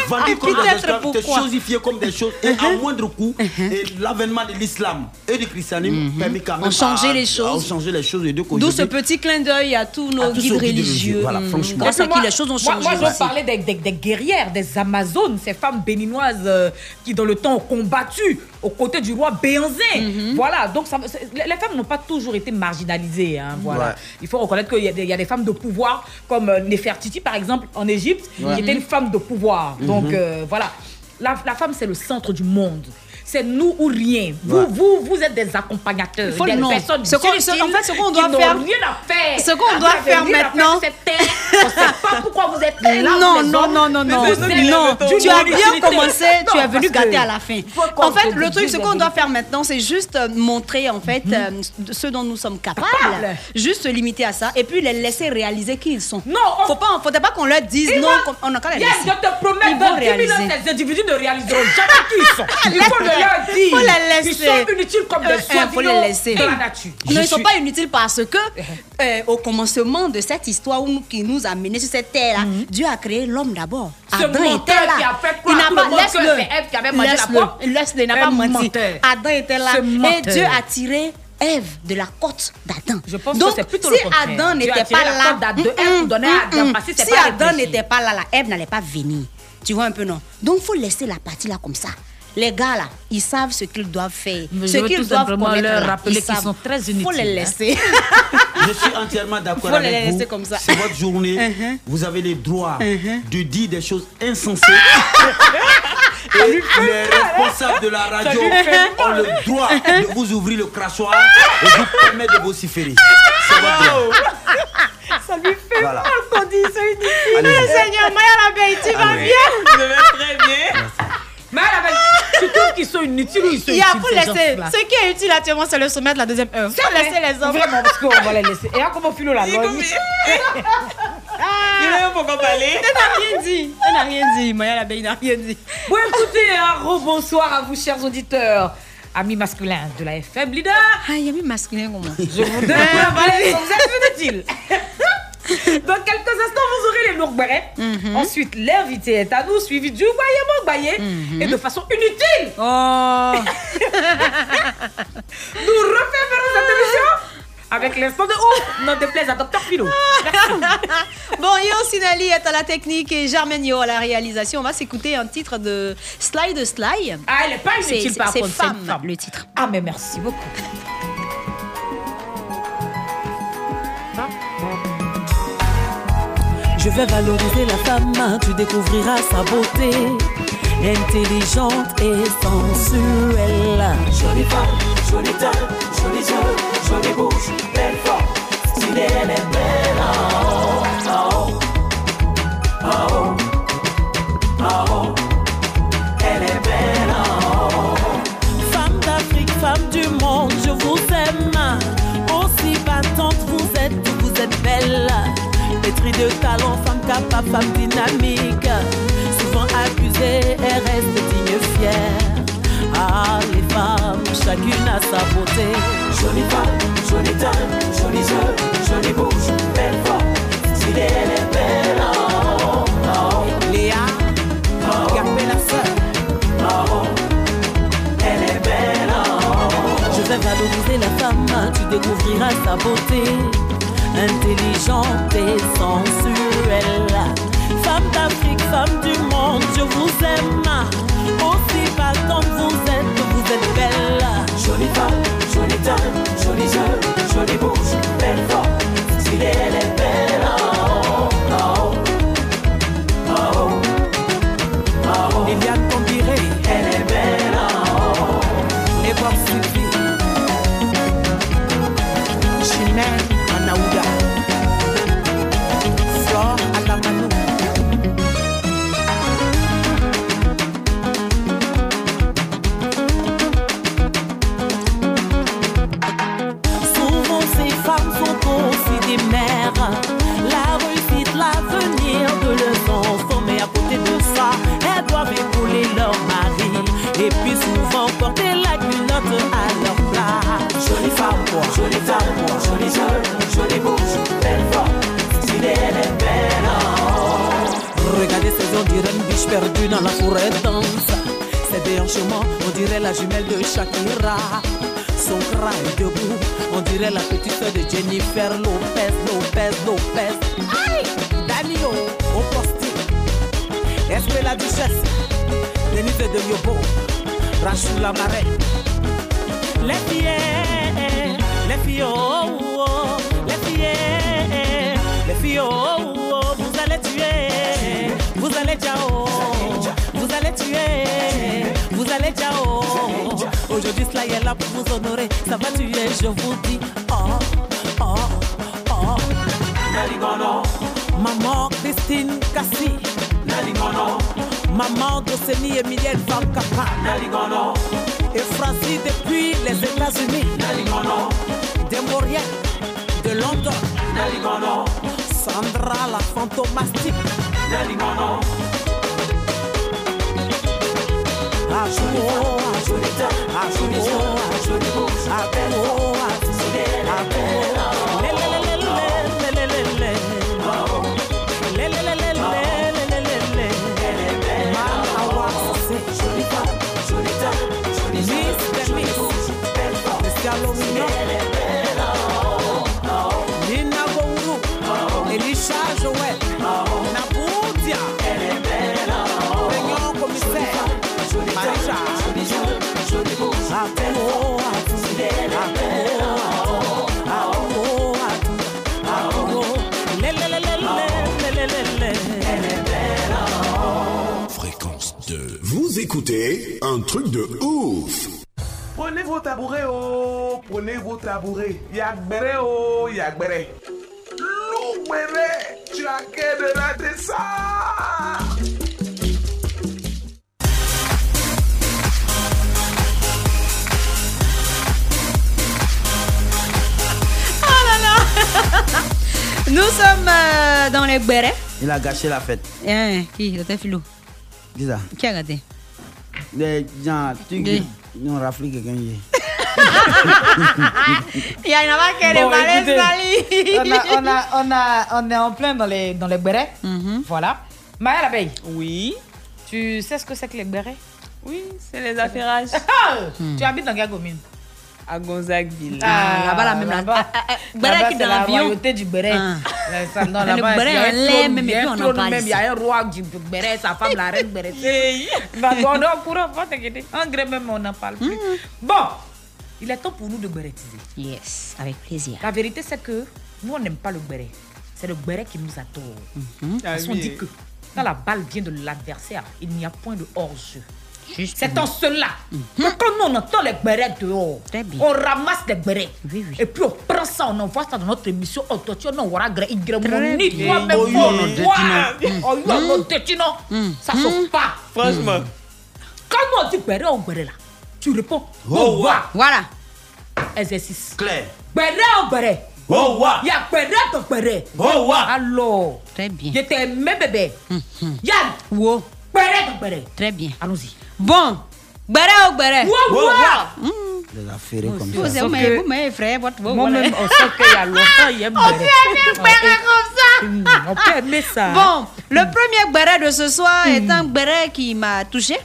Speaker 10: et vendues comme des
Speaker 9: Uh-huh. Épithète,
Speaker 10: esclaves, étaient
Speaker 9: pourquoi Uh-huh.
Speaker 10: chosifiées comme des choses, et à moindre coût, et l'avènement de l'islam et du christianisme permet quand même
Speaker 9: Mm-hmm. Ont changé
Speaker 10: à-
Speaker 9: les choses.
Speaker 10: à changer les choses et donc
Speaker 9: D'où ce
Speaker 10: aujourd'hui,
Speaker 9: petit clin d'œil à tous nos
Speaker 10: tous
Speaker 9: guides
Speaker 10: nos guides
Speaker 9: religieux.
Speaker 10: religieux, voilà,
Speaker 9: Mmh.
Speaker 10: franchement.
Speaker 9: Grâce
Speaker 7: Parce
Speaker 9: à
Speaker 7: que
Speaker 9: qui
Speaker 7: moi-
Speaker 9: les choses ont
Speaker 7: moi-
Speaker 9: changé.
Speaker 7: Moi, je
Speaker 9: aussi.
Speaker 7: parlais des, des- des guerrières, des Amazones, ces femmes béninoises euh,
Speaker 1: qui dans le temps ont combattu aux côtés du roi Béanzé.
Speaker 7: Mhm.
Speaker 1: Voilà, donc ça, c'est- les les femmes n'ont pas toujours été marginalisées. hein, voilà.
Speaker 7: Ouais.
Speaker 1: Il faut reconnaître qu'il y, a des- il y a des femmes de pouvoir, comme euh, Néfertiti par exemple en Égypte,
Speaker 7: Ouais.
Speaker 1: qui était une femme de pouvoir.
Speaker 7: Mhm.
Speaker 1: Donc euh, voilà, la, la femme c'est le centre du monde. C'est nous ou rien. Vous,
Speaker 7: Ouais.
Speaker 1: vous, vous êtes des accompagnateurs,
Speaker 7: Il faut
Speaker 1: des
Speaker 7: le nom.
Speaker 1: personnes
Speaker 7: Ce qu'on- ce- en
Speaker 1: utiles
Speaker 7: fait, ce qu'on
Speaker 1: qui
Speaker 7: doit
Speaker 1: n'ont
Speaker 7: faire-
Speaker 1: rien à faire.
Speaker 7: ce qu'on
Speaker 1: Vous
Speaker 7: doit
Speaker 1: avez
Speaker 7: faire
Speaker 1: rien à
Speaker 7: maintenant-
Speaker 1: sur cette terre. On sait pas pourquoi vous êtes là.
Speaker 9: Non,
Speaker 1: vous, les
Speaker 9: Oh, non,
Speaker 1: hommes,
Speaker 9: non, non,
Speaker 1: mais
Speaker 9: non.
Speaker 1: vous êtes
Speaker 9: Non,
Speaker 1: des-
Speaker 9: tu
Speaker 1: du-
Speaker 9: as
Speaker 1: du-
Speaker 9: bien
Speaker 1: du-
Speaker 9: commencé, tu
Speaker 1: Non,
Speaker 9: es venu
Speaker 1: parce que-
Speaker 9: gâter à la fin.
Speaker 1: Pourquoi
Speaker 9: En fait,
Speaker 1: vous
Speaker 9: le
Speaker 1: dites
Speaker 9: truc, ce
Speaker 1: la
Speaker 9: qu'on
Speaker 1: vérité
Speaker 9: doit faire maintenant, c'est juste euh, montrer en fait
Speaker 1: Hmm.
Speaker 9: euh, de ce dont nous sommes capables, juste se limiter à ça, et puis les laisser réaliser qui ils sont.
Speaker 1: Non,
Speaker 9: faut pas, faudrait pas qu'on leur dise
Speaker 1: Ils
Speaker 9: non,
Speaker 1: vont- [laughs]
Speaker 9: qu'on- on a qu'à les
Speaker 1: Yes,
Speaker 9: laisser.
Speaker 1: je te promets,
Speaker 9: Ils
Speaker 1: dans
Speaker 9: vont
Speaker 1: 10 000 ans,
Speaker 9: réaliser.
Speaker 1: ces individus ne réaliseront jamais qui ils sont. Ah, Il faut le leur dire.
Speaker 9: Faut les
Speaker 1: Ils
Speaker 9: laisser.
Speaker 1: sont inutiles comme
Speaker 9: Euh,
Speaker 1: des
Speaker 9: euh, faut les
Speaker 1: soignants
Speaker 9: laisser.
Speaker 1: dans la nature. Eh,
Speaker 9: Non, ils ne sont pas inutiles parce que, euh, au commencement de cette histoire où nous- qui nous a menés sur cette terre-là, Dieu a créé l'homme d'abord.
Speaker 1: Mm-hmm. Ce
Speaker 9: Adam
Speaker 1: menteur
Speaker 9: était là.
Speaker 1: qui a fait croire à tout le monde que
Speaker 9: laisse-le.
Speaker 1: c'est Ève qui avait mangé la
Speaker 9: Laisse-le.
Speaker 1: pomme.
Speaker 9: Laisse-le, il n'a
Speaker 1: Un
Speaker 9: pas menti.
Speaker 1: menteur.
Speaker 9: Adam était là.
Speaker 1: Ce
Speaker 9: Et
Speaker 1: menteur.
Speaker 9: Dieu a tiré Ève de la côte d'Adam.
Speaker 1: pense
Speaker 9: Donc,
Speaker 1: que c'est plutôt
Speaker 9: si
Speaker 1: le contraire.
Speaker 9: Adam
Speaker 1: Dieu a
Speaker 9: n'était
Speaker 1: tiré
Speaker 9: pas
Speaker 1: la
Speaker 9: là,
Speaker 1: côte d'Adam, Ève
Speaker 9: mm-mm,
Speaker 1: nous donnait à Adam,
Speaker 9: mm-mm.
Speaker 1: parce que c'est
Speaker 9: si
Speaker 1: pas
Speaker 9: Adam
Speaker 1: réfléchi.
Speaker 9: n'était pas là, la Ève n'allait pas venir. Tu vois un peu, non Donc, il faut laisser la partie là comme ça. Les gars là, ils savent ce qu'ils doivent faire.
Speaker 1: Mais
Speaker 9: ce
Speaker 1: je veux
Speaker 9: qu'ils
Speaker 1: tout
Speaker 9: doivent
Speaker 1: simplement
Speaker 9: connaître,
Speaker 1: leur
Speaker 9: là,
Speaker 1: rappeler
Speaker 9: ils
Speaker 1: qu'ils
Speaker 9: savent.
Speaker 1: sont très
Speaker 9: Faut
Speaker 1: inutiles,
Speaker 9: les
Speaker 1: hein.
Speaker 9: laisser.
Speaker 10: [laughs] Je suis entièrement d'accord
Speaker 9: Faut
Speaker 10: avec
Speaker 9: les
Speaker 10: vous.
Speaker 9: laisser comme ça.
Speaker 10: C'est votre
Speaker 9: [laughs]
Speaker 10: journée.
Speaker 9: Mhm.
Speaker 10: Vous avez le droit
Speaker 9: Mhm.
Speaker 10: de dire des choses
Speaker 9: [laughs]
Speaker 10: insensées. Et les responsables de la radio
Speaker 29: Ça lui fait
Speaker 10: ont le droit de vous ouvrir le crachoir et vous permettre de vociférer. C'est votre droit.
Speaker 7: Ça lui fait
Speaker 10: Voilà.
Speaker 7: mal qu'on dise ça. il dit,
Speaker 9: Eh,
Speaker 10: Allez-y.
Speaker 7: Seigneur, Maya l'abeille, tu vas
Speaker 10: Allez.
Speaker 7: bien
Speaker 1: Je vais très bien. Mais à la base, tu trouves qu'ils sont inutiles ou ils sont
Speaker 9: Il y a
Speaker 1: utiles,
Speaker 9: faut
Speaker 1: ces
Speaker 9: laisser.
Speaker 1: gens-là
Speaker 9: Ce qui est utile actuellement, c'est le sommet de la deuxième heure. Faut laisser les hommes.
Speaker 1: Vraiment, parce qu'on va les laisser. Et là, comment filo la loi
Speaker 9: Il
Speaker 1: est pour qu'on parle.
Speaker 9: Elle n'a rien dit. Elle n'a rien dit. Maya l'abeille n'a rien dit.
Speaker 1: Bon, écoutez, un rebonsoir à vous, chers auditeurs. Amis masculins de la FM Leader.
Speaker 9: Ah, il y a mis masculin comment
Speaker 1: Je vous donne la parole. Vous êtes inutiles.
Speaker 9: [laughs]
Speaker 1: Dans quelques instants, vous aurez les Lourberets.
Speaker 9: Mhm.
Speaker 1: Ensuite, l'invité est à nous, suivi du Baye Mogbaye.
Speaker 9: Mhm.
Speaker 1: Et de façon inutile.
Speaker 9: Oh.
Speaker 1: [laughs] Nous refermerons cette émission avec l'instant de ouf. N'en déplaise à Dr.
Speaker 9: [laughs]
Speaker 1: Philo.
Speaker 9: [laughs] bon, Yo Sinali est à la technique et Germaine Yo à la réalisation. On va s'écouter un titre de Sly de Sly.
Speaker 1: Ah, elle est pas
Speaker 9: C'est-
Speaker 1: inutile
Speaker 9: c'est-
Speaker 1: par
Speaker 9: c'est
Speaker 1: contre.
Speaker 9: femme.
Speaker 1: le
Speaker 9: titre.
Speaker 1: Ah, mais
Speaker 9: [laughs]
Speaker 1: merci beaucoup.
Speaker 15: Je vais valoriser la femme, hein. tu découvriras sa beauté. Intelligente et sensuelle.
Speaker 8: Jolie femme, jolie teint, jolie yeux, jolie bouche, belle forme, stylée, elle est belle.
Speaker 15: hein.
Speaker 8: Ah oh, ah oh, ah oh, ah oh, elle est belle. Ah oh.
Speaker 15: Femme d'Afrique, femme du monde, je vous aime. Aussi battante vous êtes, vous êtes belle. Pétrie de talent, femme capable, femme dynamique. Souvent accusée, elle reste digne, fière. Ah, les femmes, chacune a sa beauté.
Speaker 8: Jolie femme, jolie teint, jolie yeux, jolie bouche, belle forme, stylée, elle est belle. Ah oh, ah oh, Léa, la Ah oh, elle est belle. Ah oh.
Speaker 15: Je vais valoriser la femme, hein. tu découvriras sa beauté. Intelligente et sensuelle. Femme d'Afrique, femme du monde, je vous aime. Aussi battante vous êtes, vous êtes belle.
Speaker 8: Jolie femme, jolie teint, jolie yeux, jolie bouche, belle forme, stylée, elle est belle. Ah oh, ah oh, ah oh, ah oh. Liliane Combiré, elle est belle. Ah oh, et Bob Sylvie, Chimène Anaouda, Flore Alamanou.
Speaker 15: Souvent ces femmes sont aussi des mères. La réussite, l'avenir de leurs enfants. Mais à côté de ça, elles doivent épauler leur mari. Et puis souvent porter la culotte à leur place.
Speaker 8: Jolie femme, jolie femme, jolie yeux, jolie bouche, belle forme, stylée, elle est belle. Ah oh.
Speaker 15: Regardez ces on dirait une biche perdue dans la forêt dense. Ses déhanchements, on dirait la jumelle de Shakira. Son cra est debout, on dirait la petite sœur de Jennifer Lopez, Lopez, Lopez. Aïe! Danilo, au poste. Est-ce que la duchesse Denise de Yobo, Rachou la marraine. Les filles, les filles, oh, oh, oh, les filles, les filles, oh, oh, oh, vous allez tuer, vous allez ciao, vous allez tuer, vous allez ciao. Aujourd'hui, cela est là pour vous honorer, ça va tuer, je vous dis, oh, oh, oh. Maman Christine Kassi, Maman Doseni Emilienne Van Kappa. Et Francis depuis les États-Unis. Des Mauriens, de Londres. Sandra la fantomastique. Ajouo, ajouo, ajouo, ajouo, ajouo, ajouo. Lé, lé, lé, lé, lé, lé, lé, lé. Lé, lé, lé, lé, lé, lé, lé, lé. Malawa, c'est Miss des Miss. Miss Galomino. Nina Bourou. Elisha Joël. Naboudia. Réunion commissaire. Marisha. Atouo, atouo, atouo, atouo, atouo. Lé, lé, lé, lé, lé, lé, lé, lé.
Speaker 26: Fréquence 2. Vous écoutez un truc de ouf.
Speaker 30: Prenez vos tabourets, oh, prenez vos tabourets. Yagbere, oh, yagbere. Lougbere, tu as qu'à de rater ça.
Speaker 7: Oh là
Speaker 9: [laughs]
Speaker 7: là Nous sommes euh, dans les bérets.
Speaker 31: Il a gâché la fête.
Speaker 9: Eh, qui Docteur Philo
Speaker 31: Dis ça.
Speaker 9: Qui a raté
Speaker 31: Les gens, tu
Speaker 9: Oui.
Speaker 31: ils ont raflé quelqu'un hier.
Speaker 7: Il y en a qui
Speaker 1: Bon,
Speaker 7: les
Speaker 1: écoutez,
Speaker 7: Sali.
Speaker 1: on, a- on, a- on a- on est en plein dans les, dans les bérets.
Speaker 11: Mhm.
Speaker 1: Voilà. Maya l'abeille.
Speaker 11: Oui.
Speaker 1: Tu sais ce que c'est que les bérets
Speaker 11: Oui, c'est les
Speaker 1: [laughs]
Speaker 11: affairages.
Speaker 1: Ah, Tu habites dans Gagomine
Speaker 11: À Gonzagueville.
Speaker 1: Hmm. Ah, là-bas, la même.
Speaker 11: là-bas.
Speaker 1: Béret
Speaker 11: Là-bas,
Speaker 1: qui
Speaker 11: c'est
Speaker 1: dans
Speaker 11: la
Speaker 1: l'avion.
Speaker 11: royauté
Speaker 1: du béret. Là, ça, non,
Speaker 11: Le
Speaker 1: là-bas,
Speaker 11: béret,
Speaker 1: il y a un
Speaker 11: Ah. on l'aime, mais puis
Speaker 1: trône, il y a un
Speaker 11: on en
Speaker 1: trône
Speaker 11: parle
Speaker 1: même,
Speaker 11: ici.
Speaker 1: Il y a un roi du béret, sa femme, la reine béret. Va on est au courant, va t'inquiéter. En gré même, on n'en parle plus.
Speaker 9: Hmm.
Speaker 1: Bon, il est temps pour nous de bérétiser.
Speaker 9: Yes, avec plaisir.
Speaker 1: La vérité, c'est que nous, on n'aime pas le béret. C'est le béret qui nous attend.
Speaker 11: Mhm.
Speaker 9: Ah
Speaker 1: Parce qu'on
Speaker 9: oui.
Speaker 1: dit que quand la balle vient de l'adversaire, il n'y a point de hors-jeu. C'est
Speaker 9: Justement.
Speaker 1: en cela
Speaker 11: Mhm.
Speaker 1: que quand nous on entend les bérets dehors, on ramasse les bérets. Et puis on prend ça, on envoie ça dans notre émission. Oh, On torture, on aura gré, il gré,
Speaker 11: Très
Speaker 1: mon nid,
Speaker 11: bien.
Speaker 1: toi-même,
Speaker 11: Oh,
Speaker 1: on
Speaker 11: oui,
Speaker 1: voit.
Speaker 11: détinant.
Speaker 1: Oh, oui,
Speaker 11: Mm.
Speaker 1: on détinant. Ça
Speaker 11: Mhm.
Speaker 1: chauffe pas.
Speaker 11: Franchement.
Speaker 31: Hmm.
Speaker 1: Quand nous on dit béret, on béret là. Tu réponds,
Speaker 11: Oh,
Speaker 1: oh,
Speaker 11: wa.
Speaker 1: wa. Voilà. Exercice.
Speaker 31: Claire.
Speaker 1: Béret, on béret.
Speaker 31: Oh, wa.
Speaker 1: Il y a béret, on béret.
Speaker 31: Oh, wa.
Speaker 1: Alors.
Speaker 9: Très bien.
Speaker 1: J'étais mes bébés. Yann.
Speaker 9: Wow.
Speaker 1: Béret, on béret.
Speaker 9: Très bien.
Speaker 1: Allons-y.
Speaker 9: Bon. Béré ou béré
Speaker 1: Wow, wow.
Speaker 31: Les affairés comme
Speaker 9: Hmm. Vous
Speaker 31: ça.
Speaker 9: êtes- mais vous m'avez frère, votre vous.
Speaker 1: Moi-même,
Speaker 9: voilà.
Speaker 1: on sait qu'il y a longtemps, il aime
Speaker 9: [laughs] On
Speaker 1: béret.
Speaker 9: fait
Speaker 7: un béret comme
Speaker 1: [laughs] ça. Hmm, On peut aimer ça. hein. Hmm.
Speaker 7: Bon, le premier béret de ce soir est un béret qui m'a touché.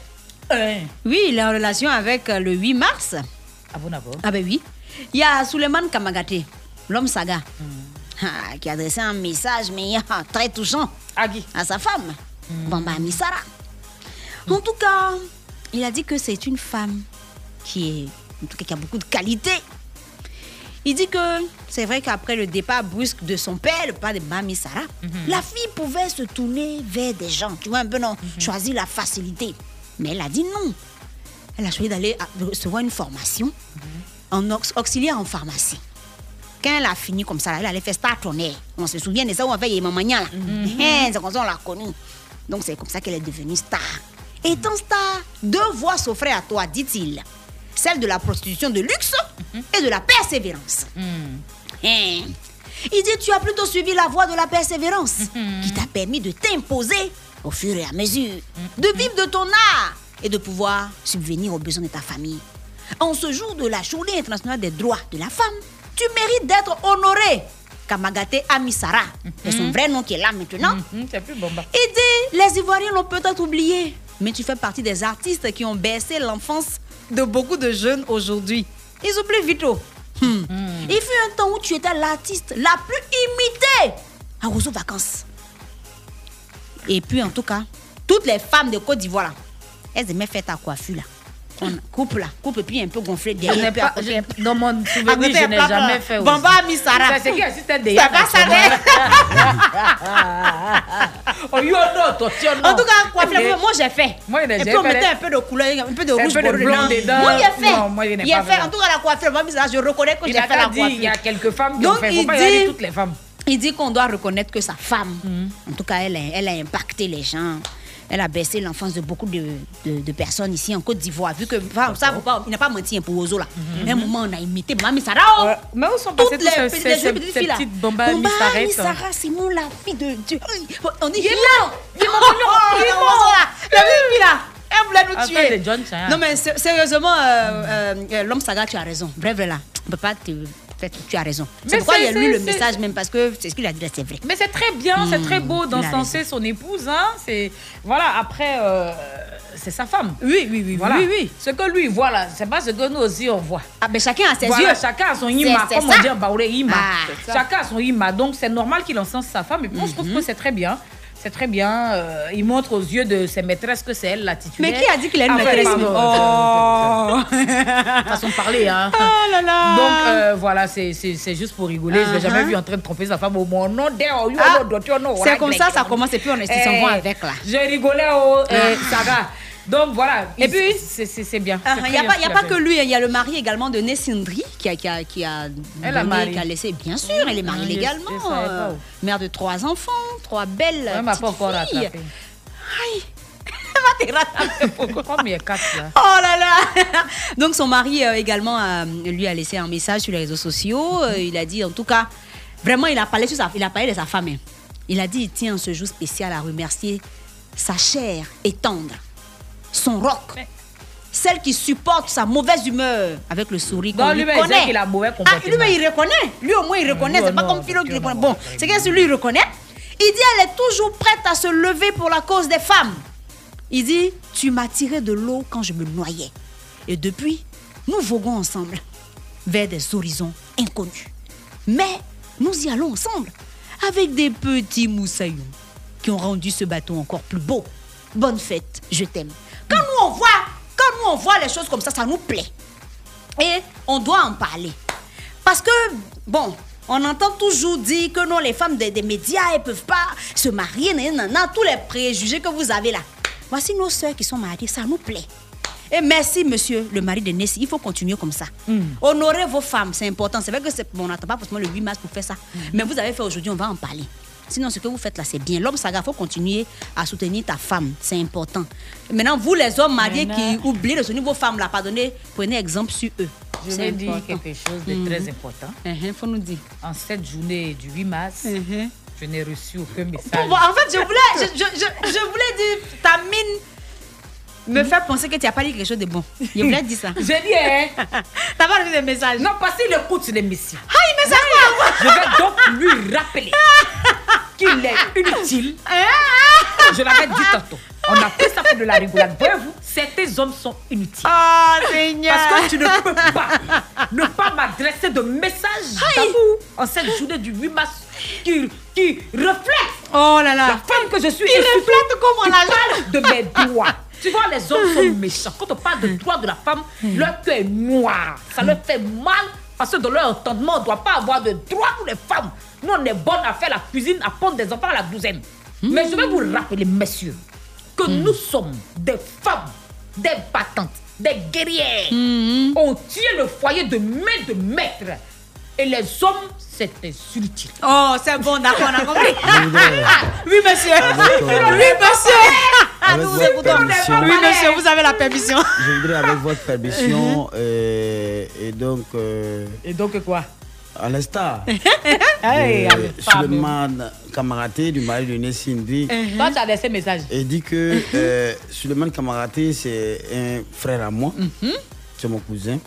Speaker 7: Oui, il est en relation avec euh, le 8 mars.
Speaker 1: Ah bon, d'abord.
Speaker 9: Ah ben oui. Il y a Suleiman Kamagaté, l'homme saga,
Speaker 1: Hmm.
Speaker 9: ah, qui a adressé un message, mais ah, très touchant,
Speaker 1: à,
Speaker 9: sa femme,
Speaker 1: Hmm.
Speaker 9: Bamba Misara. En tout cas, il a dit que c'est une femme qui est, en tout cas, qui a beaucoup de qualités. Il dit que c'est vrai qu'après le départ brusque de son père, le pas de Mami Sarah, la fille pouvait se tourner vers des gens. Tu vois un peu, non Choisir la facilité. Mais elle a dit non. Elle a choisi d'aller à- de recevoir une formation en aux- auxiliaire en pharmacie. Quand elle a fini comme ça, là, elle allait faire Star Tourner. On se souvient de ça où on fait Yemamania. là. Hein, C'est comme ça on l'a connue. Donc c'est comme ça qu'elle est devenue star. Étant star, deux voies s'offraient à toi, dit-il. Celle de la prostitution de luxe et de la persévérance. Hein. Il dit, tu as plutôt suivi la voie de la persévérance, qui t'a permis de t'imposer au fur et à mesure, de vivre de ton art et de pouvoir subvenir aux besoins de ta famille. En ce jour de la Journée internationale des droits de la femme, tu mérites d'être honorée. Kamagate Amisara, c'est son vrai nom qui est là maintenant.
Speaker 1: Mhm. C'est plus bon. bah.
Speaker 9: Il dit, les Ivoiriens l'ont peut-être oublié, mais tu fais partie des artistes qui ont baissé l'enfance de beaucoup de jeunes aujourd'hui. Ils oublient vite. oh. Hmm.
Speaker 1: Mhm.
Speaker 9: Il fut un temps où tu étais l'artiste la plus imitée à Roseau Vacances. Et puis, en tout cas, toutes les femmes de Côte d'Ivoire, là, Elles aimaient faire ta coiffure là. On coupe là, coupe et puis un peu gonflé
Speaker 12: Je n'ai
Speaker 9: derrière.
Speaker 12: pas- je- dans mon souvenir,
Speaker 9: Écoutez,
Speaker 12: je n'ai
Speaker 9: plat, plat.
Speaker 12: jamais fait
Speaker 9: Bamba
Speaker 12: aussi.
Speaker 9: a mis Sarah.
Speaker 12: Ça, c'est qui assistante de
Speaker 9: Ça
Speaker 12: Yann
Speaker 9: va,
Speaker 12: à ce
Speaker 9: Sarah.
Speaker 1: [laughs]
Speaker 12: Oh, yo, non, toi, tiens, non.
Speaker 9: En tout cas, quoi, Flavio, moi j'ai fait.
Speaker 12: Moi,
Speaker 9: Et
Speaker 12: j'ai
Speaker 9: puis on
Speaker 12: fait.
Speaker 9: mettait un peu de couleur, un peu de
Speaker 12: Un
Speaker 9: rouge
Speaker 12: peu de
Speaker 9: bordeaux
Speaker 12: blanc dedans.
Speaker 9: Moi j'ai fait.
Speaker 12: Non, moi, je n'ai
Speaker 9: J'ai
Speaker 12: pas
Speaker 9: fait.
Speaker 12: fait.
Speaker 9: En tout cas, la coiffure, moi, ça, je reconnais que j'ai
Speaker 12: Il
Speaker 9: fait
Speaker 12: a
Speaker 9: la
Speaker 12: pas dit,
Speaker 9: coiffure.
Speaker 12: il y a quelques femmes qui ont
Speaker 9: Donc
Speaker 12: fait. Faut
Speaker 9: il
Speaker 12: pas y aller
Speaker 9: dit,
Speaker 12: toutes les femmes. Mm.
Speaker 9: il dit qu'on doit reconnaître que sa femme, en tout cas, elle a, elle a impacté les gens. Elle a baissé l'enfance de beaucoup de, de- de personnes ici en Côte d'Ivoire. Vu que, enfin, ça, faut pas- il n'a pas menti hein, pour Ozo, là.
Speaker 12: Mm-hmm.
Speaker 9: À un moment, on a imité Mamie Sarah. oh
Speaker 1: Mais où sont
Speaker 9: toutes
Speaker 1: passées
Speaker 9: les,
Speaker 1: toutes ces-
Speaker 9: petites-
Speaker 1: ces-
Speaker 9: les
Speaker 1: ces-
Speaker 9: petites
Speaker 1: ces
Speaker 9: filles, là.
Speaker 1: petites Bamba Miss Sarah.
Speaker 9: Miss Sarah, c'est mon la fille de Dieu. Oui, On dit, il est
Speaker 7: là.
Speaker 9: Il est là. Il est là. La petite fille, là. Elle voulait nous
Speaker 1: Ah,
Speaker 7: Attends,
Speaker 9: tuer.
Speaker 7: les John
Speaker 1: hein.
Speaker 7: Chayans.
Speaker 9: Non, mais sé- sérieusement, euh, euh, euh, l'homme saga, tu as raison. Bref, là, on peut pas te. peut-être que Tu as raison.
Speaker 1: Mais
Speaker 9: C'est pourquoi il a
Speaker 1: c'est-
Speaker 9: lu
Speaker 1: c'est-
Speaker 9: le
Speaker 1: c'est-
Speaker 9: message, même parce que c'est ce qu'il a dit, là, c'est vrai.
Speaker 1: Mais c'est très bien, c'est
Speaker 9: Mmh,
Speaker 1: très beau
Speaker 9: il a raison.
Speaker 1: d'encenser son épouse. Hein. C'est voilà. Après, euh, c'est sa femme.
Speaker 9: Oui, oui, oui, oui, oui.
Speaker 1: Ce que lui voit là, c'est pas ce que nous aussi on voit.
Speaker 9: Ah, mais chacun a ses
Speaker 1: Voilà,
Speaker 9: yeux.
Speaker 1: Chacun a son
Speaker 9: C'est-
Speaker 1: ima,
Speaker 9: c'est
Speaker 1: comme
Speaker 9: ça.
Speaker 1: on dit en baoulé, ima.
Speaker 9: Ah, c'est ça.
Speaker 1: chacun a son ima. Donc c'est normal qu'il encense sa femme. Et puis on
Speaker 9: Mhm.
Speaker 1: trouve que c'est très bien. C'est très bien. Euh, il montre aux yeux de ses maîtresses que c'est elle la titulaire.
Speaker 9: Mais qui a dit qu'il a une
Speaker 1: Ah, ouais,
Speaker 9: maîtresse,
Speaker 1: pardon.
Speaker 9: [laughs] Oh.
Speaker 1: Façon de parler, hein.
Speaker 9: là là.
Speaker 1: Donc euh, voilà, c'est- c'est c'est juste pour rigoler. Je l'ai jamais
Speaker 9: Uh-huh.
Speaker 1: vu en train de tromper sa femme au mon nom d'elle, oh, you
Speaker 9: Ah,
Speaker 1: are not daughter, you are not
Speaker 9: c'est
Speaker 1: right,
Speaker 9: comme
Speaker 1: like,
Speaker 9: ça, ça
Speaker 1: you know.
Speaker 9: commence et puis on est- ils s'en
Speaker 1: Eh,
Speaker 9: vont avec, là. Ah.
Speaker 1: Je rigolais, oh, euh, ça va. Donc voilà. Et puis, c'est c'est bien. C'est
Speaker 9: Ah, Il
Speaker 1: très
Speaker 9: n'y a
Speaker 1: bien
Speaker 9: pas,
Speaker 1: ce
Speaker 9: y a
Speaker 1: qu'il
Speaker 9: pas
Speaker 1: fait.
Speaker 9: que lui, hein. il y a le mari également de Nessindri qui a, qui a, qui a,
Speaker 1: Elle a Ah, marié.
Speaker 9: qui a laissé. Bien sûr, elle est mariée
Speaker 1: je- je
Speaker 9: légalement.
Speaker 1: savais pas,
Speaker 9: euh,
Speaker 1: oh.
Speaker 9: mère de trois enfants, trois belles.
Speaker 1: Ouais, elle m'a pas
Speaker 9: petites
Speaker 1: encore
Speaker 9: filles.
Speaker 1: rattrapé.
Speaker 9: Elle va te rattraper.
Speaker 1: Comme il y a quatre, là.
Speaker 9: Oh là là Donc son mari euh, également euh, lui a laissé un message sur les réseaux sociaux. Euh, il a dit en tout cas, vraiment il a parlé, sur sa- il a parlé de sa femme. hein. Il a dit il tient ce jour spécial à remercier sa chair et tendre, son roc, celle qui supporte sa mauvaise humeur avec le sourire qu'on
Speaker 1: Donc
Speaker 9: lui
Speaker 1: lui-même, il sait
Speaker 9: connaît.
Speaker 1: qu'il a mauvais
Speaker 9: Ah,
Speaker 1: comportement.
Speaker 9: lui-même, il reconnaît. Lui, au moins, il reconnaît.
Speaker 1: lui,
Speaker 9: C'est pas
Speaker 1: non,
Speaker 9: comme Philo qui reconnaît. Bon, c'est que celui, il reconnaît. Il dit, elle est toujours prête à se lever pour la cause des femmes. Il dit, tu m'as tiré de l'eau quand je me noyais. Et depuis, nous voguons ensemble vers des horizons inconnus. Mais nous y allons ensemble avec des petits moussaillons qui ont rendu ce bateau encore plus beau. Bonne fête, je t'aime. Quand nous on voit, quand nous on voit les choses comme ça, ça nous plaît. Et on doit en parler. Parce que, bon, on entend toujours dire que non, les femmes des, des médias, elles peuvent pas se marier, nan, nan, nan, tous les préjugés que vous avez là. Voici nos sœurs qui sont mariées, ça nous plaît. Et merci, monsieur le mari de Nessie, il faut continuer comme ça.
Speaker 1: Hmm.
Speaker 9: Honorez vos femmes, c'est important. C'est vrai que c'est- bon, on n'attend pas forcément le 8 mars pour faire ça.
Speaker 1: Mhm.
Speaker 9: Mais vous avez fait aujourd'hui, on va en parler. Sinon, ce que vous faites là, c'est bien. L'homme saga, il faut continuer à soutenir ta femme. C'est important. Maintenant, vous, les hommes mariés qui oubliez de soutenir vos femmes, là, pardonnez, prenez exemple sur eux.
Speaker 1: Je
Speaker 9: C'est
Speaker 1: vais dire
Speaker 9: important.
Speaker 1: quelque chose de
Speaker 9: Mhm.
Speaker 1: très important.
Speaker 9: Il Uh-huh, faut nous dire.
Speaker 1: En cette journée du 8 mars, je n'ai reçu aucun message.
Speaker 9: Bon, Mm-hmm. en fait, je voulais, je, je- je- je voulais dire, ta mine me fait penser que tu n'as pas dit quelque chose de bon. Je voulais dire ça.
Speaker 1: Mhm. [laughs] J'ai dit, hein.
Speaker 9: [laughs] T'as pas reçu des messages.
Speaker 1: Non, parce qu'il écoute les messieurs.
Speaker 9: Ah, il me [laughs]
Speaker 1: Je vais donc lui rappeler qu'il est inutile. Je l'avais dit tantôt. On a fait ça pour de la rigolade. Voyez-vous, certains hommes sont inutiles.
Speaker 9: Ah, Seigneur.
Speaker 1: Parce que tu ne peux pas ne pas m'adresser de messages d'amour en cette journée du 8 mars qui, qui reflète
Speaker 9: oh là là.
Speaker 1: la femme que je suis.
Speaker 9: Qui reflète comment
Speaker 1: on
Speaker 9: la
Speaker 1: parle de mes doigts. Tu vois, les hommes sont méchants. Quand on parle de doigts de la femme, leur cœur est noir. Ça leur fait mal parce que dans leur entendement, on ne doit pas avoir de droits pour les femmes. Nous, on est bonnes à faire la cuisine, à prendre des enfants à la douzaine.
Speaker 9: Hmm.
Speaker 1: Mais je vais vous rappeler, messieurs, que nous sommes des femmes, des battantes, des guerrières. On tient le foyer de main de maître. Et les hommes, c'est insulté.
Speaker 9: Oh, c'est bon, d'accord, on a compris.
Speaker 1: hein?
Speaker 9: [laughs]
Speaker 1: oui, monsieur.
Speaker 9: Ah, Oui, monsieur. Ah,
Speaker 31: Avec
Speaker 9: Nous vous
Speaker 31: votre
Speaker 9: écoutons.
Speaker 31: permission.
Speaker 9: Oui, monsieur, vous avez la permission.
Speaker 31: Je voudrais, avec votre permission, euh, et donc, euh,
Speaker 1: Et donc quoi
Speaker 31: à l'instar,
Speaker 9: ah,
Speaker 1: Hey,
Speaker 31: euh,
Speaker 1: avec femme.
Speaker 31: Suleiman Kamaraté, du mari de Nessindi,
Speaker 1: Toi, tu as laissé message.
Speaker 31: et dit que euh, Suleiman Kamaraté, c'est un frère à moi, c'est mon cousin.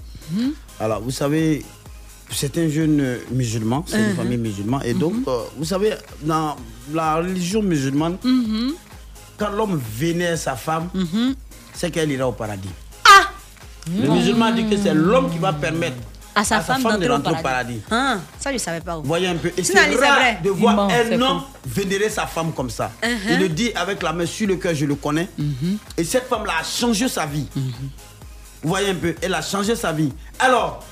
Speaker 31: Alors, vous savez, c'est un jeune musulman, c'est une
Speaker 8: Mhm.
Speaker 31: famille musulmane. Et donc, euh, vous savez, dans la religion musulmane,
Speaker 9: Mhm.
Speaker 31: quand l'homme vénère sa femme,
Speaker 9: Ah!
Speaker 31: c'est qu'elle ira au paradis. Le musulman dit que c'est l'homme qui va permettre
Speaker 9: Mhm. à sa,
Speaker 10: À Ah, sa
Speaker 9: femme,
Speaker 10: femme de
Speaker 9: d'entrer
Speaker 10: rentrer
Speaker 9: au
Speaker 10: au
Speaker 9: paradis.
Speaker 10: paradis.
Speaker 9: Ah, ça, je savais pas. oh.
Speaker 10: Voyez un peu. Et c'est
Speaker 9: Sinon, elle est vraie.
Speaker 10: rare de voir
Speaker 9: Immense, c'est
Speaker 10: un
Speaker 9: fou.
Speaker 10: homme vénérer sa femme comme ça.
Speaker 9: Uh-huh. Mm-hmm.
Speaker 10: Il le dit avec la main sur le cœur, je le connais. Et cette femme-là a changé sa vie. Vous voyez un peu, elle a changé sa vie. Alors,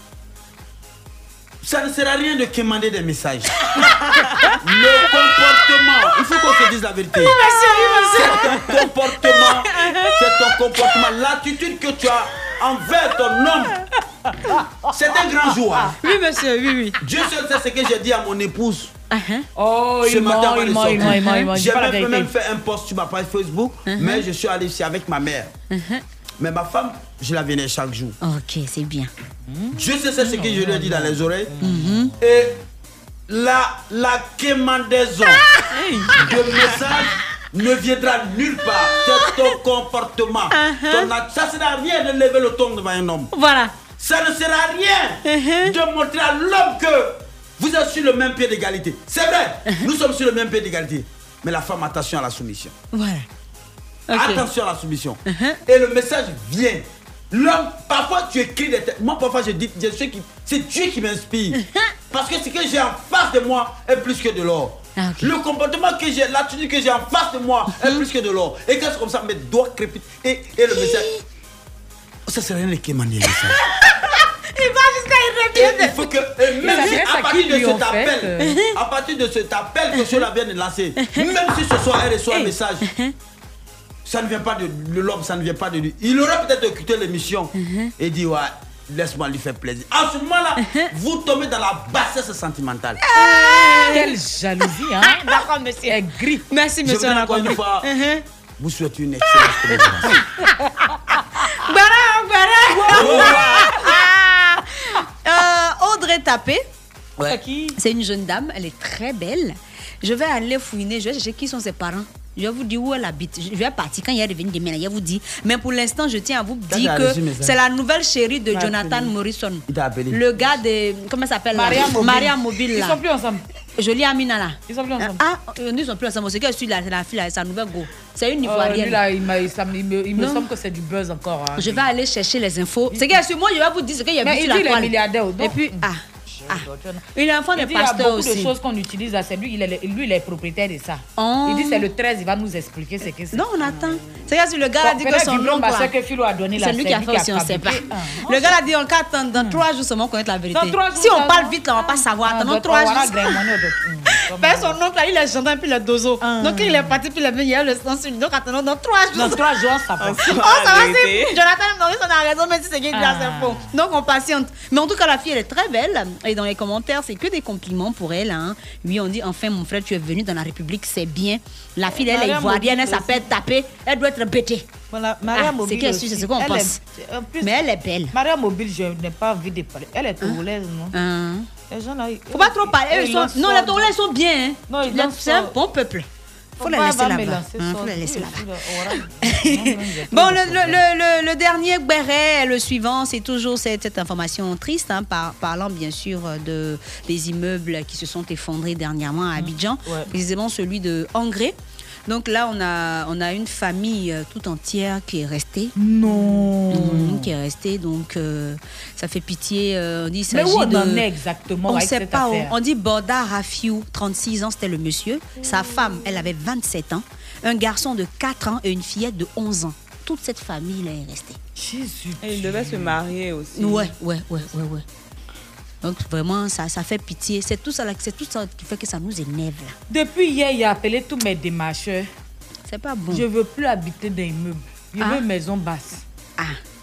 Speaker 10: ça ne sert à rien de commander des
Speaker 9: [laughs]
Speaker 10: messages. le comportement, il faut qu'on se dise la vérité. C'est ton comportement, c'est ton comportement, l'attitude que tu as envers ton homme. C'est un grand jour. hein.
Speaker 9: Oui, monsieur, oui, oui.
Speaker 10: Dieu seul sait ce que j'ai dit à mon épouse.
Speaker 9: Uh-huh.
Speaker 1: Oh,
Speaker 10: Ce
Speaker 1: il ment,
Speaker 10: matin, avant
Speaker 1: il
Speaker 10: de
Speaker 1: ment, il
Speaker 10: sortir.
Speaker 1: ment, il ment, il ment, il dit
Speaker 10: J'ai
Speaker 1: pas
Speaker 10: même,
Speaker 1: la vérité. Uh-huh.
Speaker 10: même fait un post sur ma page Facebook, mais je suis allé ici avec ma mère. Mais ma femme, je la venais chaque jour.
Speaker 9: Ok, c'est bien.
Speaker 10: Dieu sait ce que je lui ai dit dans les oreilles. Et la, la quémandaison de message ne viendra nulle part. C'est ton comportement. Ton act- ça ne sert à rien de lever le ton devant un homme.
Speaker 9: Voilà.
Speaker 10: Ça ne sert à rien de montrer à l'homme que vous êtes sur le même pied d'égalité. C'est vrai, nous sommes sur le même pied d'égalité. Mais la femme, attention à la soumission.
Speaker 9: Voilà.
Speaker 10: Attention à la soumission. Et le message vient. L'homme, parfois tu écris des textes. Moi, parfois, je dis, je sais qui- c'est Dieu qui m'inspire. Parce que ce que j'ai en face de moi est plus que de l'or. Le comportement que j'ai, l'attitude que j'ai en face de moi est plus que de l'or. Et quand c'est comme ça, mes doigts crépitent. Et, et le message. Ça sert à rien de quémander le message.
Speaker 9: Il va jusqu'à il
Speaker 10: Et il faut que, et même
Speaker 8: Il
Speaker 10: si
Speaker 8: s'adresse à
Speaker 10: à
Speaker 8: qui,
Speaker 10: partir de
Speaker 8: lui, en
Speaker 10: cet appel,
Speaker 8: fait, euh
Speaker 10: à partir de cet appel que cela vient de lancer, même si ce soir elle reçoit un message, ça ne vient pas de de l'homme, ça ne vient pas de lui. Il aurait peut-être quitté l'émission et dit ouais, laisse-moi lui faire plaisir. À ce moment-là, vous tombez dans la bassesse sentimentale.
Speaker 1: Quelle jalousie,
Speaker 9: [laughs]
Speaker 1: hein D'accord, monsieur. Elle gris. Merci,
Speaker 10: Je
Speaker 1: monsieur.
Speaker 10: voudrais
Speaker 1: on a
Speaker 10: encore une
Speaker 1: compris.
Speaker 10: fois
Speaker 9: Uh-huh.
Speaker 10: vous souhaite une excellente collaboration.
Speaker 7: Bara,
Speaker 10: Oh,
Speaker 9: Ah,
Speaker 7: bara. Euh, Audrey Tapé.
Speaker 10: Ouais.
Speaker 7: C'est une jeune dame, elle est très belle.
Speaker 9: Je vais aller fouiner, je vais chercher qui sont ses parents. Je vais vous dire où elle habite. Je vais partir quand il est revenu déménager, je vais vous dire. Mais pour l'instant, je tiens à vous
Speaker 10: T'as
Speaker 9: dire
Speaker 10: déjà
Speaker 9: que
Speaker 10: reçu mes amis.
Speaker 9: c'est la nouvelle chérie de
Speaker 10: M'a
Speaker 9: Jonathan
Speaker 10: appelé.
Speaker 9: Morrison.
Speaker 10: Il t'a appelé.
Speaker 9: Le gars de. Comment ça s'appelle là
Speaker 1: Maria Mobile.
Speaker 9: Maria Mobile.
Speaker 1: Ils
Speaker 9: là.
Speaker 1: sont plus ensemble.
Speaker 9: Jolie Amina là.
Speaker 1: Ils sont plus ensemble.
Speaker 9: Ah, euh, ils sont plus ensemble. C'est que je suis là, c'est la fille là, c'est sa nouvelle go. C'est une
Speaker 1: Euh,
Speaker 9: Ivoirienne.
Speaker 1: lui, là, il, m'a- il semble- il me, il me
Speaker 9: Non.
Speaker 1: semble que c'est du buzz encore. hein.
Speaker 9: Je vais aller chercher les infos. C'est que je suis- moi, je vais vous dire ce qu'il y a
Speaker 1: Mais
Speaker 9: vu
Speaker 1: il
Speaker 9: sur
Speaker 1: dit
Speaker 9: la
Speaker 1: il est
Speaker 9: toile.
Speaker 1: milliardaire,
Speaker 9: Et puis, ah, ah. Il est enfant de
Speaker 1: Il dit, il y a
Speaker 9: pasteur
Speaker 1: beaucoup
Speaker 9: aussi.
Speaker 1: de choses qu'on utilise là. C'est lui, il est, le- lui, il est propriétaire de ça.
Speaker 9: Oh.
Speaker 1: Il dit c'est le 13, il va nous expliquer ce que c'est.
Speaker 9: Non, on attend. C'est que si le gars a dit que
Speaker 1: peut-être
Speaker 9: son
Speaker 1: du blanc,
Speaker 9: nom,
Speaker 1: parce
Speaker 9: quoi.
Speaker 1: que Philo a donné là,
Speaker 9: C'est lui qui a fait aussi, on ne sait pas.
Speaker 1: fabriqué. Ah. Hmm.
Speaker 9: Le gars a dit on qu'à attendre dans trois jours seulement on connaît la vérité.
Speaker 1: Dans trois jours
Speaker 9: si on
Speaker 1: seulement.
Speaker 9: parle vite là, on va pas savoir. Dans
Speaker 1: ah, donc,
Speaker 9: trois
Speaker 1: on aura
Speaker 9: jours.
Speaker 1: grandement
Speaker 9: [laughs] Mais son oncle là, il est gentil puis le dozo. Donc il est parti puis il a mis hier le sang sur lui. Donc attendons dans trois jours.
Speaker 1: Ah. Dans trois jours, on s'apprend.
Speaker 9: Oh, ça va, c'est Jonathan Maurice, on a raison, mais si c'est qui
Speaker 1: Ah.
Speaker 9: c'est faux. Donc on patiente. Mais en tout cas, la fille, elle est très belle. Et dans les commentaires, c'est que des compliments pour elle. hein. Oui, on dit enfin, mon frère, tu es venu dans la République, c'est bien. La fille, elle est
Speaker 1: Maria
Speaker 9: ivoirienne, elle
Speaker 1: Mobile
Speaker 9: s'appelle Tapé. Elle doit être bêtée.
Speaker 1: Voilà,
Speaker 9: Ah,
Speaker 1: Maria
Speaker 9: c'est
Speaker 1: Mobile.
Speaker 9: qu'elle suit, c'est ce qu'on pense.
Speaker 1: Mais
Speaker 9: elle est belle.
Speaker 1: euh,
Speaker 9: Ah.
Speaker 1: Maria Mobile, je n'ai pas envie de parler. Elle est togolaise, non Les gens là.
Speaker 9: Faut pas trop parler. Eux, ils sont- non, les Togolais sont bien. hein.
Speaker 1: ils
Speaker 9: Les-
Speaker 1: dansent
Speaker 9: C'est un
Speaker 1: sur-
Speaker 9: bon peuple. Faut les
Speaker 1: Papa
Speaker 9: laisser
Speaker 1: va me
Speaker 9: là-bas.
Speaker 1: lancer
Speaker 9: Hein,
Speaker 1: sur-
Speaker 9: Faut les laisser
Speaker 1: oui,
Speaker 9: là-bas. Bon,
Speaker 1: Bon,
Speaker 9: le, le- le- le- le dernier béret, le suivant, c'est toujours cette, cette information triste, hein, par- parlant bien sûr euh, de, des immeubles qui se sont effondrés dernièrement à Abidjan,
Speaker 7: ouais.
Speaker 9: précisément celui de Angré. Donc là, on a, on a une famille euh, tout entière qui est restée.
Speaker 1: Non
Speaker 9: Mmh, Qui est restée, donc euh, ça fait pitié. euh, on dit, il
Speaker 1: Mais où
Speaker 9: s'agit
Speaker 1: on
Speaker 9: de-
Speaker 1: en est exactement
Speaker 9: on
Speaker 1: avec
Speaker 9: sait
Speaker 1: cette
Speaker 9: pas.
Speaker 1: affaire
Speaker 9: On, on dit Borda Rafiou, 36 ans, c'était le monsieur.
Speaker 1: Mmh.
Speaker 9: Sa femme, elle avait 27 ans. Un garçon de 4 ans et une fillette de 11 ans. Toute cette famille là est restée.
Speaker 1: Jésus.
Speaker 11: Et il devait se marier
Speaker 1: Mmh.
Speaker 11: aussi.
Speaker 9: Ouais, ouais, ouais, ouais, ouais. Donc vraiment, ça, ça fait pitié. C'est tout ça, là- c'est tout ça qui fait que ça nous énerve là.
Speaker 1: Depuis hier, il a appelé tous mes démarcheurs.
Speaker 9: C'est pas bon.
Speaker 1: Je veux plus habiter dans immeuble. Je
Speaker 9: Ah. Hum,
Speaker 1: veux maison basse.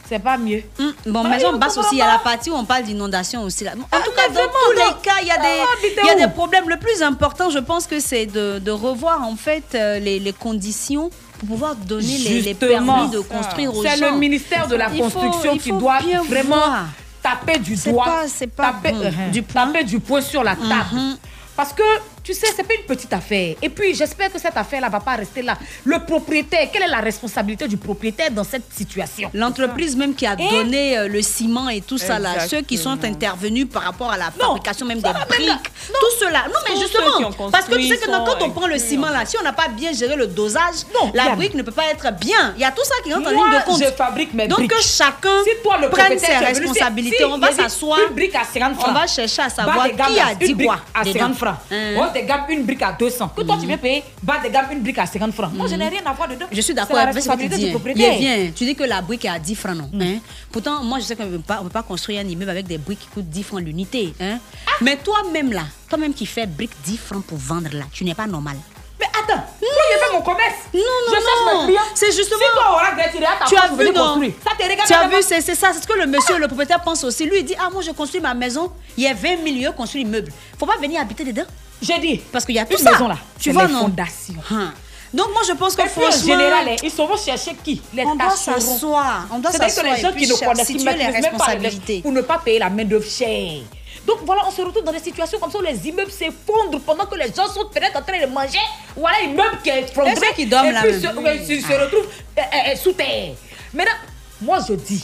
Speaker 1: C'est pas mieux.
Speaker 9: Bon,
Speaker 1: Bah,
Speaker 9: maison
Speaker 1: je
Speaker 9: basse
Speaker 1: comprends
Speaker 9: aussi, il y a
Speaker 1: pas.
Speaker 9: la partie où on parle d'inondation aussi. là. En tout cas, dans
Speaker 1: vraiment, Ah,
Speaker 9: tous
Speaker 1: non.
Speaker 9: les cas, il y a des,
Speaker 1: habiter
Speaker 9: il y a
Speaker 1: où
Speaker 9: des problèmes. Le plus important, je pense que c'est de, de revoir en fait euh, les, les conditions pour pouvoir donner les, les permis de construire aux gens.
Speaker 1: C'est le ministère de la
Speaker 9: Il faut-
Speaker 1: construction
Speaker 9: il
Speaker 1: qui
Speaker 9: faut
Speaker 1: doit
Speaker 9: bien
Speaker 1: vraiment
Speaker 9: voir.
Speaker 1: taper du
Speaker 9: C'est
Speaker 1: doigt,
Speaker 9: pas- c'est pas
Speaker 1: taper,
Speaker 9: bon. Mhm.
Speaker 1: euh, taper du poing sur la table. Parce que Tu sais, c'est pas une petite affaire. Et puis, j'espère que cette affaire-là va pas rester là. Le propriétaire, quelle est la responsabilité du propriétaire dans cette situation
Speaker 9: L'entreprise même qui a
Speaker 1: Et-
Speaker 9: donné euh, le ciment et tout ça là, ceux qui sont intervenus par rapport à la fabrication même des briques, tout cela. Non mais
Speaker 1: Tous ceux qui ont
Speaker 9: justement,
Speaker 1: construit
Speaker 9: parce que tu sais que dans-
Speaker 1: sont
Speaker 9: quand on prend le
Speaker 1: euh,
Speaker 9: ciment là, si on n'a pas bien géré le dosage,
Speaker 1: y a-
Speaker 9: la brique ne peut pas être bien. Il y a tout ça qui rentre en
Speaker 1: Moi,
Speaker 9: ligne de compte.
Speaker 1: je fabrique mes
Speaker 9: Donc
Speaker 1: briques.
Speaker 9: que chacun
Speaker 1: toi, le
Speaker 9: prenne ses
Speaker 1: propriétaire, tu es venu,
Speaker 9: responsabilités.
Speaker 1: si- si,
Speaker 9: on va
Speaker 1: il y a dit,
Speaker 9: s'asseoir.
Speaker 1: une brique à 50
Speaker 9: On
Speaker 1: francs.
Speaker 9: va chercher à
Speaker 1: Bas
Speaker 9: savoir
Speaker 1: de gamme,
Speaker 9: qui a
Speaker 1: une
Speaker 9: dit
Speaker 1: brique
Speaker 9: quoi.
Speaker 1: à 50
Speaker 9: dedans.
Speaker 1: francs.
Speaker 9: Hein. Mm.
Speaker 1: On te gamme une brique à 200. Que toi, tu veux payer bas de gamme une brique à 50 francs. Moi, je n'ai rien à voir dedans.
Speaker 9: Je suis
Speaker 1: C'est
Speaker 9: d'accord
Speaker 1: la
Speaker 9: avec ce que tu
Speaker 1: responsabilité
Speaker 9: dis.
Speaker 1: du
Speaker 9: hein.
Speaker 1: propriétaire. Mm.
Speaker 9: Il vient. Tu dis que la brique est à 10 francs, non hein. Pourtant, moi, je sais qu'on ne peut pas- on peut pas construire un immeuble avec des briques qui coûtent 10 francs l'unité. hein.
Speaker 1: Ah.
Speaker 9: Mais toi-même, là, toi-même qui fais brique 10 francs pour vendre, là, tu n'es pas normal.
Speaker 1: Mais attends, moi j'ai fait mon commerce.
Speaker 9: Non, non,
Speaker 1: Je cherche
Speaker 9: non.
Speaker 1: mes clients.
Speaker 9: C'est justement.
Speaker 1: Si toi, on regrette, il est à ta
Speaker 9: tu
Speaker 1: porte,
Speaker 9: as
Speaker 1: vous
Speaker 9: vu,
Speaker 1: venez
Speaker 9: non
Speaker 1: construire. Ça te regarde
Speaker 9: Tu as
Speaker 1: même
Speaker 9: vu,
Speaker 1: pas.
Speaker 9: c'est c'est ça. C'est ce que le monsieur, le propriétaire pense aussi. Lui, il dit Ah, moi, je construis ma maison. Il y a 20 millions, il construit l'immeuble. faut pas venir habiter dedans.
Speaker 1: J'ai dit.
Speaker 9: Parce qu'il y a tout
Speaker 1: Une
Speaker 9: ça.
Speaker 1: maison là,
Speaker 9: Tu
Speaker 1: c'est
Speaker 9: vois,
Speaker 1: les
Speaker 9: non
Speaker 1: fondations.
Speaker 9: Hein. Donc, moi, je pense que
Speaker 1: Et puis, en
Speaker 9: franchement.
Speaker 1: général, eh, ils vont chercher qui Les
Speaker 9: On doit
Speaker 1: tâcherons.
Speaker 9: s'asseoir. On doit
Speaker 1: C'est-à-dire que
Speaker 9: s'asseoir
Speaker 1: les
Speaker 9: et
Speaker 1: gens
Speaker 9: puis
Speaker 1: qui ne
Speaker 9: chercher-
Speaker 1: connaissent, qui
Speaker 9: situer les
Speaker 1: maîtrisent même pas les
Speaker 9: responsabilités.
Speaker 1: lettres pour ne pas payer la main-d'œuvre chère. Donc voilà, on se retrouve dans des situations comme ça où les immeubles s'effondrent pendant que les gens sont peut-être en train de manger. Voilà, immeuble qui est effondré.
Speaker 9: Et ceux qui dorment
Speaker 1: et
Speaker 9: là
Speaker 1: puis
Speaker 9: même. Ah.
Speaker 1: se,
Speaker 9: Oui.
Speaker 1: ouais, ils se retrouvent euh, euh, euh, sous terre. Maintenant, moi je dis,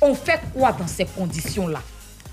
Speaker 1: on fait quoi dans ces conditions-là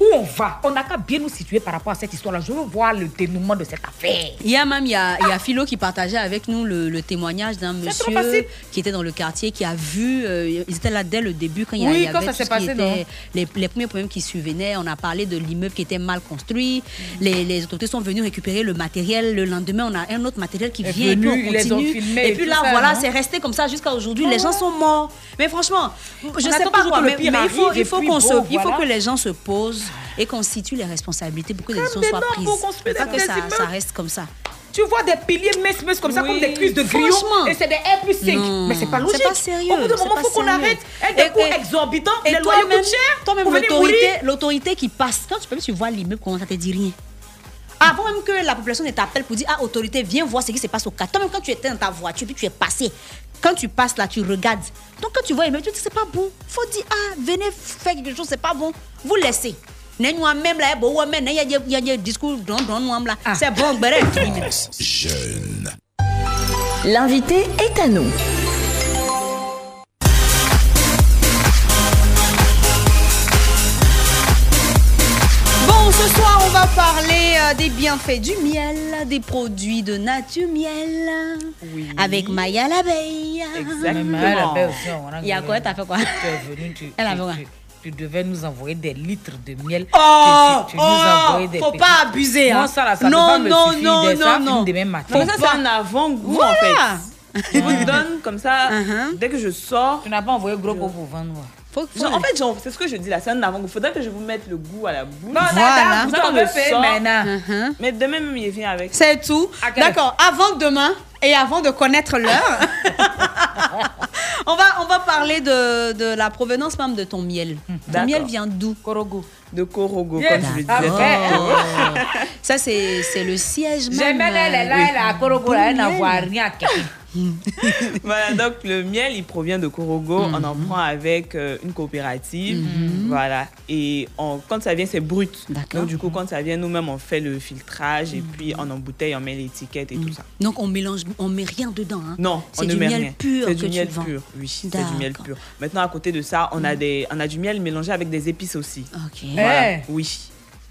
Speaker 1: où on va, on n'a qu'à bien nous situer par rapport à cette histoire-là. Je veux voir le dénouement de cette affaire.
Speaker 9: Hier même, il y a, il y a Philo qui partageait avec nous le, le témoignage d'un
Speaker 1: trop facile.
Speaker 9: monsieur qui était dans le quartier, qui a vu, euh, ils étaient là dès le début quand il y a-
Speaker 1: Oui,
Speaker 9: il y avait
Speaker 1: quand ça
Speaker 9: tout
Speaker 1: s'est
Speaker 9: ce qui
Speaker 1: passé,
Speaker 9: était-
Speaker 1: non
Speaker 9: les, les premiers problèmes qui survenaient. On a parlé de l'immeuble qui était mal construit. Les, les autorités sont venues récupérer le matériel. Le lendemain, on a un autre matériel qui
Speaker 1: Est
Speaker 9: vient. et puis
Speaker 1: venu,
Speaker 9: on
Speaker 1: ils les ont
Speaker 9: continue.
Speaker 1: filmés
Speaker 9: et
Speaker 1: et
Speaker 9: puis
Speaker 1: tout
Speaker 9: là,
Speaker 1: ça,
Speaker 9: voilà,
Speaker 1: non
Speaker 9: c'est resté comme ça jusqu'à aujourd'hui.
Speaker 1: Ah.
Speaker 9: Les gens sont morts. Mais franchement, je
Speaker 1: attend
Speaker 9: sais pas
Speaker 1: toujours
Speaker 9: quoi,
Speaker 1: que le
Speaker 9: mais,
Speaker 1: pire
Speaker 9: mais il faut,
Speaker 1: arrive,
Speaker 9: il
Speaker 1: et
Speaker 9: faut
Speaker 1: puis
Speaker 9: qu'on
Speaker 1: bon,
Speaker 9: se- il faut
Speaker 1: voilà.
Speaker 9: que les gens se posent et qu'on situe les responsabilités pour que les décisions
Speaker 1: Comme des
Speaker 9: soient
Speaker 1: normes
Speaker 9: prises.
Speaker 1: pour construire
Speaker 9: Pas
Speaker 1: des
Speaker 9: que ça,
Speaker 1: immeubles.
Speaker 9: ça reste comme ça.
Speaker 1: Tu vois des piliers minces, minces comme ça,
Speaker 9: Oui.
Speaker 1: comme des cuisses de grillons.
Speaker 9: Franchement.
Speaker 1: Et c'est des R plus 5.
Speaker 9: Non,
Speaker 1: Mais c'est pas
Speaker 9: c'est
Speaker 1: logique.
Speaker 9: pas sérieux,
Speaker 1: Au bout d'un
Speaker 9: c'est
Speaker 1: moment,
Speaker 9: pas
Speaker 1: faut qu'on
Speaker 9: sérieux.
Speaker 1: arrête. Et des
Speaker 9: Et-
Speaker 1: coûts
Speaker 9: et-
Speaker 1: exorbitants,
Speaker 9: Et
Speaker 1: les loyers
Speaker 9: toi-même,
Speaker 1: coûtent cher.
Speaker 9: toi-même,
Speaker 1: vous venez
Speaker 9: l'autorité,
Speaker 1: mourir.
Speaker 9: l'autorité qui passe. Quand tu peux, tu vois l'immeuble, comment ça te dit rien. Avant même que la population ne t'appelle pour dire Ah, autorité, viens voir ce qui se passe au cas. Toi-même, quand tu étais dans ta voiture, puis tu es passé. Quand tu passes là, tu regardes. Donc, quand tu vois l'immeuble, tu te dis C'est pas bon. Faut dire Ah, venez faire quelque chose, c'est pas bon. Vous laissez. N'est-ce pas même là, eh, bon, ouais, mais n'est-ce pas, il y a il y a un discours, don, don, non, là.
Speaker 1: Ah.
Speaker 9: C'est bon, bref.
Speaker 1: [laughs]
Speaker 3: Jeune.
Speaker 14: L'invité est à nous.
Speaker 9: Bon, ce soir, on va parler euh, des bienfaits du miel, des produits de nature miel. Avec Maya l'abeille.
Speaker 1: Exactement. Maya l'abeille aussi, on a
Speaker 9: Il y a quoi T'as fait quoi
Speaker 1: Tu es venu, tu,
Speaker 9: Elle a
Speaker 1: tu-
Speaker 9: fait quoi
Speaker 1: tu- tu devais nous envoyer des litres de miel.
Speaker 9: Oh,
Speaker 1: Tu- tu nous
Speaker 9: oh,
Speaker 1: envoyais des
Speaker 9: faut
Speaker 1: petits-
Speaker 9: pas abuser, hein.
Speaker 1: Non, ça, là,
Speaker 9: Non,
Speaker 1: ça peut pas me
Speaker 9: non,
Speaker 1: suffire,
Speaker 9: non,
Speaker 1: des- ça,
Speaker 9: non, non.
Speaker 1: demain matin.
Speaker 11: Comme ça, c'est un avant-goût
Speaker 1: Voilà.
Speaker 11: en
Speaker 9: [laughs]
Speaker 11: fait. On me donne comme ça,
Speaker 9: Uh-huh.
Speaker 11: dès que je sors.
Speaker 1: Tu n'as pas envoyé gros pot pour vendre.
Speaker 11: en fait, genre, c'est ce que je dis là, c'est un avant-goût. Faudrait que je vous mette le goût à la bouche.
Speaker 1: Non, Voilà.
Speaker 11: Comme ça,
Speaker 1: on
Speaker 11: quand
Speaker 1: veut
Speaker 11: je
Speaker 1: faire
Speaker 11: sors,
Speaker 1: maintenant.
Speaker 11: Mais demain même, il vient avec.
Speaker 9: C'est tout.
Speaker 11: À quelle
Speaker 9: Uh-huh. D'accord. Avant demain et avant de connaître l'heure, [laughs] on va on va parler de, de la provenance même de ton miel. Ton
Speaker 11: D'accord.
Speaker 9: miel vient d'où
Speaker 1: Korogo.
Speaker 11: De Korogo,
Speaker 9: Yes.
Speaker 11: comme je le disais.
Speaker 9: D'accord. [laughs] Ça c'est c'est le siège même.
Speaker 1: J'aime elle, elle est là,
Speaker 9: euh,
Speaker 1: elle est à Korogo, là, elle
Speaker 9: du
Speaker 1: n'a
Speaker 9: miel.
Speaker 1: voit rien à quelqu'un.
Speaker 11: [laughs] voilà, donc le miel, il provient de Korogo. On en prend avec euh, une coopérative. Voilà. Et on- quand ça vient, c'est brut. Donc, du coup, quand ça vient, nous-mêmes, on fait le filtrage et puis on embouteille, on met l'étiquette et tout ça.
Speaker 9: Donc on mélange, on met rien dedans. hein.
Speaker 11: Non, on
Speaker 9: c'est
Speaker 11: ne
Speaker 9: du
Speaker 11: met
Speaker 9: miel
Speaker 11: rien.
Speaker 9: pur
Speaker 11: C'est
Speaker 9: que
Speaker 11: du miel
Speaker 9: tu vends.
Speaker 11: pur, oui. C'est du miel pur. Maintenant, à côté de ça, on, a,
Speaker 9: Mm.
Speaker 11: des, on a du miel mélangé avec des épices aussi.
Speaker 9: Ok.
Speaker 11: Voilà.
Speaker 9: Eh.
Speaker 11: Oui.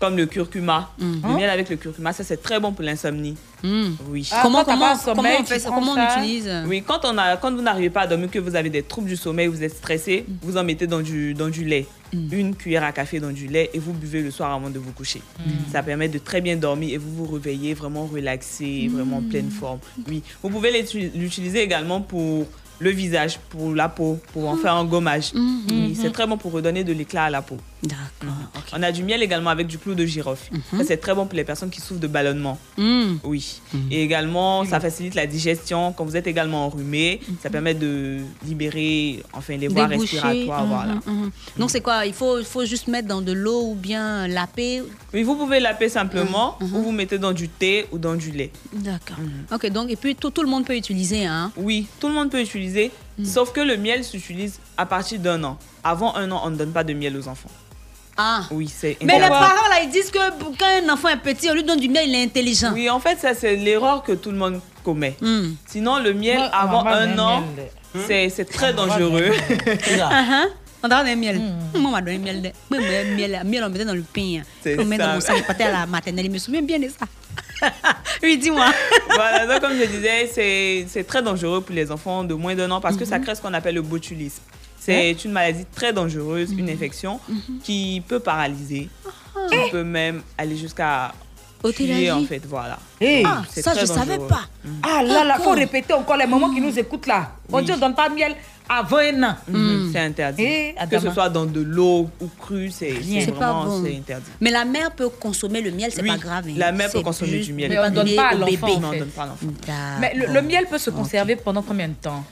Speaker 11: Comme le curcuma.
Speaker 9: Mm.
Speaker 11: Le
Speaker 9: Hein?
Speaker 11: miel avec le curcuma, ça, c'est très bon pour l'insomnie.
Speaker 9: Mm.
Speaker 11: Oui.
Speaker 9: Ah, Comment- quand t'as pas comment- un sommeil, comment on fait tu ça prends Comment on ça utilise
Speaker 11: Oui, quand, on a, quand vous n'arrivez pas à dormir, que vous avez des troubles du sommeil, vous êtes stressé,
Speaker 9: Mm.
Speaker 11: vous en mettez dans du, dans du lait. Une cuillère à café dans du lait et vous buvez le soir avant de vous coucher.
Speaker 1: Mm.
Speaker 11: Ça permet de très bien dormir et vous vous réveillez vraiment relaxé, vraiment en pleine forme. Oui, vous pouvez l'utu- l'utiliser également pour le visage, pour la peau, pour en
Speaker 9: Mm.
Speaker 11: faire un gommage.
Speaker 9: Mm.
Speaker 11: Oui,
Speaker 9: Mm.
Speaker 11: c'est très bon pour redonner de l'éclat à la peau.
Speaker 9: D'accord.
Speaker 11: On a du miel également avec du clou de girofle. Ça, c'est très bon pour les personnes qui souffrent de ballonnement.
Speaker 9: Mm.
Speaker 11: Oui. Et également, ça facilite la digestion. Quand vous êtes également enrhumé, ça permet de libérer enfin, les voies
Speaker 9: Débouché.
Speaker 11: respiratoires.
Speaker 9: Mhm,
Speaker 11: Voilà.
Speaker 9: mhm. Donc c'est quoi Il faut, il faut juste mettre dans de l'eau ou bien laper.
Speaker 11: Oui, vous pouvez laper simplement ou vous mettez dans du thé ou dans du lait.
Speaker 9: D'accord. Ok, donc et puis tout, tout le monde peut utiliser, hein
Speaker 11: Mhm. Oui, tout le monde peut utiliser,
Speaker 9: Hmm.
Speaker 11: sauf que le miel s'utilise à partir d'un an. Avant un an, on ne donne pas de miel aux enfants.
Speaker 9: Ah.
Speaker 11: Oui, c'est
Speaker 9: Mais les
Speaker 11: interdit.
Speaker 9: parents, là, ils disent que pour- quand un enfant est petit, on lui donne du miel, il est intelligent.
Speaker 11: Oui, en fait, ça, c'est l'erreur que tout le monde commet.
Speaker 9: Hmm.
Speaker 11: Sinon, le miel
Speaker 9: Moi,
Speaker 11: avant
Speaker 9: maman,
Speaker 11: un
Speaker 9: le
Speaker 11: an,
Speaker 9: miel,
Speaker 11: c'est c'est très dangereux. [laughs]
Speaker 9: Ah, ah. On donne un miel. Moi, on m'a donné un miel. de- Moi, moi, un miel, un miel, on mettait dans le pain.
Speaker 11: Hmm. C'est
Speaker 9: on mettait dans
Speaker 11: ça.
Speaker 9: mon sang, il partait à la maternelle. Il me souvient bien de ça. [laughs] oui, dis-moi.
Speaker 11: [laughs] voilà, donc comme je disais, c'est- c'est très dangereux pour les enfants de moins d'un an parce que
Speaker 9: Mhm.
Speaker 11: ça crée ce qu'on appelle le botulisme. C'est une maladie très dangereuse, une
Speaker 9: Mhm.
Speaker 11: infection qui peut paralyser, qui peut même aller jusqu'à
Speaker 9: Ah. ôter Ah,
Speaker 1: la
Speaker 11: en
Speaker 1: vie.
Speaker 11: fait, voilà.
Speaker 1: Hey,
Speaker 11: Donc, c'est très dangereux.
Speaker 1: Ah là là, faut
Speaker 11: Encore.
Speaker 1: répéter encore les moments qui nous écoutent là. On dit on donne pas de miel avant un an.
Speaker 11: Mhm, C'est interdit.
Speaker 1: Eh,
Speaker 11: que
Speaker 1: Adama.
Speaker 11: ce soit dans de l'eau ou crue, c'est c'est
Speaker 9: C'est pas
Speaker 11: vraiment
Speaker 9: bon.
Speaker 11: c'est interdit.
Speaker 9: Mais la mère peut consommer le miel, c'est
Speaker 11: Oui,
Speaker 9: pas grave. hein.
Speaker 11: la mère peut
Speaker 9: C'est
Speaker 11: consommer
Speaker 9: juste
Speaker 11: du miel.
Speaker 9: pour
Speaker 11: Mais on
Speaker 9: le
Speaker 11: donne
Speaker 9: bébé,
Speaker 11: pas à
Speaker 9: au
Speaker 11: l'enfant,
Speaker 9: bébé.
Speaker 11: non, on donne pas à l'enfant.
Speaker 9: D'accord.
Speaker 1: Mais le, le miel peut se conserver pendant combien de temps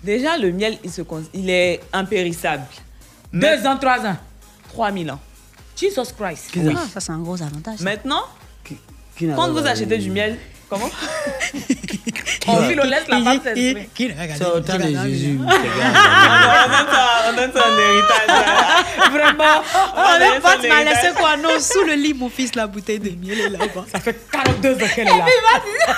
Speaker 11: Déjà, le miel, il, se cons- il est impérissable.
Speaker 1: Deux ans, trois ans
Speaker 11: 3000 ans.
Speaker 1: Jesus Christ.
Speaker 11: Qu'est-ce que
Speaker 9: Ah, ça, c'est un gros avantage. ça.
Speaker 11: Maintenant,
Speaker 9: n'a
Speaker 11: quand
Speaker 9: pas
Speaker 11: vous
Speaker 9: de-
Speaker 11: achetez du miel, [laughs] comment On file, on laisse la femme s'exprimer.
Speaker 31: Ça, au temps de Jésus.
Speaker 11: [laughs] On donne ça- on donne ça en héritage.
Speaker 1: [laughs] Vraiment,
Speaker 9: [laughs]
Speaker 1: Ah,
Speaker 9: on
Speaker 11: est
Speaker 9: même pas
Speaker 11: sur
Speaker 9: tu m'as
Speaker 11: les
Speaker 9: laissé
Speaker 11: dates.
Speaker 9: quoi Non, sous le lit, mon fils, la bouteille de miel est là-bas.
Speaker 1: Ça fait 42 ans qu'elle est là.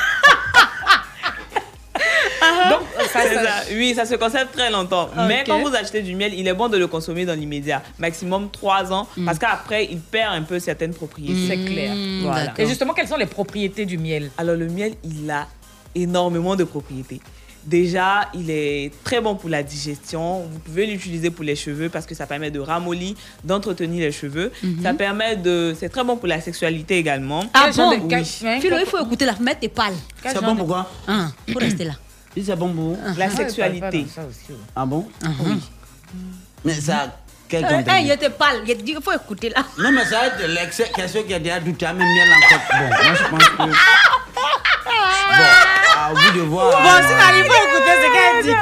Speaker 1: Donc, ça,
Speaker 11: C'est
Speaker 1: Uh-huh. ça-
Speaker 11: ça. Ah, Oui, ça se conserve très longtemps. Mais
Speaker 1: Ok.
Speaker 11: quand vous achetez du miel, il est bon de le consommer dans l'immédiat. Maximum 3 ans. Parce qu'après, il perd un peu certaines propriétés.
Speaker 1: C'est clair.
Speaker 11: Voilà.
Speaker 1: Et justement, quelles sont les propriétés du miel
Speaker 11: Alors, le miel, il a énormément de propriétés. Déjà, il est très bon pour la digestion. Vous pouvez l'utiliser pour les cheveux parce que ça permet de ramollir, d'entretenir les cheveux.
Speaker 9: Mhm.
Speaker 11: Ça permet de. C'est très bon pour la sexualité également.
Speaker 9: Ah bon
Speaker 11: Oui.
Speaker 1: hein?
Speaker 9: Philo, il faut écouter la mettre et parle.
Speaker 11: C'est bon pour quoi
Speaker 9: Hein, Pour rester là.
Speaker 31: C'est bon pour
Speaker 11: La sexualité.
Speaker 31: Ah bon Oui. Mais ça, quel
Speaker 9: Euh,
Speaker 31: contenu
Speaker 9: hey, il te parle, il te dit, il faut écouter là.
Speaker 31: Non, mais ça va être l'excès- question qui a déjà douté, mais miel encore. Bon, moi je pense que. Bon, à vous de voir. euh,
Speaker 1: Bon, si
Speaker 31: n'arrive
Speaker 1: t'arrives pas à écouter ce qu'elle dit,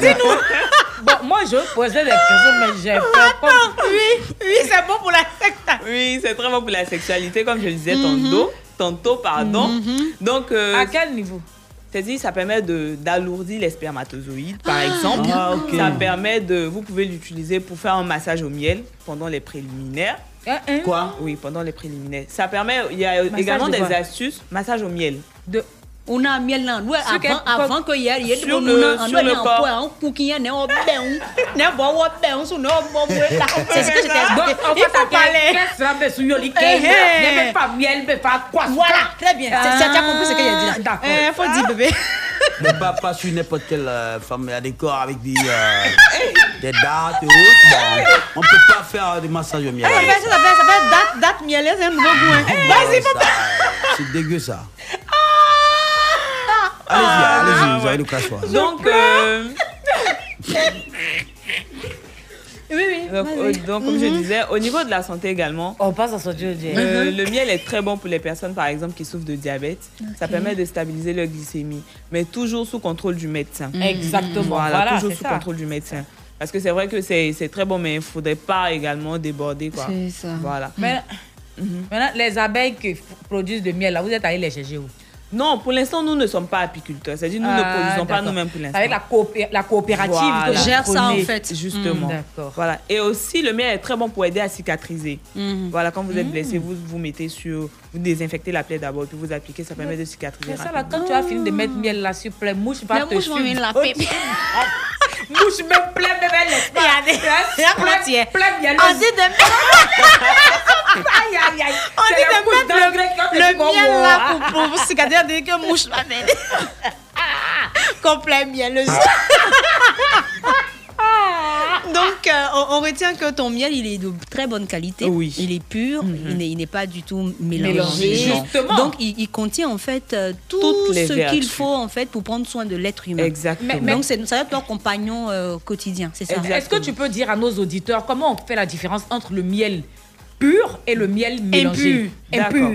Speaker 1: eh, dis-nous. Bon, moi, je posais des questions, mais j'ai fait comme...
Speaker 11: Oui, oui, c'est bon pour la sexualité. Oui, c'est très bon pour la sexualité, comme je le disais tantôt. Tantôt, pardon. Donc, à
Speaker 1: quel niveau
Speaker 11: c'est-à-dire, ça permet de- d'alourdir les spermatozoïdes, par
Speaker 31: Ah,
Speaker 11: exemple.
Speaker 31: Ah, ok.
Speaker 11: Ça permet de. Vous pouvez l'utiliser pour faire un massage au miel pendant les préliminaires.
Speaker 31: Quoi
Speaker 11: Oui, pendant les préliminaires. Ça permet. Il y a
Speaker 9: Massage
Speaker 11: également
Speaker 9: de
Speaker 11: des
Speaker 9: quoi
Speaker 11: astuces. Massage au miel.
Speaker 1: De,
Speaker 9: On a un miel là, nous,
Speaker 11: Sur quel-
Speaker 9: avant, avant qu'il y ait, il y ait des
Speaker 11: sur
Speaker 9: bonnes
Speaker 11: le-
Speaker 9: nounous, on
Speaker 11: sur
Speaker 9: doit
Speaker 11: le
Speaker 9: aller en hein.
Speaker 11: corps.
Speaker 9: poids, on coupe, il y en a, on bain, on- on boit, on bain, on s'en va, on boit là.
Speaker 1: [laughs]
Speaker 9: C'est ce que j'étais expliqué.
Speaker 1: Donc, en
Speaker 9: Il
Speaker 1: fait,
Speaker 9: faut parler.
Speaker 1: Qu'est-ce que ça fait sur Yoli
Speaker 9: Eh,
Speaker 1: Kay, là?
Speaker 9: eh.
Speaker 1: Il y avait pas miel, mais pas quoi Ah,
Speaker 9: Voilà, très bien. C'est- ça, tu as compris ce que j'ai dit là.
Speaker 1: D'accord.
Speaker 9: Ah. Eh, faut dire, bébé.
Speaker 31: Mais pas, pas sur n'importe quelle euh, femme à décor avec des, euh,
Speaker 10: Ah.
Speaker 31: des dates et autres. Bon, on peut pas faire des massages au miel.
Speaker 9: Ah,
Speaker 7: Ah,
Speaker 9: ben, Ça fait- ça fait- ça fait date- date miel, c'est un nouveau goût, hein. Vas-y,
Speaker 31: Ça,
Speaker 9: papa.
Speaker 31: C'est dégueu ça. Allez-y, allez-y, vous avez le crachoir.
Speaker 11: Donc, euh,
Speaker 9: Oui, oui.
Speaker 11: donc,
Speaker 9: vas-y.
Speaker 11: euh, donc, comme je disais, au niveau de la santé également,
Speaker 1: On passe à son Dieu, Dieu.
Speaker 11: Euh,
Speaker 1: Mhm.
Speaker 11: Le miel est très bon pour les personnes, par exemple, qui souffrent de diabète. Ça
Speaker 1: Ok.
Speaker 11: permet de stabiliser leur glycémie, mais toujours sous contrôle du médecin.
Speaker 1: Mhm. Exactement,
Speaker 11: Voilà,
Speaker 1: voilà,
Speaker 11: toujours
Speaker 1: c'est
Speaker 11: sous
Speaker 1: ça.
Speaker 11: contrôle du médecin. Parce que c'est vrai que c'est c'est très bon, mais il ne faudrait pas également déborder. quoi.
Speaker 1: C'est ça.
Speaker 11: Voilà.
Speaker 1: Mais-
Speaker 9: Mhm.
Speaker 1: Maintenant, les abeilles qui f- produisent le miel, là, vous êtes allés les chercher où
Speaker 11: Non, pour l'instant, nous ne sommes pas apiculteurs. C'est-à-dire, nous ne
Speaker 1: Ah,
Speaker 11: produisons pas
Speaker 1: d'accord.
Speaker 11: nous-mêmes pour l'instant.
Speaker 1: Avec la, coopé- la coopérative
Speaker 11: Voilà. Hmm,
Speaker 1: que vous prenez.
Speaker 11: Justement.
Speaker 1: Mm, D'accord.
Speaker 11: Voilà. Et aussi, le miel est très bon pour aider à cicatriser.
Speaker 1: Mm-hmm.
Speaker 11: Voilà, quand
Speaker 1: Mm.
Speaker 11: vous êtes blessé, vous vous mettez sur. Vous désinfectez la plaie d'abord, puis vous appliquez, ça permet de cicatriser.
Speaker 1: Mais ça, là,
Speaker 11: rapidement.
Speaker 1: quand tu as
Speaker 9: Ah.
Speaker 1: fini de mettre miel là sur plaie, mouche va
Speaker 11: Les
Speaker 1: te
Speaker 11: mouches vont
Speaker 1: suivre.
Speaker 11: venir la
Speaker 1: [laughs] paix. mouche même plaie, même elle est pas.
Speaker 9: Il y a des- il y a
Speaker 1: Plaie,
Speaker 9: frontière.
Speaker 1: plaie mielleuse.
Speaker 9: On dit de
Speaker 1: Aïe, aïe, aïe.
Speaker 9: On
Speaker 1: C'est
Speaker 9: dit
Speaker 1: la
Speaker 9: de
Speaker 1: mouche
Speaker 9: mettre
Speaker 1: d'engrais quand
Speaker 9: le,
Speaker 1: tu
Speaker 9: le
Speaker 1: dis
Speaker 9: miel
Speaker 1: bonbon.
Speaker 9: là pour, pour cicatriser dès que mouche va venir. Complet mielleuse. Donc, euh, on, on retient que ton miel, il est de très bonne qualité.
Speaker 11: Oui.
Speaker 9: Il est pur, il n'est- il n'est pas du tout Mhm. mélangé.
Speaker 11: Mélangé, non. Justement.
Speaker 9: Donc, il, il contient en fait euh, tout
Speaker 11: Toutes les
Speaker 9: ce qu'il
Speaker 11: vertus.
Speaker 9: faut en fait pour prendre soin de l'être humain.
Speaker 11: Exactement. Mais- mais-
Speaker 9: Donc, c'est- ça va être ton [laughs] compagnon euh, quotidien, c'est ça
Speaker 1: Est-ce que tu peux dire à nos auditeurs comment on fait la différence entre le miel pur et le miel mélangé
Speaker 11: D'accord.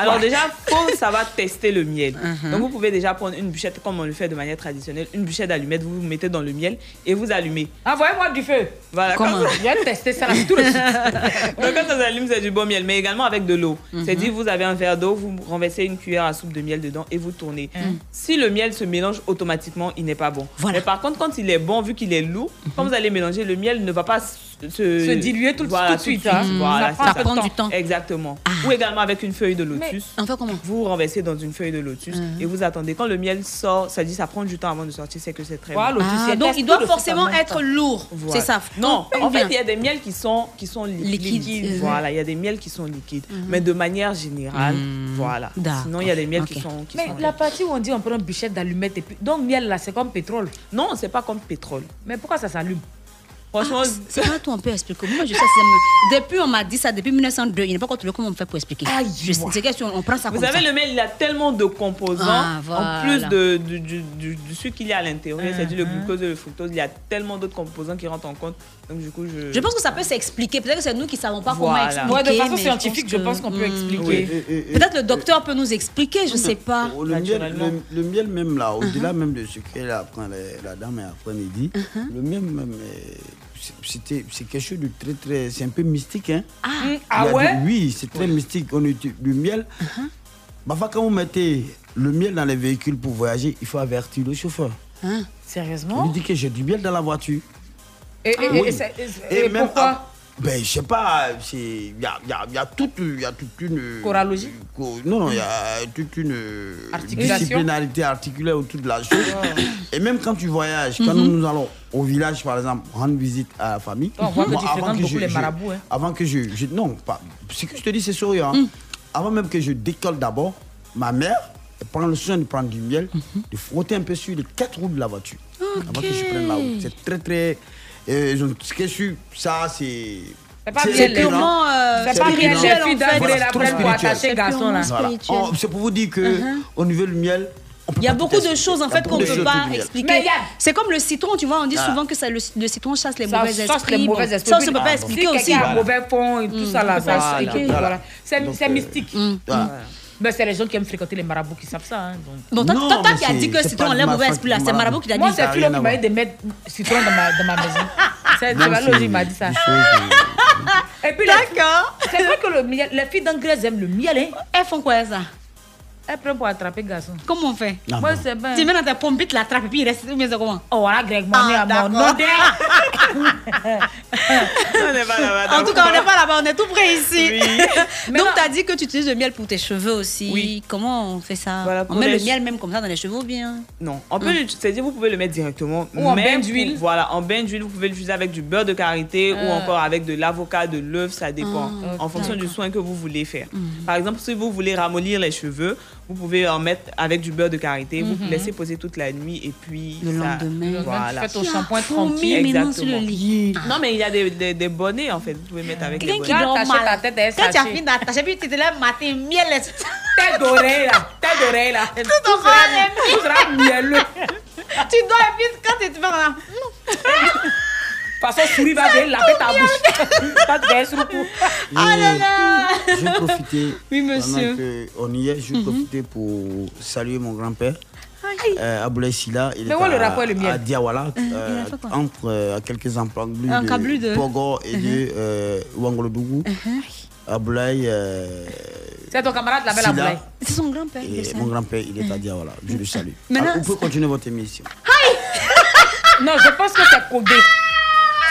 Speaker 11: Alors
Speaker 1: Voilà.
Speaker 11: déjà, faut [laughs] savoir tester le miel.
Speaker 1: Uh-huh.
Speaker 11: Donc vous pouvez déjà prendre une bûchette comme on le fait de manière traditionnelle, une bûchette d'allumette, vous vous mettez dans le miel et vous allumez.
Speaker 1: Envoyez-moi du feu.
Speaker 11: Voilà.
Speaker 1: Comment
Speaker 11: quand-
Speaker 1: Je vais tester ça là, tout le suite.
Speaker 11: [laughs] Donc quand on allume, c'est du bon miel, mais également avec de l'eau.
Speaker 1: Mhm.
Speaker 11: C'est dit, vous avez un verre d'eau, vous renversez une cuillère à soupe de miel dedans et vous tournez.
Speaker 9: Mhm.
Speaker 11: Si le miel se mélange automatiquement, il n'est pas bon. Mais par contre, quand il est bon, vu qu'il est lourd, quand vous allez mélanger, le miel ne va pas s-
Speaker 1: Mhm. Se diluer tout-
Speaker 11: voilà,
Speaker 1: tout de suite, hein. Mmh.
Speaker 11: Voilà,
Speaker 1: Ça prend un peu
Speaker 11: c'est
Speaker 1: de temps. Ah.
Speaker 11: Exactement. Ou également avec une feuille de lotus.
Speaker 9: on fait comment
Speaker 11: Vous renversez dans une feuille de lotus
Speaker 1: Mhm.
Speaker 11: et vous attendez. Quand le miel sort, ça dit ça prend du temps avant de sortir, c'est que c'est très
Speaker 1: Voilà,
Speaker 11: bon.
Speaker 1: lotus, Ah, il y a
Speaker 9: donc il doit forcément être lourd.
Speaker 11: Voilà.
Speaker 9: C'est ça.
Speaker 11: Non,
Speaker 9: Tout
Speaker 11: en fait,
Speaker 9: Eh bien.
Speaker 11: il y a des miels qui sont, qui sont li-
Speaker 9: Liquides.
Speaker 11: liquides.
Speaker 9: Mhm.
Speaker 11: Voilà, il y a des miels qui sont liquides.
Speaker 1: Mhm.
Speaker 11: Mais de manière générale, voilà.
Speaker 9: Mhm. D'accord.
Speaker 11: Sinon, il y a des miels qui
Speaker 1: Ok.
Speaker 11: sont. Qui
Speaker 1: Mais
Speaker 11: sont
Speaker 1: la partie où on dit on prend une bûchette d'allumettes et puis. Donc, miel là, c'est comme pétrole.
Speaker 11: Non, c'est pas comme pétrole.
Speaker 1: Mais pourquoi ça s'allume
Speaker 11: Franchement,
Speaker 9: C'est pas toi, on peut expliquer. Moi, je sais, c'est- depuis on m'a dit ça, depuis 1902, il n'est pas contrôlé comment on fait pour expliquer. Je sais- c'est question, on prend ça
Speaker 11: Vous
Speaker 9: comme
Speaker 11: savez,
Speaker 9: ça.
Speaker 11: le miel, il a tellement de composants.
Speaker 9: Ah, voilà.
Speaker 11: En plus de, du, du- du- du sucre qu'il y a à l'intérieur, c'est-à-dire le
Speaker 9: Mhm.
Speaker 11: glucose et le fructose, il y a tellement d'autres composants qui rentrent en compte. Donc, du coup, je.
Speaker 9: Je
Speaker 11: [laughs]
Speaker 9: pense que ça peut s'expliquer. Peut-être que c'est nous qui ne savons pas
Speaker 11: Voilà.
Speaker 9: comment
Speaker 11: Ouais,
Speaker 9: expliquer.
Speaker 11: de façon
Speaker 9: mais
Speaker 11: scientifique, je pense qu'on peut
Speaker 9: Mm.
Speaker 11: expliquer.
Speaker 9: oui.
Speaker 11: Et-
Speaker 10: et- et-
Speaker 9: Peut-être le docteur peut nous expliquer, je ne sais pas.
Speaker 10: Oh, Le miel, le- le miel même là,
Speaker 1: Uh-huh.
Speaker 10: au-delà même de ce qu'elle apprend la, la dame est après-midi, le miel même, euh, c'est- c'était- c'est quelque chose de très très, c'est un peu mystique. Hein.
Speaker 1: ah
Speaker 11: Hmm,
Speaker 10: Il y a
Speaker 1: ouais Uh-huh.
Speaker 10: du- Oui, c'est très mystique. On utilise du miel. Parfois, quand vous mettez le miel dans les véhicules pour voyager, il faut avertir le chauffeur. On
Speaker 9: Hein?
Speaker 10: lui
Speaker 1: Sérieusement
Speaker 10: dit que j'ai du miel dans la voiture.
Speaker 1: Et,
Speaker 9: Ah
Speaker 1: et- et-
Speaker 10: Oui.
Speaker 1: et ça- et-
Speaker 10: Et
Speaker 1: et
Speaker 10: même
Speaker 1: pourquoi
Speaker 10: à- ben, je sais pas, c'est- il y a, il y a- il y a toute il y a toute une.
Speaker 1: Choralogie Mm.
Speaker 10: co- Non, non, il y a toute une euh,
Speaker 1: Articulation. Oh.
Speaker 10: disciplinarité articulée autour de la chose. Et même quand tu voyages, quand
Speaker 1: Mhm.
Speaker 10: nous allons au village, par exemple, rendre visite à la famille.
Speaker 1: Oh, On voit que
Speaker 10: moi,
Speaker 1: tu fréquentes
Speaker 10: que
Speaker 1: beaucoup les marabouts, hein. Mm.
Speaker 10: Avant que je. je- non, pas. Ce que je te dis, c'est sérieux. hein. Avant même que je décolle d'abord, ma mère elle prend le soin de prendre du miel,
Speaker 1: Mm-hmm.
Speaker 10: de frotter un peu sur les quatre roues de la voiture.
Speaker 1: Oh.
Speaker 10: Avant que je prenne la route.
Speaker 9: [laughs]
Speaker 10: C'est très, très. euh, je- ce que je suis, ça, c'est.
Speaker 1: C'est pas miel,
Speaker 10: épurant.
Speaker 1: purement, euh, c'est pas miel,
Speaker 10: épurant.
Speaker 1: chef, il doit
Speaker 10: Voilà,
Speaker 1: la
Speaker 10: trop
Speaker 1: prendre pour
Speaker 10: spirituel.
Speaker 1: attacher garçon, là. Uh-huh.
Speaker 10: Voilà.
Speaker 1: Spirituel.
Speaker 10: Oh, C'est pour vous dire que
Speaker 9: Mhm.
Speaker 10: au niveau du miel,
Speaker 9: Il y a beaucoup de choses en
Speaker 10: Il y a
Speaker 9: fait
Speaker 10: beaucoup
Speaker 9: qu'on ne
Speaker 10: de
Speaker 9: peut
Speaker 10: choses
Speaker 9: pas
Speaker 10: du miel. Ah.
Speaker 9: expliquer.
Speaker 10: Mais il y a-
Speaker 9: C'est comme le citron, tu vois, on dit
Speaker 10: Voilà.
Speaker 9: souvent que ça, le, le citron chasse les
Speaker 1: Ça
Speaker 9: mauvais
Speaker 1: chasse
Speaker 9: esprits.
Speaker 1: les
Speaker 9: Bon,
Speaker 1: mauvais esprits.
Speaker 9: Ça, on ne peut pas
Speaker 1: Ah, bon.
Speaker 9: expliquer
Speaker 1: Si
Speaker 9: aussi.
Speaker 1: quelqu'un a un mauvais fond et tout
Speaker 9: Mm.
Speaker 1: ça, là,
Speaker 9: On peut pas
Speaker 1: ça,
Speaker 9: expliquer.
Speaker 1: c'est-
Speaker 9: Voilà.
Speaker 1: voilà. C'est
Speaker 9: Donc,
Speaker 1: c'est
Speaker 9: euh,
Speaker 1: mystique.
Speaker 10: Voilà.
Speaker 1: Voilà. Mais c'est les gens qui aiment fréquenter les marabouts qui savent ça. hein, donc.
Speaker 9: Bon, toi- Non, toi, toi mais qui as c'est- dit que c'est citron, pas on de lève ma mauvais faute, esprit, là, c'est marabout. marabout qui l'a
Speaker 1: Moi,
Speaker 9: dit. Ça
Speaker 1: c'est
Speaker 9: a
Speaker 1: Philo
Speaker 9: rien à
Speaker 1: qui m'a dit de mettre citron dans ma, dans ma maison.
Speaker 9: [laughs]
Speaker 1: C'est
Speaker 10: Non,
Speaker 1: Philo
Speaker 10: c'est
Speaker 1: qui m'a dit ça. [laughs] Et puis,
Speaker 9: D'accord.
Speaker 1: C'est vrai que le miel, les filles d'anglaise aiment le miel. Hein.
Speaker 9: Elles font quoi, ça
Speaker 1: Elles prennent pour attraper garçon.
Speaker 9: Comment on fait
Speaker 1: Ah Moi, bon. c'est bien.
Speaker 9: Tu mets dans ta pompe, tu l'attrapes et puis il reste. Mais c'est comment Ah,
Speaker 1: Oh, voilà, Greg, mon nez à mon nom.
Speaker 9: Mm. En tout cas, on n'est pas là-bas, on est tout près ici. [laughs] Donc, tu as dit que tu utilises le miel pour tes cheveux aussi. Comment on fait ça On
Speaker 11: pour
Speaker 9: met
Speaker 11: les
Speaker 9: le miel même comme ça dans les cheveux ou bien
Speaker 11: Non, on peut
Speaker 9: Mm.
Speaker 11: l'utiliser- c'est-à-dire vous pouvez le mettre directement.
Speaker 9: Ou en
Speaker 11: même
Speaker 9: bain
Speaker 11: pour-
Speaker 9: d'huile.
Speaker 11: Voilà, en bain d'huile, vous pouvez l'utiliser avec du beurre de karité ou
Speaker 9: Ah.
Speaker 11: encore avec de l'avocat, de l'œuf, ça dépend,
Speaker 9: Ah, Mhm.
Speaker 11: en
Speaker 9: ok.
Speaker 11: fonction du soin que vous voulez faire. Par exemple, si vous voulez ramollir les cheveux, vous pouvez en mettre avec du beurre de karité,
Speaker 9: Mhm.
Speaker 11: vous laissez poser toute la nuit et puis
Speaker 9: Le
Speaker 11: ça-
Speaker 9: lendemain.
Speaker 11: voilà.
Speaker 9: Tu fais ton Tiens, shampoing fourmi, tranquille. mais non, sur [laughs] le lit.
Speaker 11: Non, mais il y a des, des- des bonnets en fait, vous pouvez mettre avec des
Speaker 9: Quelqu'un qui
Speaker 11: bonnets.
Speaker 9: dort mal. Quand tu as
Speaker 11: sachet.
Speaker 9: fini d'attacher, puis tu te lèves le matin, miel.
Speaker 1: Tête d'oreille, là. Tête d'oreille, là. Tout
Speaker 9: en bas, même.
Speaker 1: sera mielleux.
Speaker 9: Tu dois et puis quand tu te vas là.
Speaker 1: Parce que souris va venir laver ta bouche. [laughs] Pas de verre sur le cou.
Speaker 10: Ah
Speaker 1: là
Speaker 9: Oh là
Speaker 10: Je vais profiter.
Speaker 1: [laughs] Oui,
Speaker 10: Pendant
Speaker 1: monsieur.
Speaker 10: que on y est, je vais
Speaker 1: Mhm.
Speaker 10: profiter pour saluer mon grand-père. Euh, Aboulaye Silla, il
Speaker 1: Mais
Speaker 10: est
Speaker 1: où est le
Speaker 10: à,
Speaker 1: rapport et le miel
Speaker 10: à Diawala,
Speaker 1: Hein, il a
Speaker 10: euh,
Speaker 1: fait quoi
Speaker 10: entre euh, à quelques encablures
Speaker 9: Un
Speaker 10: de,
Speaker 9: câble de-
Speaker 10: Pogo et de
Speaker 1: Uh-huh.
Speaker 9: Mhm.
Speaker 10: euh, Ouangolodougou. Aboulaye, euh,
Speaker 1: C'est ton camarade qui l'avait la
Speaker 10: Silla.
Speaker 1: boulaye.
Speaker 9: C'est son grand-père.
Speaker 10: et mon grand-père, il est à Diawala. Je le salue.
Speaker 1: Maintenant-
Speaker 10: Ah, vous pouvez continuer votre émission.
Speaker 1: Non, je pense que c'est codé.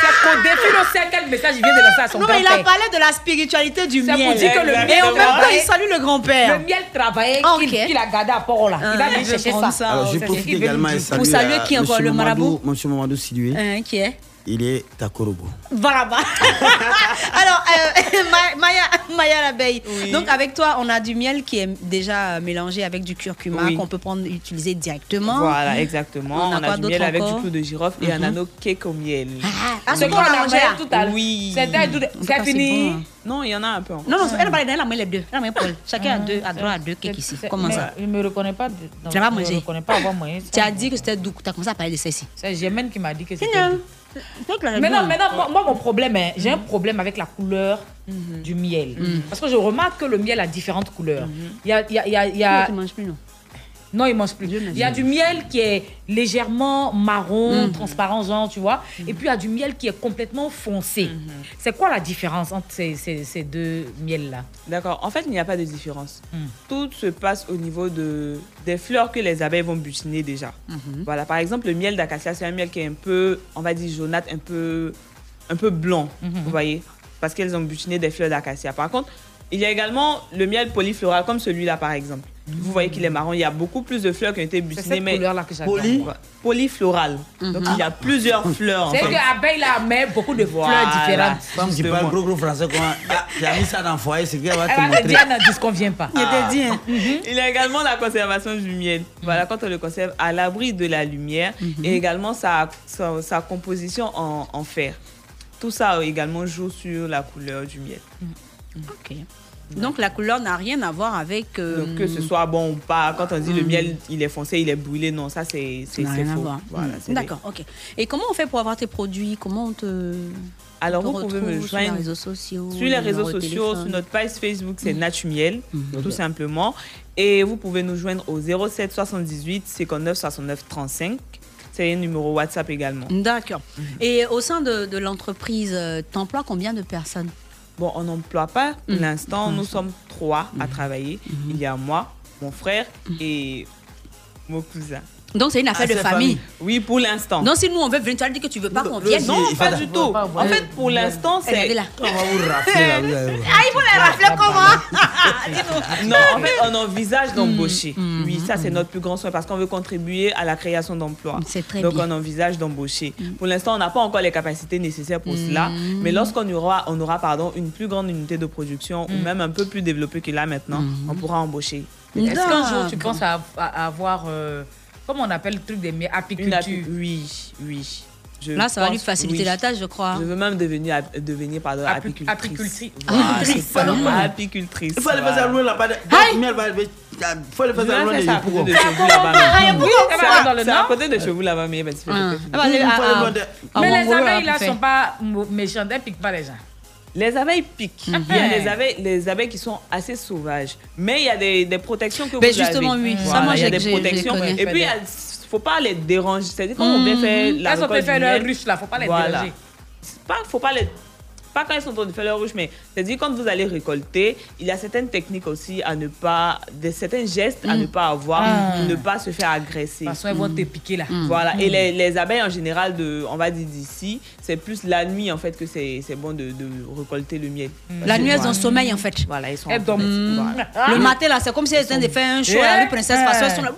Speaker 1: C'est codé. Philo sait quel message il vient de lancer à son
Speaker 9: Non, mais il a parlé de la spiritualité du
Speaker 1: C'est
Speaker 9: miel.
Speaker 1: pour dire que le miel
Speaker 9: Et en même temps,
Speaker 1: travaille-
Speaker 9: il salue le grand-père.
Speaker 1: Le miel travaillait qu'il qu'il a gardé à port là. Il va
Speaker 9: Ah,
Speaker 1: aller
Speaker 9: je
Speaker 1: chercher
Speaker 9: prends
Speaker 1: ça.
Speaker 9: ça.
Speaker 10: Alors,
Speaker 9: oh,
Speaker 10: je
Speaker 9: c'est
Speaker 10: profite
Speaker 9: ce qu'il veut
Speaker 10: également
Speaker 9: nous
Speaker 10: et
Speaker 9: dire.
Speaker 10: saluer.
Speaker 9: Vous saluez
Speaker 10: euh,
Speaker 9: qui encore,
Speaker 10: monsieur
Speaker 9: le
Speaker 10: Mamadou-
Speaker 9: marabout
Speaker 10: Monsieur Mamadou Sidoué,
Speaker 7: Euh.
Speaker 9: Hein, Qui est
Speaker 10: il est à Korogo.
Speaker 9: Voilà
Speaker 1: [laughs]
Speaker 9: bah. [laughs] Alors, euh, [laughs] Ma- Maya, Maya l'abeille. Donc, avec toi, on a du miel qui est déjà euh, mélangé avec du curcuma
Speaker 11: Oui.
Speaker 9: qu'on peut prendre, utiliser directement.
Speaker 11: Voilà, exactement. On a,
Speaker 9: quoi
Speaker 11: du
Speaker 9: d'autre
Speaker 11: miel avec du
Speaker 9: encore Mhm.
Speaker 11: clou de girofle et on a nos cakes au miel.
Speaker 9: ah, c'est quoi, on a mangé, là
Speaker 11: tout à l'heure. Oui.
Speaker 9: C'était tout- c'est
Speaker 11: Ça,
Speaker 9: fini.
Speaker 11: bon, hein. Non, il y en a un peu encore.
Speaker 9: Non, non, elle a parlé, elle a mis les deux. Elle a mis Paul. Chacun a deux, à droite, à deux cakes ici. Comment
Speaker 1: mais
Speaker 9: ça
Speaker 1: Je ne me reconnais pas.
Speaker 11: euh,
Speaker 9: Tu l'as pas mangé
Speaker 1: Je ne reconnais pas avoir mangé.
Speaker 9: Tu as dit que c'était doux. Tu as commencé à parler de ceci.
Speaker 1: C'est Germaine qui m'a dit que c'était.
Speaker 9: Sinon,
Speaker 1: doux. Maintenant, maintenant moi, moi, mon problème, hein, j'ai un problème avec la couleur
Speaker 9: Mhm.
Speaker 1: du miel. Parce que je remarque que le miel a différentes couleurs. Il y a. il y a- il y a- il y a-
Speaker 9: Mhm. Tu manges plus, non
Speaker 1: Non, il mange plus. Il y a du miel qui est légèrement
Speaker 9: Mhm.
Speaker 1: marron, transparent, genre, tu vois. Et puis il y a du miel qui est complètement foncé.
Speaker 9: Mhm.
Speaker 1: C'est quoi la différence entre ces, ces- ces deux miels-là
Speaker 11: D'accord. En fait, il n'y a pas de différence. Tout se passe au niveau de, des fleurs que les abeilles vont butiner
Speaker 5: Mm.
Speaker 1: Mm-hmm.
Speaker 11: Mm-hmm. déjà. Voilà, par exemple, le miel d'acacia, c'est un miel qui est un peu, on va dire, jaunâtre, un peu un peu blanc, vous voyez, parce qu'elles ont butiné des fleurs d'acacia. Par contre, il y a également le miel polyfloral, comme celui-là, par exemple. Vous voyez qu'il est marron. Il y a beaucoup plus de fleurs qui ont été butinées,
Speaker 1: cette
Speaker 11: mais
Speaker 1: couleur-là que j'adore. Mm-hmm. Ah.
Speaker 11: poly- polyfloral. Donc il y a plusieurs fleurs.
Speaker 1: C'est que l'abeille là met beaucoup de fleurs différentes.
Speaker 10: Comme tu parles gros gros français, quoi. Ah, Tu as mis ça dans le foyer, c'est qu'elle va te
Speaker 1: Elle va te
Speaker 10: montrer.
Speaker 1: dire, elle ne convient pas.
Speaker 11: Ah.
Speaker 9: Mhm.
Speaker 11: Il y a également la conservation du miel. Voilà, quand on le conserve à l'abri de la lumière
Speaker 9: Mhm.
Speaker 11: et également sa, sa, sa composition en, en fer. Tout ça euh, également joue sur la couleur du miel.
Speaker 9: Mhm. Ok. Donc la couleur n'a rien à voir avec. euh,
Speaker 11: Donc, que ce soit bon ou pas, quand on dit le
Speaker 9: Mm.
Speaker 11: miel, il est foncé, il est brûlé, non, ça c'est c'est-
Speaker 9: n'a
Speaker 11: c'est
Speaker 9: rien à
Speaker 11: faux.
Speaker 9: voir.
Speaker 11: Voilà,
Speaker 9: Mm.
Speaker 11: c'est des-
Speaker 9: D'accord, ok. Et comment on fait pour avoir tes produits Comment on te.
Speaker 11: Alors,
Speaker 9: on te
Speaker 11: vous pouvez
Speaker 9: retrouve
Speaker 11: me
Speaker 9: sur les
Speaker 11: joindre
Speaker 9: réseaux sociaux.
Speaker 11: Sur les
Speaker 9: numéro
Speaker 11: réseaux
Speaker 9: de
Speaker 11: sociaux,
Speaker 9: téléphone Mm.
Speaker 11: sur notre page Facebook, c'est Natumiel, tout simplement. Et vous pouvez nous joindre au 07 78 59 69 35. C'est un numéro WhatsApp également.
Speaker 9: D'accord. Et au sein de, de l'entreprise, euh, t'emploies combien de personnes
Speaker 11: Bon, on n'emploie pas Pour
Speaker 9: Mm.
Speaker 11: l'instant, nous sommes trois à travailler. Il y a moi, mon frère et mon cousin.
Speaker 9: Mm. Donc c'est une affaire
Speaker 11: Ah,
Speaker 9: de
Speaker 11: c'est
Speaker 9: famille.
Speaker 11: Oui, pour l'instant.
Speaker 9: Donc si nous on veut venir, tu as dit que tu veux pas qu'on
Speaker 11: le-
Speaker 9: vienne.
Speaker 11: non, pas du tout. En fait, pour l'instant, c'est-
Speaker 9: Regardez là. [laughs]
Speaker 11: Ah, il faut la rafler
Speaker 9: hein.
Speaker 1: [laughs]
Speaker 11: comment [laughs] Non, en fait, on envisage d'embaucher.
Speaker 1: Mm,
Speaker 11: Oui, ça, c'est notre plus grand soin parce qu'on veut contribuer à la création d'emplois.
Speaker 9: très
Speaker 11: Donc,
Speaker 9: bien.
Speaker 11: on envisage d'embaucher.
Speaker 1: Mm.
Speaker 11: Pour l'instant, on n'a pas encore les capacités nécessaires pour cela. Mais lorsqu'on aura, on aura pardon, une plus grande unité de production
Speaker 1: Mm.
Speaker 11: ou même un peu plus développée que là maintenant, on pourra embaucher.
Speaker 1: Est-ce qu'un jour tu penses à, à- à avoir, euh, comment on appelle le truc des mé- apiculture
Speaker 11: Oui, oui. Je
Speaker 9: Là, ça va lui
Speaker 11: pense-
Speaker 9: faciliter
Speaker 11: oui.
Speaker 9: la tâche, je crois.
Speaker 11: Je veux même devenir, ap- devenir pardon, apicultrice.
Speaker 1: apicultrice.
Speaker 11: Voilà,
Speaker 10: Apicultrice,
Speaker 11: c'est pas
Speaker 10: pardon.
Speaker 11: mal. Apicultrice.
Speaker 10: Il faut aller faire ça loin là-bas. Miel va arriver. Il faut aller faire
Speaker 11: Je
Speaker 10: ça
Speaker 11: vais
Speaker 10: loin
Speaker 11: faire
Speaker 10: les
Speaker 11: ça à
Speaker 10: Yopougon.
Speaker 11: côté de chez vous là-bas, mais-
Speaker 1: Yopougon,
Speaker 11: C'est
Speaker 1: quoi
Speaker 11: à-
Speaker 1: Dans le
Speaker 11: C'est à
Speaker 1: nord
Speaker 11: côté de chez vous là-bas, mais parce que-
Speaker 1: Ah, mais les-
Speaker 11: Mmh, faut aller
Speaker 1: ah,
Speaker 11: loin de-
Speaker 1: ah, Mais les abeilles là sont pas mou- méchantes, elles piquent pas les gens.
Speaker 11: Les abeilles piquent.
Speaker 1: Mhm.
Speaker 11: Il y a les abeilles, les abeilles qui sont assez sauvages. Mais il y a des, des protections que
Speaker 9: Ben
Speaker 11: vous
Speaker 9: justement,
Speaker 11: avez.
Speaker 9: oui. Ça,
Speaker 11: Voilà,
Speaker 9: moi,
Speaker 11: il y a
Speaker 9: j'ai-
Speaker 11: des
Speaker 9: j'ai- j'ai
Speaker 11: protections.
Speaker 9: connu.
Speaker 11: Et puis, il y a- faut pas les déranger. C'est-à-dire quand on vient
Speaker 1: Mhm.
Speaker 11: faire la
Speaker 1: Elles ont
Speaker 11: récolte
Speaker 1: fait faire
Speaker 11: du
Speaker 1: leur
Speaker 11: miel,
Speaker 1: ruche, là, faut pas les déranger.
Speaker 11: C'est Pas, faut pas les pas quand ils sont en train de faire leur ruche, mais c'est-à-dire quand vous allez récolter, il y a certaines techniques aussi à ne pas, des, certains gestes à
Speaker 1: Mm.
Speaker 11: ne pas avoir,
Speaker 1: Ah.
Speaker 11: ne pas se faire agresser.
Speaker 1: Parce qu'elles vont te piquer là.
Speaker 11: Voilà,
Speaker 1: Mm.
Speaker 11: et les, les abeilles en général, de, on va dire d'ici, c'est plus la nuit en fait que c'est c'est bon de, de récolter le miel.
Speaker 9: La nuit, elles
Speaker 11: Voilà.
Speaker 9: ont sommeil en fait.
Speaker 11: Voilà, ils sont.
Speaker 9: Elles dorment.
Speaker 11: Voilà.
Speaker 9: Eh ben, hmm. Le matin là, c'est comme si elles étaient de faire un show à la rue princesse parce qu'elles sont là.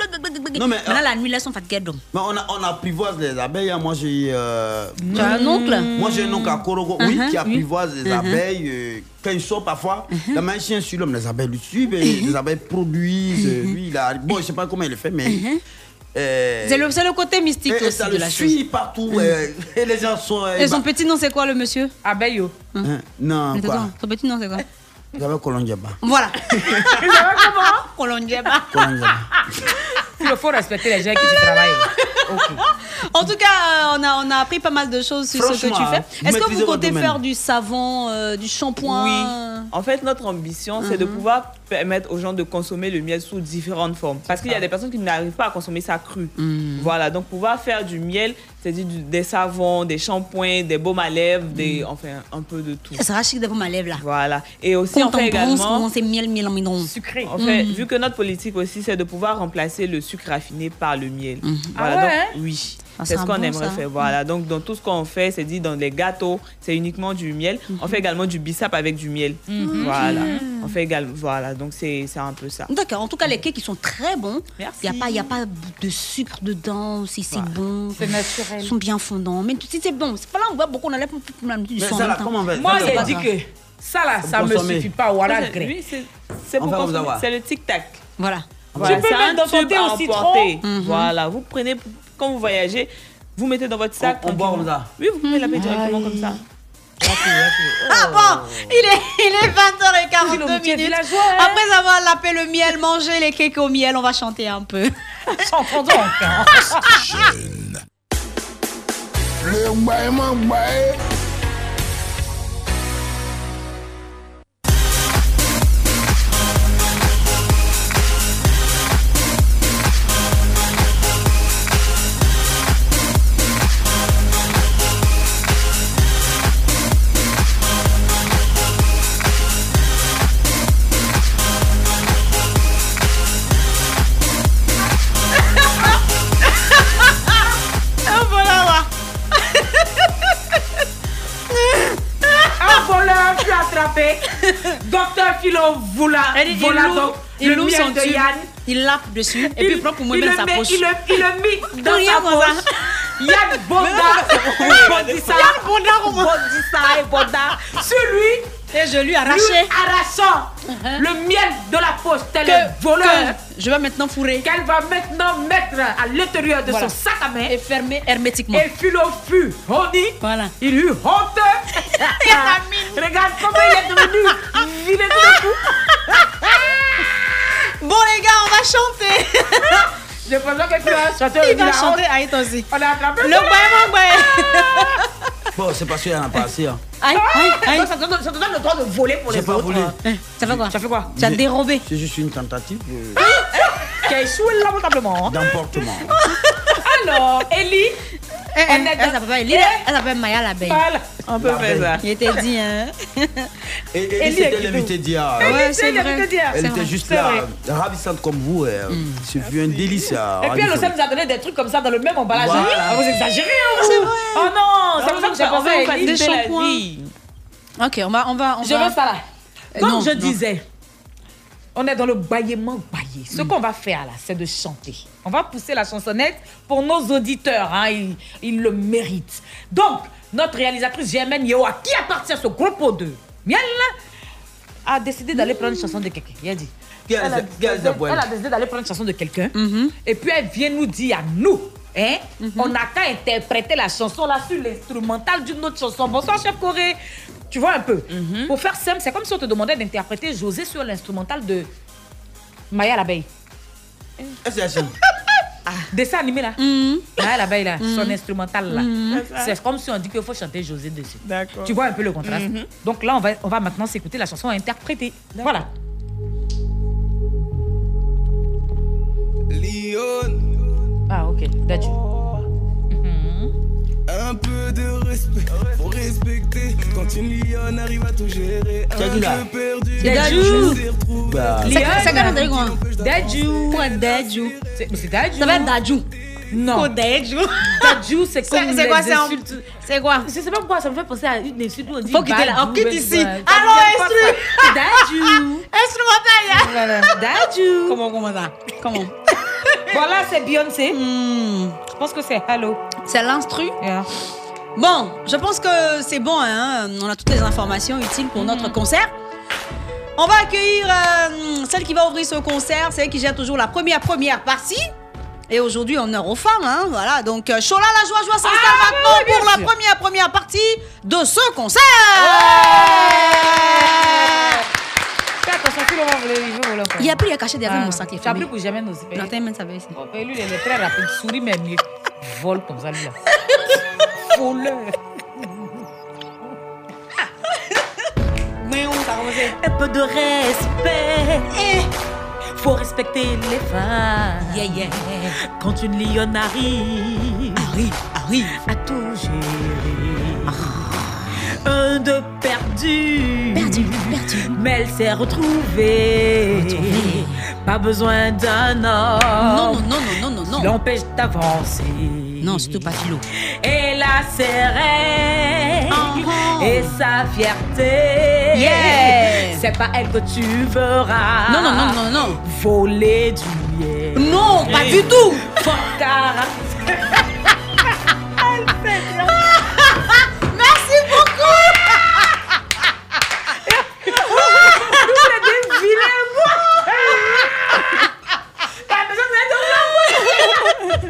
Speaker 10: Non, mais-
Speaker 9: Maintenant,
Speaker 11: euh,
Speaker 9: la nuit, là, elles sont fatiguées d'hommes.
Speaker 10: Mais on, a- on apprivoise les abeilles. hein. Moi, j'ai. euh,
Speaker 9: Tu as un oncle
Speaker 10: Moi, j'ai un oncle à Korogo, oui,
Speaker 9: Mhm,
Speaker 10: qui
Speaker 9: oui. Uh-huh.
Speaker 10: apprivoise les
Speaker 9: Mhm.
Speaker 10: abeilles. euh, quand ils sortent parfois, la main chien sur l'homme, les abeilles lui suivent, et
Speaker 9: Uh-huh.
Speaker 10: les abeilles produisent. euh, Lui, il a. Bon, je sais pas comment il le fait, mais. euh,
Speaker 9: Uh-huh.
Speaker 11: Eh,
Speaker 9: C'est le, c'est le côté mystique
Speaker 10: et- et
Speaker 9: aussi
Speaker 10: ça
Speaker 9: de
Speaker 10: le
Speaker 9: la
Speaker 10: suit
Speaker 9: chose.
Speaker 10: partout.
Speaker 9: Mhm.
Speaker 10: euh, et les gens sont. euh,
Speaker 9: Et son
Speaker 10: bah,
Speaker 9: petit nom, c'est quoi le monsieur
Speaker 1: Abeillot.
Speaker 10: hein, non,
Speaker 9: Mais
Speaker 10: quoi.
Speaker 9: attends, Son petit nom, c'est quoi
Speaker 10: Ils avaient Colongiaba.
Speaker 9: Voilà. [laughs] bah.
Speaker 1: comment hein.
Speaker 9: Colombiaba.
Speaker 1: Il faut respecter les gens avec qui tu travailles.
Speaker 9: [laughs] En tout cas, euh, on a, on a appris pas mal de choses sur ce que tu
Speaker 11: Franchement, hein,
Speaker 9: fais. Est-ce que
Speaker 11: maîtrisez
Speaker 9: vous
Speaker 11: votre
Speaker 9: comptez
Speaker 11: domaine.
Speaker 9: faire du savon, euh, du shampoing
Speaker 11: Oui. En fait, notre ambition, c'est de pouvoir permettre aux gens de consommer le miel sous différentes formes. Parce qu'il y a des personnes qui n'arrivent pas à consommer ça cru. Voilà, donc pouvoir faire du miel, c'est-à-dire du- des savons, des shampoings, des baumes à lèvres, des, enfin, un peu de tout.
Speaker 9: Ça sera chic devant ma lèvre là.
Speaker 11: Voilà. Et aussi, on
Speaker 9: Quand
Speaker 11: fait
Speaker 9: on bronze,
Speaker 11: également.
Speaker 9: comment c'est miel, miel en Mm. mineron.
Speaker 1: Sucré.
Speaker 11: En fait, vu que notre politique aussi, c'est de pouvoir remplacer le sucre raffiné par le miel.
Speaker 1: Mhm.
Speaker 11: Voilà,
Speaker 9: Ah ouais,
Speaker 11: donc, oui.
Speaker 9: Ça
Speaker 11: C'est ce
Speaker 9: sera
Speaker 11: qu'on
Speaker 9: bon,
Speaker 11: aimerait
Speaker 9: ça.
Speaker 11: faire. Voilà. Donc, dans tout ce qu'on fait, c'est dit dans les gâteaux, c'est uniquement du miel.
Speaker 1: Mhm.
Speaker 11: On fait également du bissap avec du miel.
Speaker 9: Mhm.
Speaker 11: Voilà.
Speaker 9: Mhm.
Speaker 11: On fait également. Voilà. Donc, c'est c'est un peu ça.
Speaker 9: D'accord. En tout cas, les cakes, ils sont très bons. Il n'y a, pas- y a pas de sucre dedans. Si c'est bon.
Speaker 1: C'est naturel.
Speaker 9: Ils sont bien fondants. Mais si c'est bon, c'est pas là on voit beaucoup. On a l'air pour du
Speaker 1: Mais
Speaker 9: sang.
Speaker 1: ça,
Speaker 9: en
Speaker 1: là,
Speaker 9: même temps.
Speaker 1: comment on va- Moi, ça, j'ai c'est dit pas grave. que ça, là, ça me
Speaker 9: consommer.
Speaker 1: suffit pas. Voilà,
Speaker 11: Ça, c'est-
Speaker 1: gré.
Speaker 11: oui, c'est- c'est pour
Speaker 1: Enfin, vous
Speaker 11: consommer.
Speaker 1: avoir.
Speaker 11: C'est le tic-tac.
Speaker 9: Voilà.
Speaker 11: Voilà,
Speaker 1: Tu peux
Speaker 11: c'est
Speaker 1: mettre
Speaker 11: un
Speaker 1: dans ton
Speaker 11: tube
Speaker 1: thé
Speaker 11: à
Speaker 1: au citron.
Speaker 11: emporter.
Speaker 1: Mhm.
Speaker 11: Voilà, vous prenez quand vous voyagez, vous mettez dans votre sac. On, boit comme ça. Oui, vous pouvez la mettre directement comme ça.
Speaker 9: Ah bon Il est, il est 20h42
Speaker 1: Vilain,
Speaker 9: minutes.
Speaker 1: villageois, hein.
Speaker 9: Après avoir lapé le miel, mangé les cakes au miel, on va chanter un peu.
Speaker 1: Chantons donc.
Speaker 9: Ah,
Speaker 6: Le mbaye, mon mbaye.
Speaker 9: Ah, voilà, voilà.
Speaker 1: Docteur Philo, voilà.
Speaker 7: Elle dit,
Speaker 1: voilà
Speaker 7: il
Speaker 1: donc,
Speaker 7: loue- il
Speaker 1: le
Speaker 7: loue
Speaker 1: miel
Speaker 7: son
Speaker 1: de
Speaker 7: tube,
Speaker 1: Yann.
Speaker 7: Il lappe dessus et puis il prend pour moi
Speaker 1: il
Speaker 7: dans
Speaker 1: le
Speaker 7: sa
Speaker 1: met-
Speaker 7: poche.
Speaker 1: Il le, il le met dans
Speaker 7: Rien
Speaker 1: sa
Speaker 7: comme ça.
Speaker 1: poche. Yann
Speaker 7: [laughs]
Speaker 1: Bonda, Bondissa,
Speaker 7: Yann Bonda, comment-
Speaker 1: Bondissa et Bonda, celui
Speaker 7: et je lui arrachais. Uh-huh.
Speaker 1: arrachant le miel de la poche, tel
Speaker 7: Que-
Speaker 1: un voleur.
Speaker 7: que je vais maintenant fourrer.
Speaker 1: Qu'elle va maintenant mettre à l'intérieur de
Speaker 7: Voilà.
Speaker 1: son sac à main.
Speaker 7: Et fermer hermétiquement.
Speaker 1: Et Philo fut, on dit, il eut
Speaker 7: [laughs]
Speaker 1: honte. Regarde comment il est devenu vilain tout
Speaker 7: [laughs] Bon les gars, on va chanter.
Speaker 1: Je pensais que tu vas chanter
Speaker 7: Il va
Speaker 1: la
Speaker 7: chanter
Speaker 1: honte.
Speaker 7: à Itosi.
Speaker 1: On a attrapé
Speaker 7: Le
Speaker 1: tout
Speaker 7: boy, mon boy.
Speaker 10: Bon, c'est parce qu'il y en a pas assez. hein.
Speaker 7: Aïe, aïe, aïe.
Speaker 1: Donc, Ah! Ça te donne ça te donne le droit de voler pour les
Speaker 10: J'ai pas
Speaker 1: autres.
Speaker 10: voulu.
Speaker 7: Ça fait quoi
Speaker 1: Ça fait quoi
Speaker 7: Tu as dérobé.
Speaker 10: C'est juste une tentative de-
Speaker 1: Qui a échoué
Speaker 9: Oh.
Speaker 1: lamentablement.
Speaker 10: d'emportement.
Speaker 1: [laughs] Alors, Ellie,
Speaker 7: Elle eh, s'appelle Ellie,
Speaker 1: Eh?
Speaker 7: elle s'appelle Maya l'abeille.
Speaker 1: Voilà.
Speaker 32: On peut faire ça.
Speaker 7: Il était dit, hein.
Speaker 10: Et, et,
Speaker 7: Ellie
Speaker 10: c'était
Speaker 7: Akidou.
Speaker 10: l'invité d'hier. euh.
Speaker 7: Ellie, Ouais, c'est c'est l'invité vrai. d'hier.
Speaker 10: Elle
Speaker 7: C'est
Speaker 10: était
Speaker 7: vrai. Mm.
Speaker 10: juste
Speaker 7: C'est
Speaker 10: là, ravissante comme vous. euh, Ce fut un délice. à
Speaker 1: Et puis elle aussi
Speaker 10: radiophonique.
Speaker 1: nous a donné des trucs comme ça dans le même emballage.
Speaker 10: Ah, Voilà.
Speaker 1: Ah, vous exagérez, hein, vous
Speaker 7: C'est vrai.
Speaker 1: Oh non, c'est
Speaker 7: Ah,
Speaker 1: pour ça que
Speaker 7: vous
Speaker 1: j'ai
Speaker 7: avez
Speaker 1: pensé à
Speaker 7: facilité
Speaker 1: Ellie.
Speaker 7: Des la shampoings. vie. Ok, on va, on va, on
Speaker 1: Je
Speaker 7: va.
Speaker 1: veux ça là.
Speaker 7: Euh,
Speaker 1: Comme
Speaker 7: non,
Speaker 1: je
Speaker 7: non.
Speaker 1: disais, on est dans le bâillement baillé. Ce
Speaker 7: Mm.
Speaker 1: qu'on va faire là, c'est de chanter. On va pousser la chansonnette pour nos auditeurs. hein. Ils, ils le méritent. Donc, notre réalisatrice Germaine Yewa, qui appartient à ce groupe de miel, a décidé d'aller prendre une chanson de quelqu'un. Il a dit.
Speaker 10: Qui a-
Speaker 1: Elle a
Speaker 10: qui a-
Speaker 1: décidé- elle a décidé d'aller prendre une chanson de quelqu'un. Et puis elle vient nous dire à nous, hein, on n'a qu'à interpréter la chanson là sur l'instrumental d'une autre chanson. Bonsoir, chef Corée. Tu vois un peu. Pour faire simple, c'est comme si on te demandait d'interpréter José sur l'instrumental de Maya l'abeille.
Speaker 10: SHM.
Speaker 1: Dessin animé là. Maya l'abeille là, son instrumental là.
Speaker 32: Mhm. C'est ça.
Speaker 1: C'est comme si on dit qu'il faut chanter José dessus.
Speaker 32: D'accord. Mm-hmm.
Speaker 1: Tu vois un peu le contraste. Donc là, on va, on va maintenant s'écouter la chanson interprétée. Voilà.
Speaker 8: Lyon,
Speaker 1: Ah, ok. Dadju.
Speaker 8: Mm-hmm. un peu de respect, faut respecter quand une lionne arrive à tout gérer.
Speaker 10: T'as dit là
Speaker 8: Un peu perdu,
Speaker 1: C'est Dadju.
Speaker 8: je sais retrouver.
Speaker 10: Bah,
Speaker 8: Lyon.
Speaker 7: Ça quand même quoi
Speaker 1: Dadju.
Speaker 7: Quoi Dadju
Speaker 1: C'est mais c'est Dadju.
Speaker 7: Ça va être Dadju.
Speaker 1: Non.
Speaker 7: Quoi Dadju
Speaker 1: Dadju, c'est
Speaker 7: C'est-
Speaker 1: comme
Speaker 7: c'est
Speaker 1: les
Speaker 7: quoi, c'est un-
Speaker 1: insultes.
Speaker 7: C'est quoi
Speaker 1: Je sais pas pourquoi ça me fait penser à une insulte où on dit
Speaker 7: Faut quitter là, on
Speaker 1: Badou,
Speaker 7: quitte
Speaker 1: ben,
Speaker 7: ici.
Speaker 1: ben, ça
Speaker 7: Alors,
Speaker 1: me vient
Speaker 7: instru-
Speaker 1: pas, ça. Dadju. hein.
Speaker 7: Instrumental
Speaker 1: Dadju.
Speaker 7: Comment, comment ça Comment
Speaker 1: [laughs]
Speaker 7: Hmm.
Speaker 1: Voilà, c'est Beyoncé. Je pense que c'est Hello.
Speaker 7: C'est l'instru
Speaker 1: Yeah.
Speaker 7: Bon, je pense que c'est bon, hein. On a toutes les informations utiles pour
Speaker 1: Mhm.
Speaker 7: notre concert. On va accueillir euh, celle qui va ouvrir ce concert, celle qui gère toujours la première première partie. Et aujourd'hui, honneur aux femmes, hein, voilà. Donc, euh, Chola la joie, joie s'installe maintenant
Speaker 1: Ah oui, bien
Speaker 7: pour la
Speaker 1: sûr.
Speaker 7: première première partie de ce concert.
Speaker 1: Fais attention, si le vent voulait, il veut voler encore.
Speaker 7: Il y a plus à cacher derrière
Speaker 1: Ah.
Speaker 7: mon sac, les
Speaker 1: T'as
Speaker 7: femmes.
Speaker 1: plus pour jamais nous
Speaker 7: Non, t'as même savais ici.
Speaker 1: Oh, ben, lui, il est très rapide. Souris, mais mieux. Vole comme ça, lui, là. Voleur.
Speaker 7: Mais on t'a reposé.
Speaker 1: Un peu de respect. Faut respecter les femmes.
Speaker 7: Yeah, yeah.
Speaker 1: Quand une lionne arrive,
Speaker 7: Arrive, arrive.
Speaker 1: à tout gérer. Un de perdu.
Speaker 7: Perdu, perdu.
Speaker 1: Mais elle s'est retrouvée.
Speaker 7: Retrouvée.
Speaker 1: Pas besoin d'un
Speaker 7: Non,
Speaker 1: homme.
Speaker 7: non, non, non, non, non,
Speaker 1: qui
Speaker 7: non.
Speaker 1: L'empêche d'avancer.
Speaker 7: Non, surtout pas Philo.
Speaker 1: Et la serrée.
Speaker 7: Oh, oh.
Speaker 1: Et sa fierté.
Speaker 7: Yeah.
Speaker 1: C'est pas elle que tu verras.
Speaker 7: Non, non, non, non, non.
Speaker 1: Voler du miel.
Speaker 7: Non, pas du tout.
Speaker 1: Fort caractère.
Speaker 7: Merci beaucoup.
Speaker 1: T'as besoin de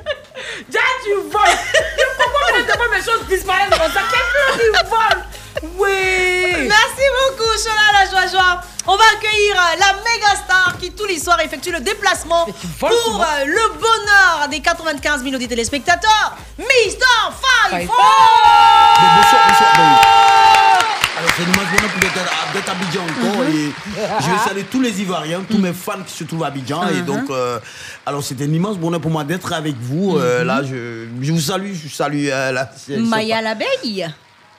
Speaker 1: Déjà, tu voles. Tu comprends pas comment mes choses disparaissent comme ça. Quelqu'un qui vole. Oui.
Speaker 7: Merci beaucoup, Chola la joie joie. On va accueillir euh, la méga star qui, tous les soirs, effectue le déplacement
Speaker 1: voles
Speaker 7: pour
Speaker 1: souvent.
Speaker 7: euh, le bonheur des 95 millions de téléspectateurs. Mister Five.
Speaker 1: Five.
Speaker 7: Oh
Speaker 10: Mais bonsoir, bonsoir, ben oui. Alors, c'est dommage maintenant pour d'être d'être à Abidjan encore. et
Speaker 7: Mm-hmm.
Speaker 10: je vais saluer tous les Ivoiriens,
Speaker 7: Mm.
Speaker 10: tous mes fans qui se trouvent à Abidjan.
Speaker 7: Mm-hmm.
Speaker 10: Et donc, euh, alors, c'était un immense bonheur pour moi d'être avec vous. Euh, Là, je, je vous salue, je salue. euh, là, c'est- c'est
Speaker 7: Mm-hmm. Maya
Speaker 10: pas-
Speaker 7: l'abeille.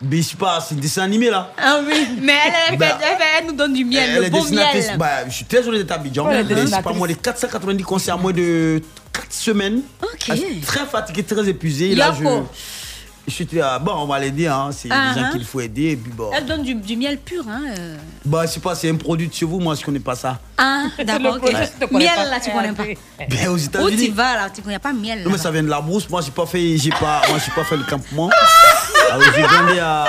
Speaker 10: Mais je sais pas, c'est un dessin animé là.
Speaker 7: Ah oui, mais elle, elle-
Speaker 10: Bah,
Speaker 7: elle- elle- elle nous donne du miel, le
Speaker 10: est
Speaker 7: bon
Speaker 10: dessinatrice.
Speaker 7: miel.
Speaker 10: Bah, je suis désolé d'être à Abidjan.
Speaker 1: Ouais, elle est
Speaker 10: mais c'est pas
Speaker 1: dessinatrice.
Speaker 10: moins de 490 concerts, moins de 4 semaines.
Speaker 7: Ok.
Speaker 10: Ah, je suis très fatigué, très épuisé. Là, je,
Speaker 7: Yoko,
Speaker 10: Je suis là, bon, on va l'aider, hein. c'est
Speaker 7: Ah,
Speaker 10: des gens
Speaker 7: hein.
Speaker 10: qu'il faut aider. Et puis bon.
Speaker 9: Euh.
Speaker 7: Elle donne du, du miel pur. Hein, euh.
Speaker 10: Bah, je sais pas, c'est un produit de chez vous, moi je connais pas ça.
Speaker 9: Euh. [laughs]
Speaker 7: Ah, d'accord. ok.
Speaker 10: produit, je te connais
Speaker 7: Miel,
Speaker 10: pas.
Speaker 7: là, tu connais pas.
Speaker 10: [laughs] Ben, aux
Speaker 7: Où tu
Speaker 10: États-Unis.
Speaker 7: vas, là Tu connais pas miel.
Speaker 10: Non, mais
Speaker 7: Là.
Speaker 10: ça vient de la brousse, moi j'ai pas fait, j'ai pas, moi j'ai pas fait le campement. Alors, j'ai grandi à,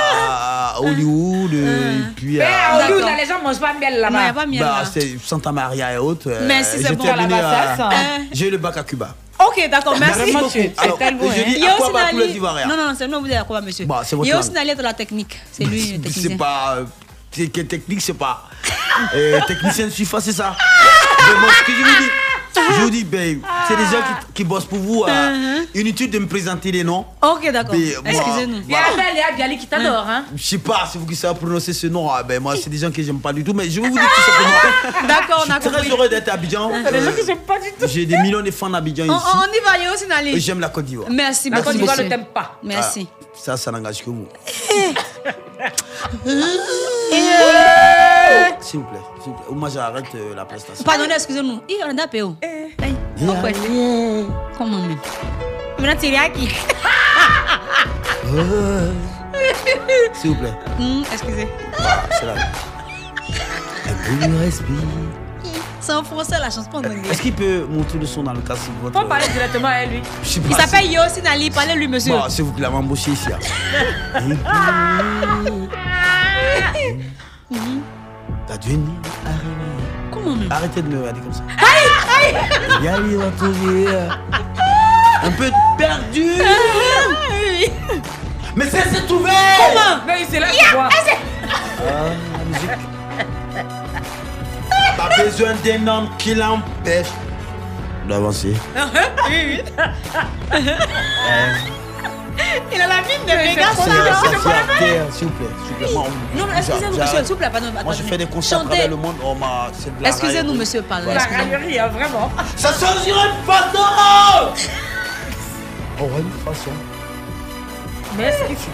Speaker 10: à Hollywood, euh, et puis
Speaker 1: Mais
Speaker 10: à.
Speaker 1: à Eh, Hollywood, là, les gens mangent pas miel là-bas.
Speaker 10: Bah, c'est Santa Maria et autres. euh,
Speaker 1: Mais si c'est
Speaker 10: j'ai
Speaker 1: bon,
Speaker 10: terminé
Speaker 1: là-bas,
Speaker 10: à-
Speaker 1: ça, ça.
Speaker 10: J'ai eu le bac à Cuba.
Speaker 7: Ok, d'accord, merci.
Speaker 10: Vraiment, c'est- c'est Alors, tellement, je hein. dis,
Speaker 7: Il y a
Speaker 10: à quoi
Speaker 7: aussi
Speaker 10: va
Speaker 7: Nali-
Speaker 10: tous les Ivoiriens
Speaker 7: Non, non, non, c'est nous, vous dites à quoi, monsieur.
Speaker 10: Bah, c'est votre
Speaker 7: Il y a
Speaker 10: langue.
Speaker 7: aussi Nali de la technique. C'est lui, le
Speaker 10: C'est
Speaker 7: technicien.
Speaker 10: pas. euh, C'est quelle technique, c'est
Speaker 7: [laughs]
Speaker 10: pas. euh, technicien de surface, c'est ça. Mais moi, ce que je vous dis, je vous dis, babe, c'est des gens qui, qui bossent pour vous.
Speaker 7: Uh-huh.
Speaker 10: euh, Inutile de me présenter les noms.
Speaker 7: Ok, d'accord.
Speaker 10: Mais, bah,
Speaker 7: Excusez-nous.
Speaker 10: voilà.
Speaker 1: Il y a Léa Bialy qui t'adore. Hein.
Speaker 10: Je sais pas, c'est vous qui savez prononcer ce nom. Ah, ben moi, c'est des gens que j'aime pas du tout, mais je vais vous dire tout simplement.
Speaker 7: [laughs] D'accord,
Speaker 10: on a Très heureux d'être à Abidjan.
Speaker 7: Ah. Des gens que
Speaker 10: j'aime pas du tout. J'ai des millions de fans d'Abidjan
Speaker 7: On,
Speaker 10: ici.
Speaker 7: on- on y va, il y a aussi Nali.
Speaker 10: Et j'aime la Côte d'Ivoire.
Speaker 7: Oh, Merci,
Speaker 10: La
Speaker 7: merci.
Speaker 10: Côte d'Ivoire
Speaker 7: monsieur.
Speaker 10: ne t'aime
Speaker 1: pas.
Speaker 7: Merci.
Speaker 10: Ah, ça, ça n'engage que vous.
Speaker 7: [laughs] Euh.
Speaker 10: S'il vous plaît, s'il vous plaît. Moi, j'arrête euh, la prestation.
Speaker 7: Eh, Pardonnez, excusez-nous. Il y en a peu. oh.
Speaker 9: Eh.
Speaker 7: Hey,
Speaker 10: Yeah.
Speaker 7: pourquoi Comment même Maintenant, tu es à qui
Speaker 10: Euh, S'il vous plaît.
Speaker 7: [laughs] Hmm, Excusez.
Speaker 10: Voilà, c'est là. Un peu de respect.
Speaker 7: C'est en français la chanson, pas en anglais.
Speaker 10: Est-ce qu'il peut monter le son dans le cas s'il vous plaît
Speaker 7: directement à lui.
Speaker 10: Je sais
Speaker 7: Il
Speaker 10: pas,
Speaker 7: s'appelle Yossi Nali, parlez-lui, monsieur.
Speaker 10: Bah, c'est vous qui l'avez embauché ici. hein.
Speaker 7: Mhm.
Speaker 10: T'as dû venir
Speaker 7: Comment
Speaker 10: Arrêtez de me regarder comme ça.
Speaker 7: Aïe, aïe
Speaker 10: Il y a eu un tourné, euh, Un peu perdu.
Speaker 7: Ah,
Speaker 10: Mais ça s'est trouvé
Speaker 1: Comment Mais c'est là pour voir.
Speaker 10: Ah, la musique. Pas besoin d'un homme qui l'empêche d'avancer.
Speaker 7: Oui, oui. Euh, Il a la mine de Vegas,
Speaker 10: C'est
Speaker 7: ça.
Speaker 10: la
Speaker 7: Je connais pas.
Speaker 10: fierté, S'il vous plaît, s'il vous plaît. Moi, on-
Speaker 7: Non, mais excusez-nous,
Speaker 10: j'arrête.
Speaker 7: monsieur, s'il vous plaît, pardon,
Speaker 10: Moi, je
Speaker 7: attendez.
Speaker 10: fais des concerts à
Speaker 7: Chantez.
Speaker 10: travers le monde. Oh, ma, c'est de la
Speaker 7: Excusez-nous,
Speaker 10: raillerie.
Speaker 7: monsieur, pardon.
Speaker 10: Voilà.
Speaker 7: excusez-nous.
Speaker 1: hein, vraiment.
Speaker 10: Ça sort sur une façon On va une façon.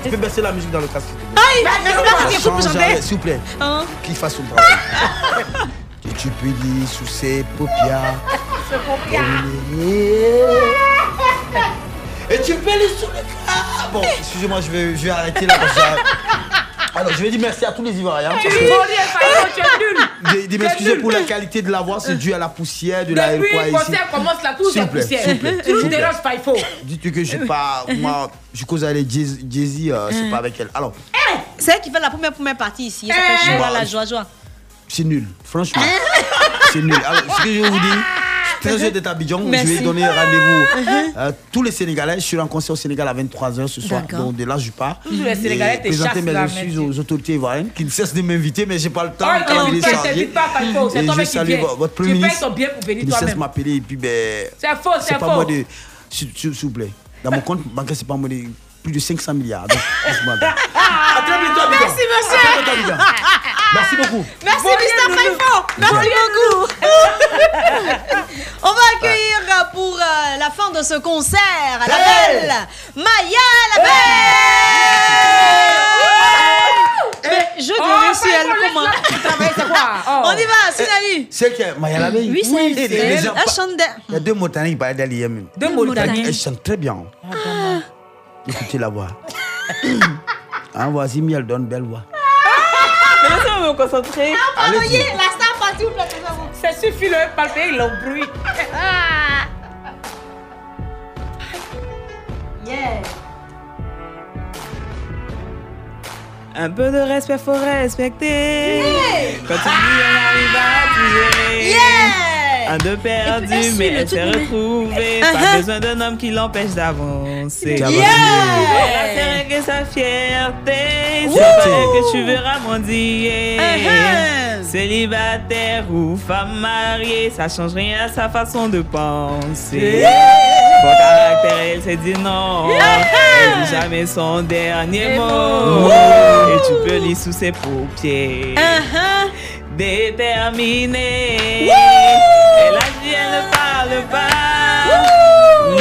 Speaker 10: Tu peux baisser la musique dans le casque. s'il te plaît.
Speaker 7: Aïe, mais c'est pas ce qu'il faut pour
Speaker 10: Change,
Speaker 7: chanter.
Speaker 10: arrête, S'il vous plaît,
Speaker 7: Hein
Speaker 10: qu'il fasse son
Speaker 1: [laughs]
Speaker 10: travail. Que tu peux dire sous ses paupières. Et tu peux les sous le cœur. Bon, excusez-moi, je vais, je vais arrêter là. Parce que j'ai- Alors, je vais dire merci à tous les Ivoiriens.
Speaker 1: Tu
Speaker 10: parce
Speaker 1: es
Speaker 10: que-
Speaker 1: maudit, Faïro, tu es nul.
Speaker 10: de, de
Speaker 1: Tu es
Speaker 10: m'excuser
Speaker 1: nul.
Speaker 10: pour la qualité de la voix, c'est dû à la poussière, de la
Speaker 1: Depuis
Speaker 10: quoi
Speaker 1: le
Speaker 10: ici.
Speaker 1: concert commence là, tout
Speaker 10: S'il
Speaker 1: est
Speaker 10: vous plaît,
Speaker 1: poussière.
Speaker 10: s'il vous plaît,
Speaker 1: Tu
Speaker 10: s'il
Speaker 1: nous
Speaker 10: vous plaît.
Speaker 1: déranges, Faïfo.
Speaker 10: Dites-tu que je pas. Moi, je cause avec Jay- Jay-Z, euh, c'est
Speaker 7: Hein.
Speaker 10: pas avec elle. Alors,
Speaker 7: Eh, C'est elle qui fait la première, première partie ici. Elle
Speaker 10: Hein
Speaker 7: s'appelle Joie, la joie, joie.
Speaker 10: c'est nul, franchement. [laughs] c'est nul. Alors, ce que je vais vous dire. je suis Très heureux d'être à Abidjan. Je
Speaker 7: Merci.
Speaker 10: vais donner
Speaker 1: [laughs]
Speaker 10: rendez-vous
Speaker 1: Uh-huh.
Speaker 7: Hein.
Speaker 10: à tous les Sénégalais. Je suis en concert au Sénégal à 23h ce soir.
Speaker 1: D'accord.
Speaker 10: Donc de là, je pars.
Speaker 1: Tous les
Speaker 10: Et
Speaker 1: Sénégalais te
Speaker 10: Présenter
Speaker 1: chassent,
Speaker 10: mes
Speaker 1: là,
Speaker 10: excuses aux autorités ivoiriennes qui ne cessent de m'inviter, mais j'ai pas le temps.
Speaker 1: Oh,
Speaker 10: le
Speaker 1: il
Speaker 10: calendrier
Speaker 1: t'invite pas, il
Speaker 10: chargé.
Speaker 1: t'invite pas, Faïfo. C'est
Speaker 10: Et
Speaker 1: toi-même
Speaker 10: je
Speaker 1: qui
Speaker 10: salue
Speaker 1: viens.
Speaker 10: vo- votre
Speaker 1: Tu
Speaker 10: premier
Speaker 1: payes
Speaker 10: ministre.
Speaker 1: ton billet pour venir
Speaker 10: Il ne cesse de
Speaker 1: toi-même.
Speaker 10: m'appeler et puis ben.
Speaker 1: C'est faux, c'est
Speaker 10: pas
Speaker 1: faux.
Speaker 10: moi de. S'il s'il- s'il vous plaît. Dans mon compte bancaire, c'est pas moi de. Plus de 500 milliards. Donc, laisse-moi
Speaker 1: [laughs]
Speaker 10: bien. À très bientôt, Abidjan.
Speaker 7: Merci,
Speaker 10: À très bientôt,
Speaker 7: monsieur.
Speaker 10: Abidjan. Merci beaucoup.
Speaker 7: Merci,
Speaker 10: Voyez
Speaker 7: Mr.
Speaker 10: le
Speaker 7: Faifo. Merci
Speaker 10: Voyez
Speaker 7: beaucoup. [laughs] On va accueillir euh, pour euh, la fin de ce concert la
Speaker 15: Hey.
Speaker 7: belle Maya la
Speaker 9: Ah,
Speaker 7: belle. Mais je
Speaker 10: Oh,
Speaker 7: dirais si elle comment. [laughs] On y va, Sinali.
Speaker 10: Eh, C'est que Maya Labeille.
Speaker 7: Oui, c'est elle.
Speaker 10: les- les gens Ah,
Speaker 7: Elle
Speaker 10: par-
Speaker 7: chante des-
Speaker 10: Il y a deux Mauritaniens qui parlent d'elle hier même.
Speaker 7: Deux Mauritaniens.
Speaker 10: Elle chante très bien.
Speaker 7: Ah.
Speaker 10: Écoutez la voix. Hein, voici Miel donne belle voix.
Speaker 7: Ah.
Speaker 11: Mais laissez on me concentrer.
Speaker 10: pardon, Allez-y. yeah,
Speaker 7: la star partie ou
Speaker 1: Ça suffit le palpé, il embrouille.
Speaker 7: Yeah.
Speaker 11: Un peu de respect, faut respecter.
Speaker 7: Yeah.
Speaker 11: Quand tu dis, on arrive à tout gérer.
Speaker 7: Yeah.
Speaker 11: Un deux perdu,
Speaker 7: Et puis,
Speaker 11: mais
Speaker 7: le
Speaker 11: elle
Speaker 7: tout
Speaker 11: s'est
Speaker 7: de même.
Speaker 11: retrouvée.
Speaker 7: Uh-huh.
Speaker 11: Pas besoin d'un homme qui l'empêche d'avancer.
Speaker 10: Yeah.
Speaker 11: Elle va serrer que sa fierté.
Speaker 10: Wouh.
Speaker 11: C'est pas elle que tu verras mendier.
Speaker 7: Uh-huh.
Speaker 11: Célibataire ou femme mariée, ça change rien à sa façon de penser.
Speaker 15: Yeah.
Speaker 11: Bon caractère, elle s'est dit non.
Speaker 15: Yeah.
Speaker 11: Elle dit jamais son dernier mot.
Speaker 15: mot.
Speaker 11: Et tu peux lire sous ses paupières. Uh-huh. Déterminée. Elle agit, elle ne parle pas.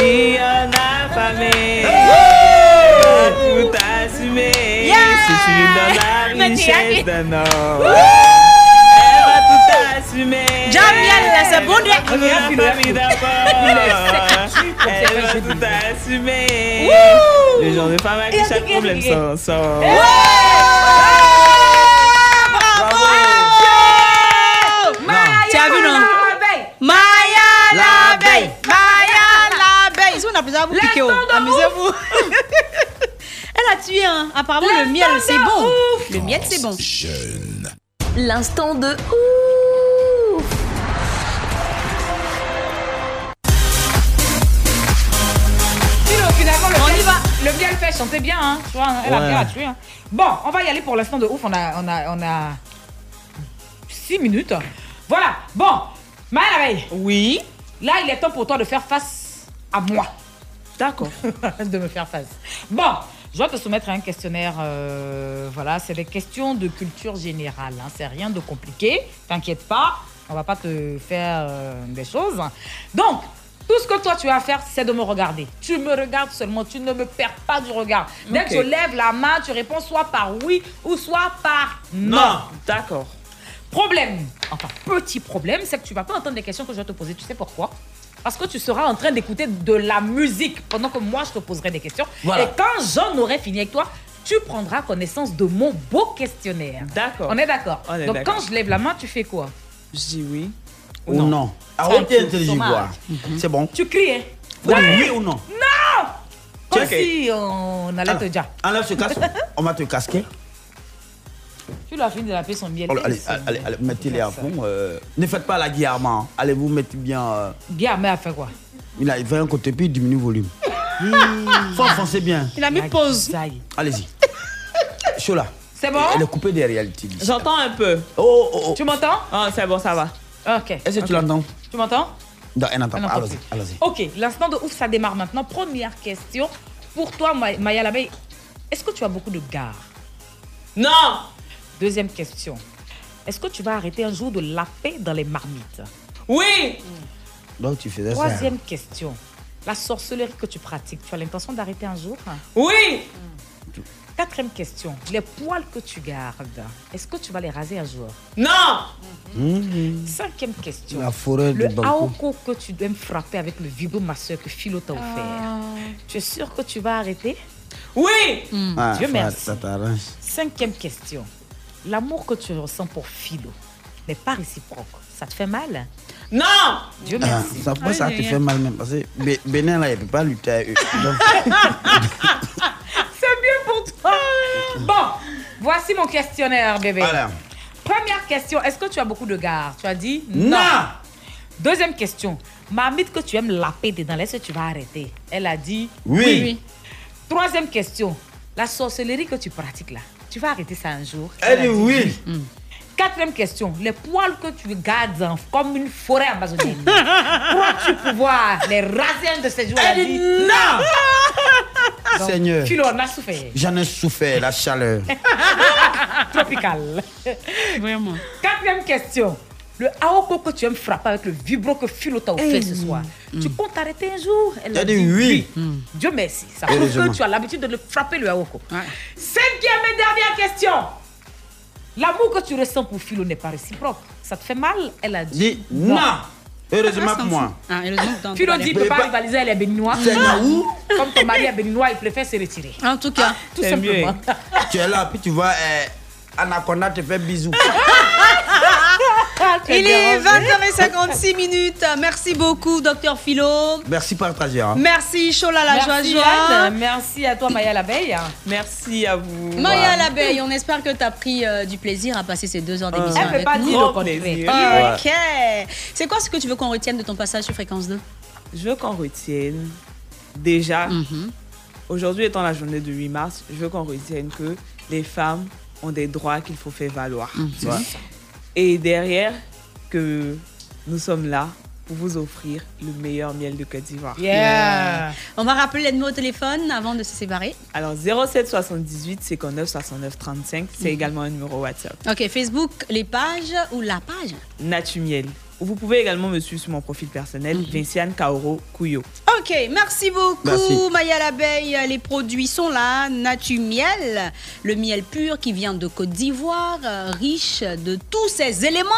Speaker 11: Ni en affamée. Elle va Tout assumer. Si tu lui donnes la
Speaker 15: Mais tu as dit-
Speaker 11: richesse d'un homme.
Speaker 15: Wouh.
Speaker 11: Elle va tout assumer.
Speaker 15: Jamiel, là, c'est bon,
Speaker 11: La
Speaker 15: Dieu. Il est
Speaker 11: famille
Speaker 15: sec.
Speaker 11: d'abord. Elle va tout assumer.
Speaker 15: Wouh.
Speaker 11: Le genre de femme à qui chaque problème sans. sans-
Speaker 9: Tu as vu, non Maya l'abeille Maya l'abeille Si on a besoin de vous piquer, oh, [laughs] amusez-vous Elle a tué, hein.
Speaker 7: Eh,
Speaker 9: apparemment le miel, c'est bon Le miel,
Speaker 7: [laughs]
Speaker 9: c'est bon [laughs]
Speaker 4: L'instant de ouf
Speaker 1: Finalement, le
Speaker 8: On
Speaker 1: miel,
Speaker 8: y
Speaker 1: le miel fait chanter bien, hein. Tu vois, elle a
Speaker 8: Ouais.
Speaker 1: bien à tuer. hein. Bon, on va y aller pour l'instant de ouf. On a, on a, on a six minutes. Voilà. Bon, Maël Abeille. Oui. Là, il est temps pour toi de faire face à moi. D'accord. [laughs] de me faire face. Bon, je dois te soumettre à un questionnaire. euh, voilà, c'est des questions de culture générale. hein. C'est rien de compliqué. T'inquiète pas. On va pas te faire euh, des choses. Donc, tout ce que toi tu as à faire, c'est de me regarder. Tu me regardes seulement, tu ne me perds pas du regard. Dès
Speaker 11: Ok.
Speaker 1: que je lève la main, tu réponds soit par oui ou soit par non.
Speaker 11: Non, d'accord.
Speaker 1: Problème, enfin petit problème, c'est que tu vas pas entendre les questions que je vais te poser. Tu sais pourquoi Parce que tu seras en train d'écouter de la musique pendant que moi je te poserai des questions.
Speaker 11: Voilà.
Speaker 1: Et quand j'en aurai fini avec toi, tu prendras connaissance de mon beau questionnaire. D'accord. On est d'accord.
Speaker 11: On est
Speaker 1: Donc
Speaker 11: d'accord.
Speaker 1: quand je lève la main, tu fais quoi
Speaker 11: Je dis oui.
Speaker 10: Ou non. Ah,
Speaker 1: C'est un
Speaker 10: on t'est
Speaker 1: coup,
Speaker 10: intelligent,
Speaker 1: dommage.
Speaker 10: quoi. C'est bon.
Speaker 1: Tu cries. hein
Speaker 10: Faut dire
Speaker 1: Ouais.
Speaker 10: oui ou non
Speaker 1: Non Comme
Speaker 10: Ok.
Speaker 1: si on allait te dire.
Speaker 10: Enlève ce casque. On va te casquer.
Speaker 1: [laughs] Tu l'as fini de laver son miel.
Speaker 10: Oh là, allez, allez, allez, mettez-les à fond. euh, ne faites pas la guillarma. Allez vous mettre bien. euh,
Speaker 1: Bien, mais à faire quoi
Speaker 10: il a il fait un côté puis il diminue le volume. Faut enfoncer bien.
Speaker 1: Il a mis pause.
Speaker 10: Allez-y. Chola.
Speaker 1: C'est bon
Speaker 10: Elle est coupée derrière le tigre.
Speaker 11: J'entends un peu.
Speaker 10: Oh, oh, oh.
Speaker 1: Tu m'entends
Speaker 11: Ah, c'est bon, ça va.
Speaker 1: Ok.
Speaker 10: Est-ce que tu l'entends
Speaker 1: Tu m'entends
Speaker 10: Non, elle n'entend
Speaker 1: Elle
Speaker 10: pas.
Speaker 1: n'entend
Speaker 10: Allez-y. Allez-y.
Speaker 1: Ok, l'instant de ouf, ça démarre maintenant. Première question pour toi, Ma- Maya Labeille. Est-ce que tu as beaucoup de gars
Speaker 11: Non
Speaker 1: Deuxième question. Est-ce que tu vas arrêter un jour de laver dans les marmites
Speaker 11: Oui
Speaker 10: Donc tu faisais ça.
Speaker 1: Troisième question. La sorcellerie que tu pratiques, tu as l'intention d'arrêter un jour
Speaker 11: Oui
Speaker 1: Quatrième question. Les poils que tu gardes, est-ce que tu vas les raser un jour
Speaker 11: Non
Speaker 10: Hmm.
Speaker 1: Cinquième question.
Speaker 10: La forêt
Speaker 1: le
Speaker 10: du balcon.
Speaker 1: aoko que tu dois me frapper avec le vibromasseur que Philo t'a offert, tu es sûr que tu vas arrêter Hmm.
Speaker 11: Oui
Speaker 10: Ah,
Speaker 1: Dieu
Speaker 10: faut-
Speaker 1: merci.
Speaker 10: Ça t'arrange.
Speaker 1: Cinquième question. L'amour que tu ressens pour Philo n'est pas réciproque. Ça te fait mal
Speaker 11: Non
Speaker 1: Dieu
Speaker 10: Ah,
Speaker 1: merci. hein.
Speaker 10: ça, moi, ça te fait mal même parce que Bé- Bénin là, il ne peut pas lutter avec eux. Donc,
Speaker 1: C'est mieux pour toi. Bon, voici mon questionnaire, bébé.
Speaker 10: Voilà.
Speaker 1: Première question, est-ce que tu as beaucoup de gars Tu as dit
Speaker 10: Non.
Speaker 1: Deuxième question, marmite que tu aimes laper dedans, est-ce que tu vas arrêter Elle a dit
Speaker 10: Oui.
Speaker 1: Troisième question, la sorcellerie que tu pratiques là, tu vas arrêter ça un jour
Speaker 10: Elle dit
Speaker 1: a Hmm.
Speaker 10: oui.
Speaker 1: Quatrième question, les poils que tu gardes en- comme une forêt amazonienne, crois-tu pouvoir les raser un de ces jours Elle a dit
Speaker 10: non Seigneur.
Speaker 1: Philo, on a souffert.
Speaker 10: J'en ai souffert, la
Speaker 1: [laughs]
Speaker 10: chaleur.
Speaker 1: Tropical. Vraiment. Quatrième question. Le haoko que tu aimes frapper avec le vibro que Philo t'a offert
Speaker 10: Hey.
Speaker 1: ce soir. Tu comptes t'arrêter un jour Elle
Speaker 10: Elle
Speaker 1: a
Speaker 10: a dit oui.
Speaker 8: Hmm.
Speaker 1: Dieu merci. Ça prouve
Speaker 10: Heureusement.
Speaker 1: que tu as l'habitude de le frapper le haoko. Cinquième et dernière question. L'amour que tu ressens pour Philo n'est pas réciproque. Ça te fait mal Elle a dit
Speaker 10: Dis non. Heureusement pour moi.
Speaker 1: Philo dit ne peut pas rivaliser, elle est béninois.
Speaker 10: C'est là où
Speaker 1: Comme ton mari est béninois, il préfère se retirer. En tout cas, tout
Speaker 10: C'est mieux.
Speaker 1: simplement.
Speaker 10: Tu es là, puis tu vois, euh, Anaconda te fait bisous.
Speaker 9: Il est
Speaker 10: bien rangé.
Speaker 9: 20h56 minutes. Merci beaucoup, docteur Philo.
Speaker 10: Merci, partagez. hein.
Speaker 9: Merci, Chola la joie
Speaker 1: Merci,
Speaker 9: joie.
Speaker 1: Anne. Merci à toi, Maya l'abeille.
Speaker 11: Merci à vous.
Speaker 9: Maya l'abeille, on espère que tu as pris euh, du plaisir à passer ces deux heures d'émission.
Speaker 11: Elle peut
Speaker 9: avec
Speaker 11: pas
Speaker 9: nous.
Speaker 11: dire le contraire.
Speaker 9: Ah, Ok. C'est quoi ce que tu veux qu'on retienne de ton passage sur Fréquence 2
Speaker 11: Je veux qu'on retienne, déjà,
Speaker 9: Mhm.
Speaker 11: aujourd'hui étant la journée du 8 mars, je veux qu'on retienne que les femmes ont des droits qu'il faut faire valoir.
Speaker 9: Mhm.
Speaker 11: tu vois. Et derrière, que nous sommes là pour vous offrir le meilleur miel de Côte d'Ivoire.
Speaker 9: Yeah. On va rappeler les mots au téléphone avant de se séparer.
Speaker 11: Alors 07 78 59 69 35,
Speaker 9: Mhm.
Speaker 11: c'est également un numéro WhatsApp.
Speaker 9: Ok, Facebook, les pages ou la page
Speaker 11: Natumiel. Vous pouvez également me suivre sur mon profil personnel,
Speaker 9: Mhm.
Speaker 11: Vinciane Kaoro Kuyo.
Speaker 9: Ok, merci beaucoup
Speaker 11: Merci.
Speaker 9: Maya l'abeille. Les produits sont là. Natu Miel, le miel pur qui vient de Côte d'Ivoire, euh, riche de tous ces éléments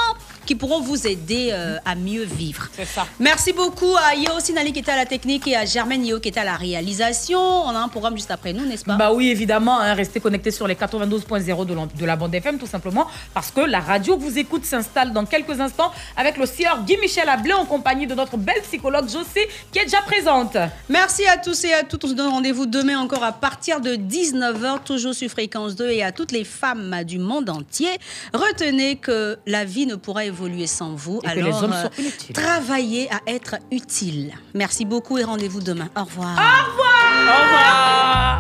Speaker 9: qui pourront vous aider euh, à mieux vivre.
Speaker 1: C'est ça.
Speaker 9: Merci beaucoup à Yo Sinali qui était à la technique et à Germaine Yo qui était à la réalisation. On a un programme juste après nous, n'est-ce pas
Speaker 1: Bah oui, évidemment, hein, restez connectés sur les 92.0 de, l'en- de la bande FM, tout simplement, parce que la radio que vous écoute s'installe dans quelques instants avec le sieur Guy Michel Ablé en compagnie de notre belle psychologue José qui est déjà présente.
Speaker 9: Merci à tous et à toutes. On se donne rendez-vous demain encore à partir de 19h, toujours sur Fréquence 2 et à toutes les femmes du monde entier. Retenez que la vie ne pourra évoluer sans vous.
Speaker 1: Et que
Speaker 9: Alors,
Speaker 1: les hommes sont
Speaker 9: euh, travaillez à être utile. Merci beaucoup et rendez-vous demain. Au revoir.
Speaker 1: Au revoir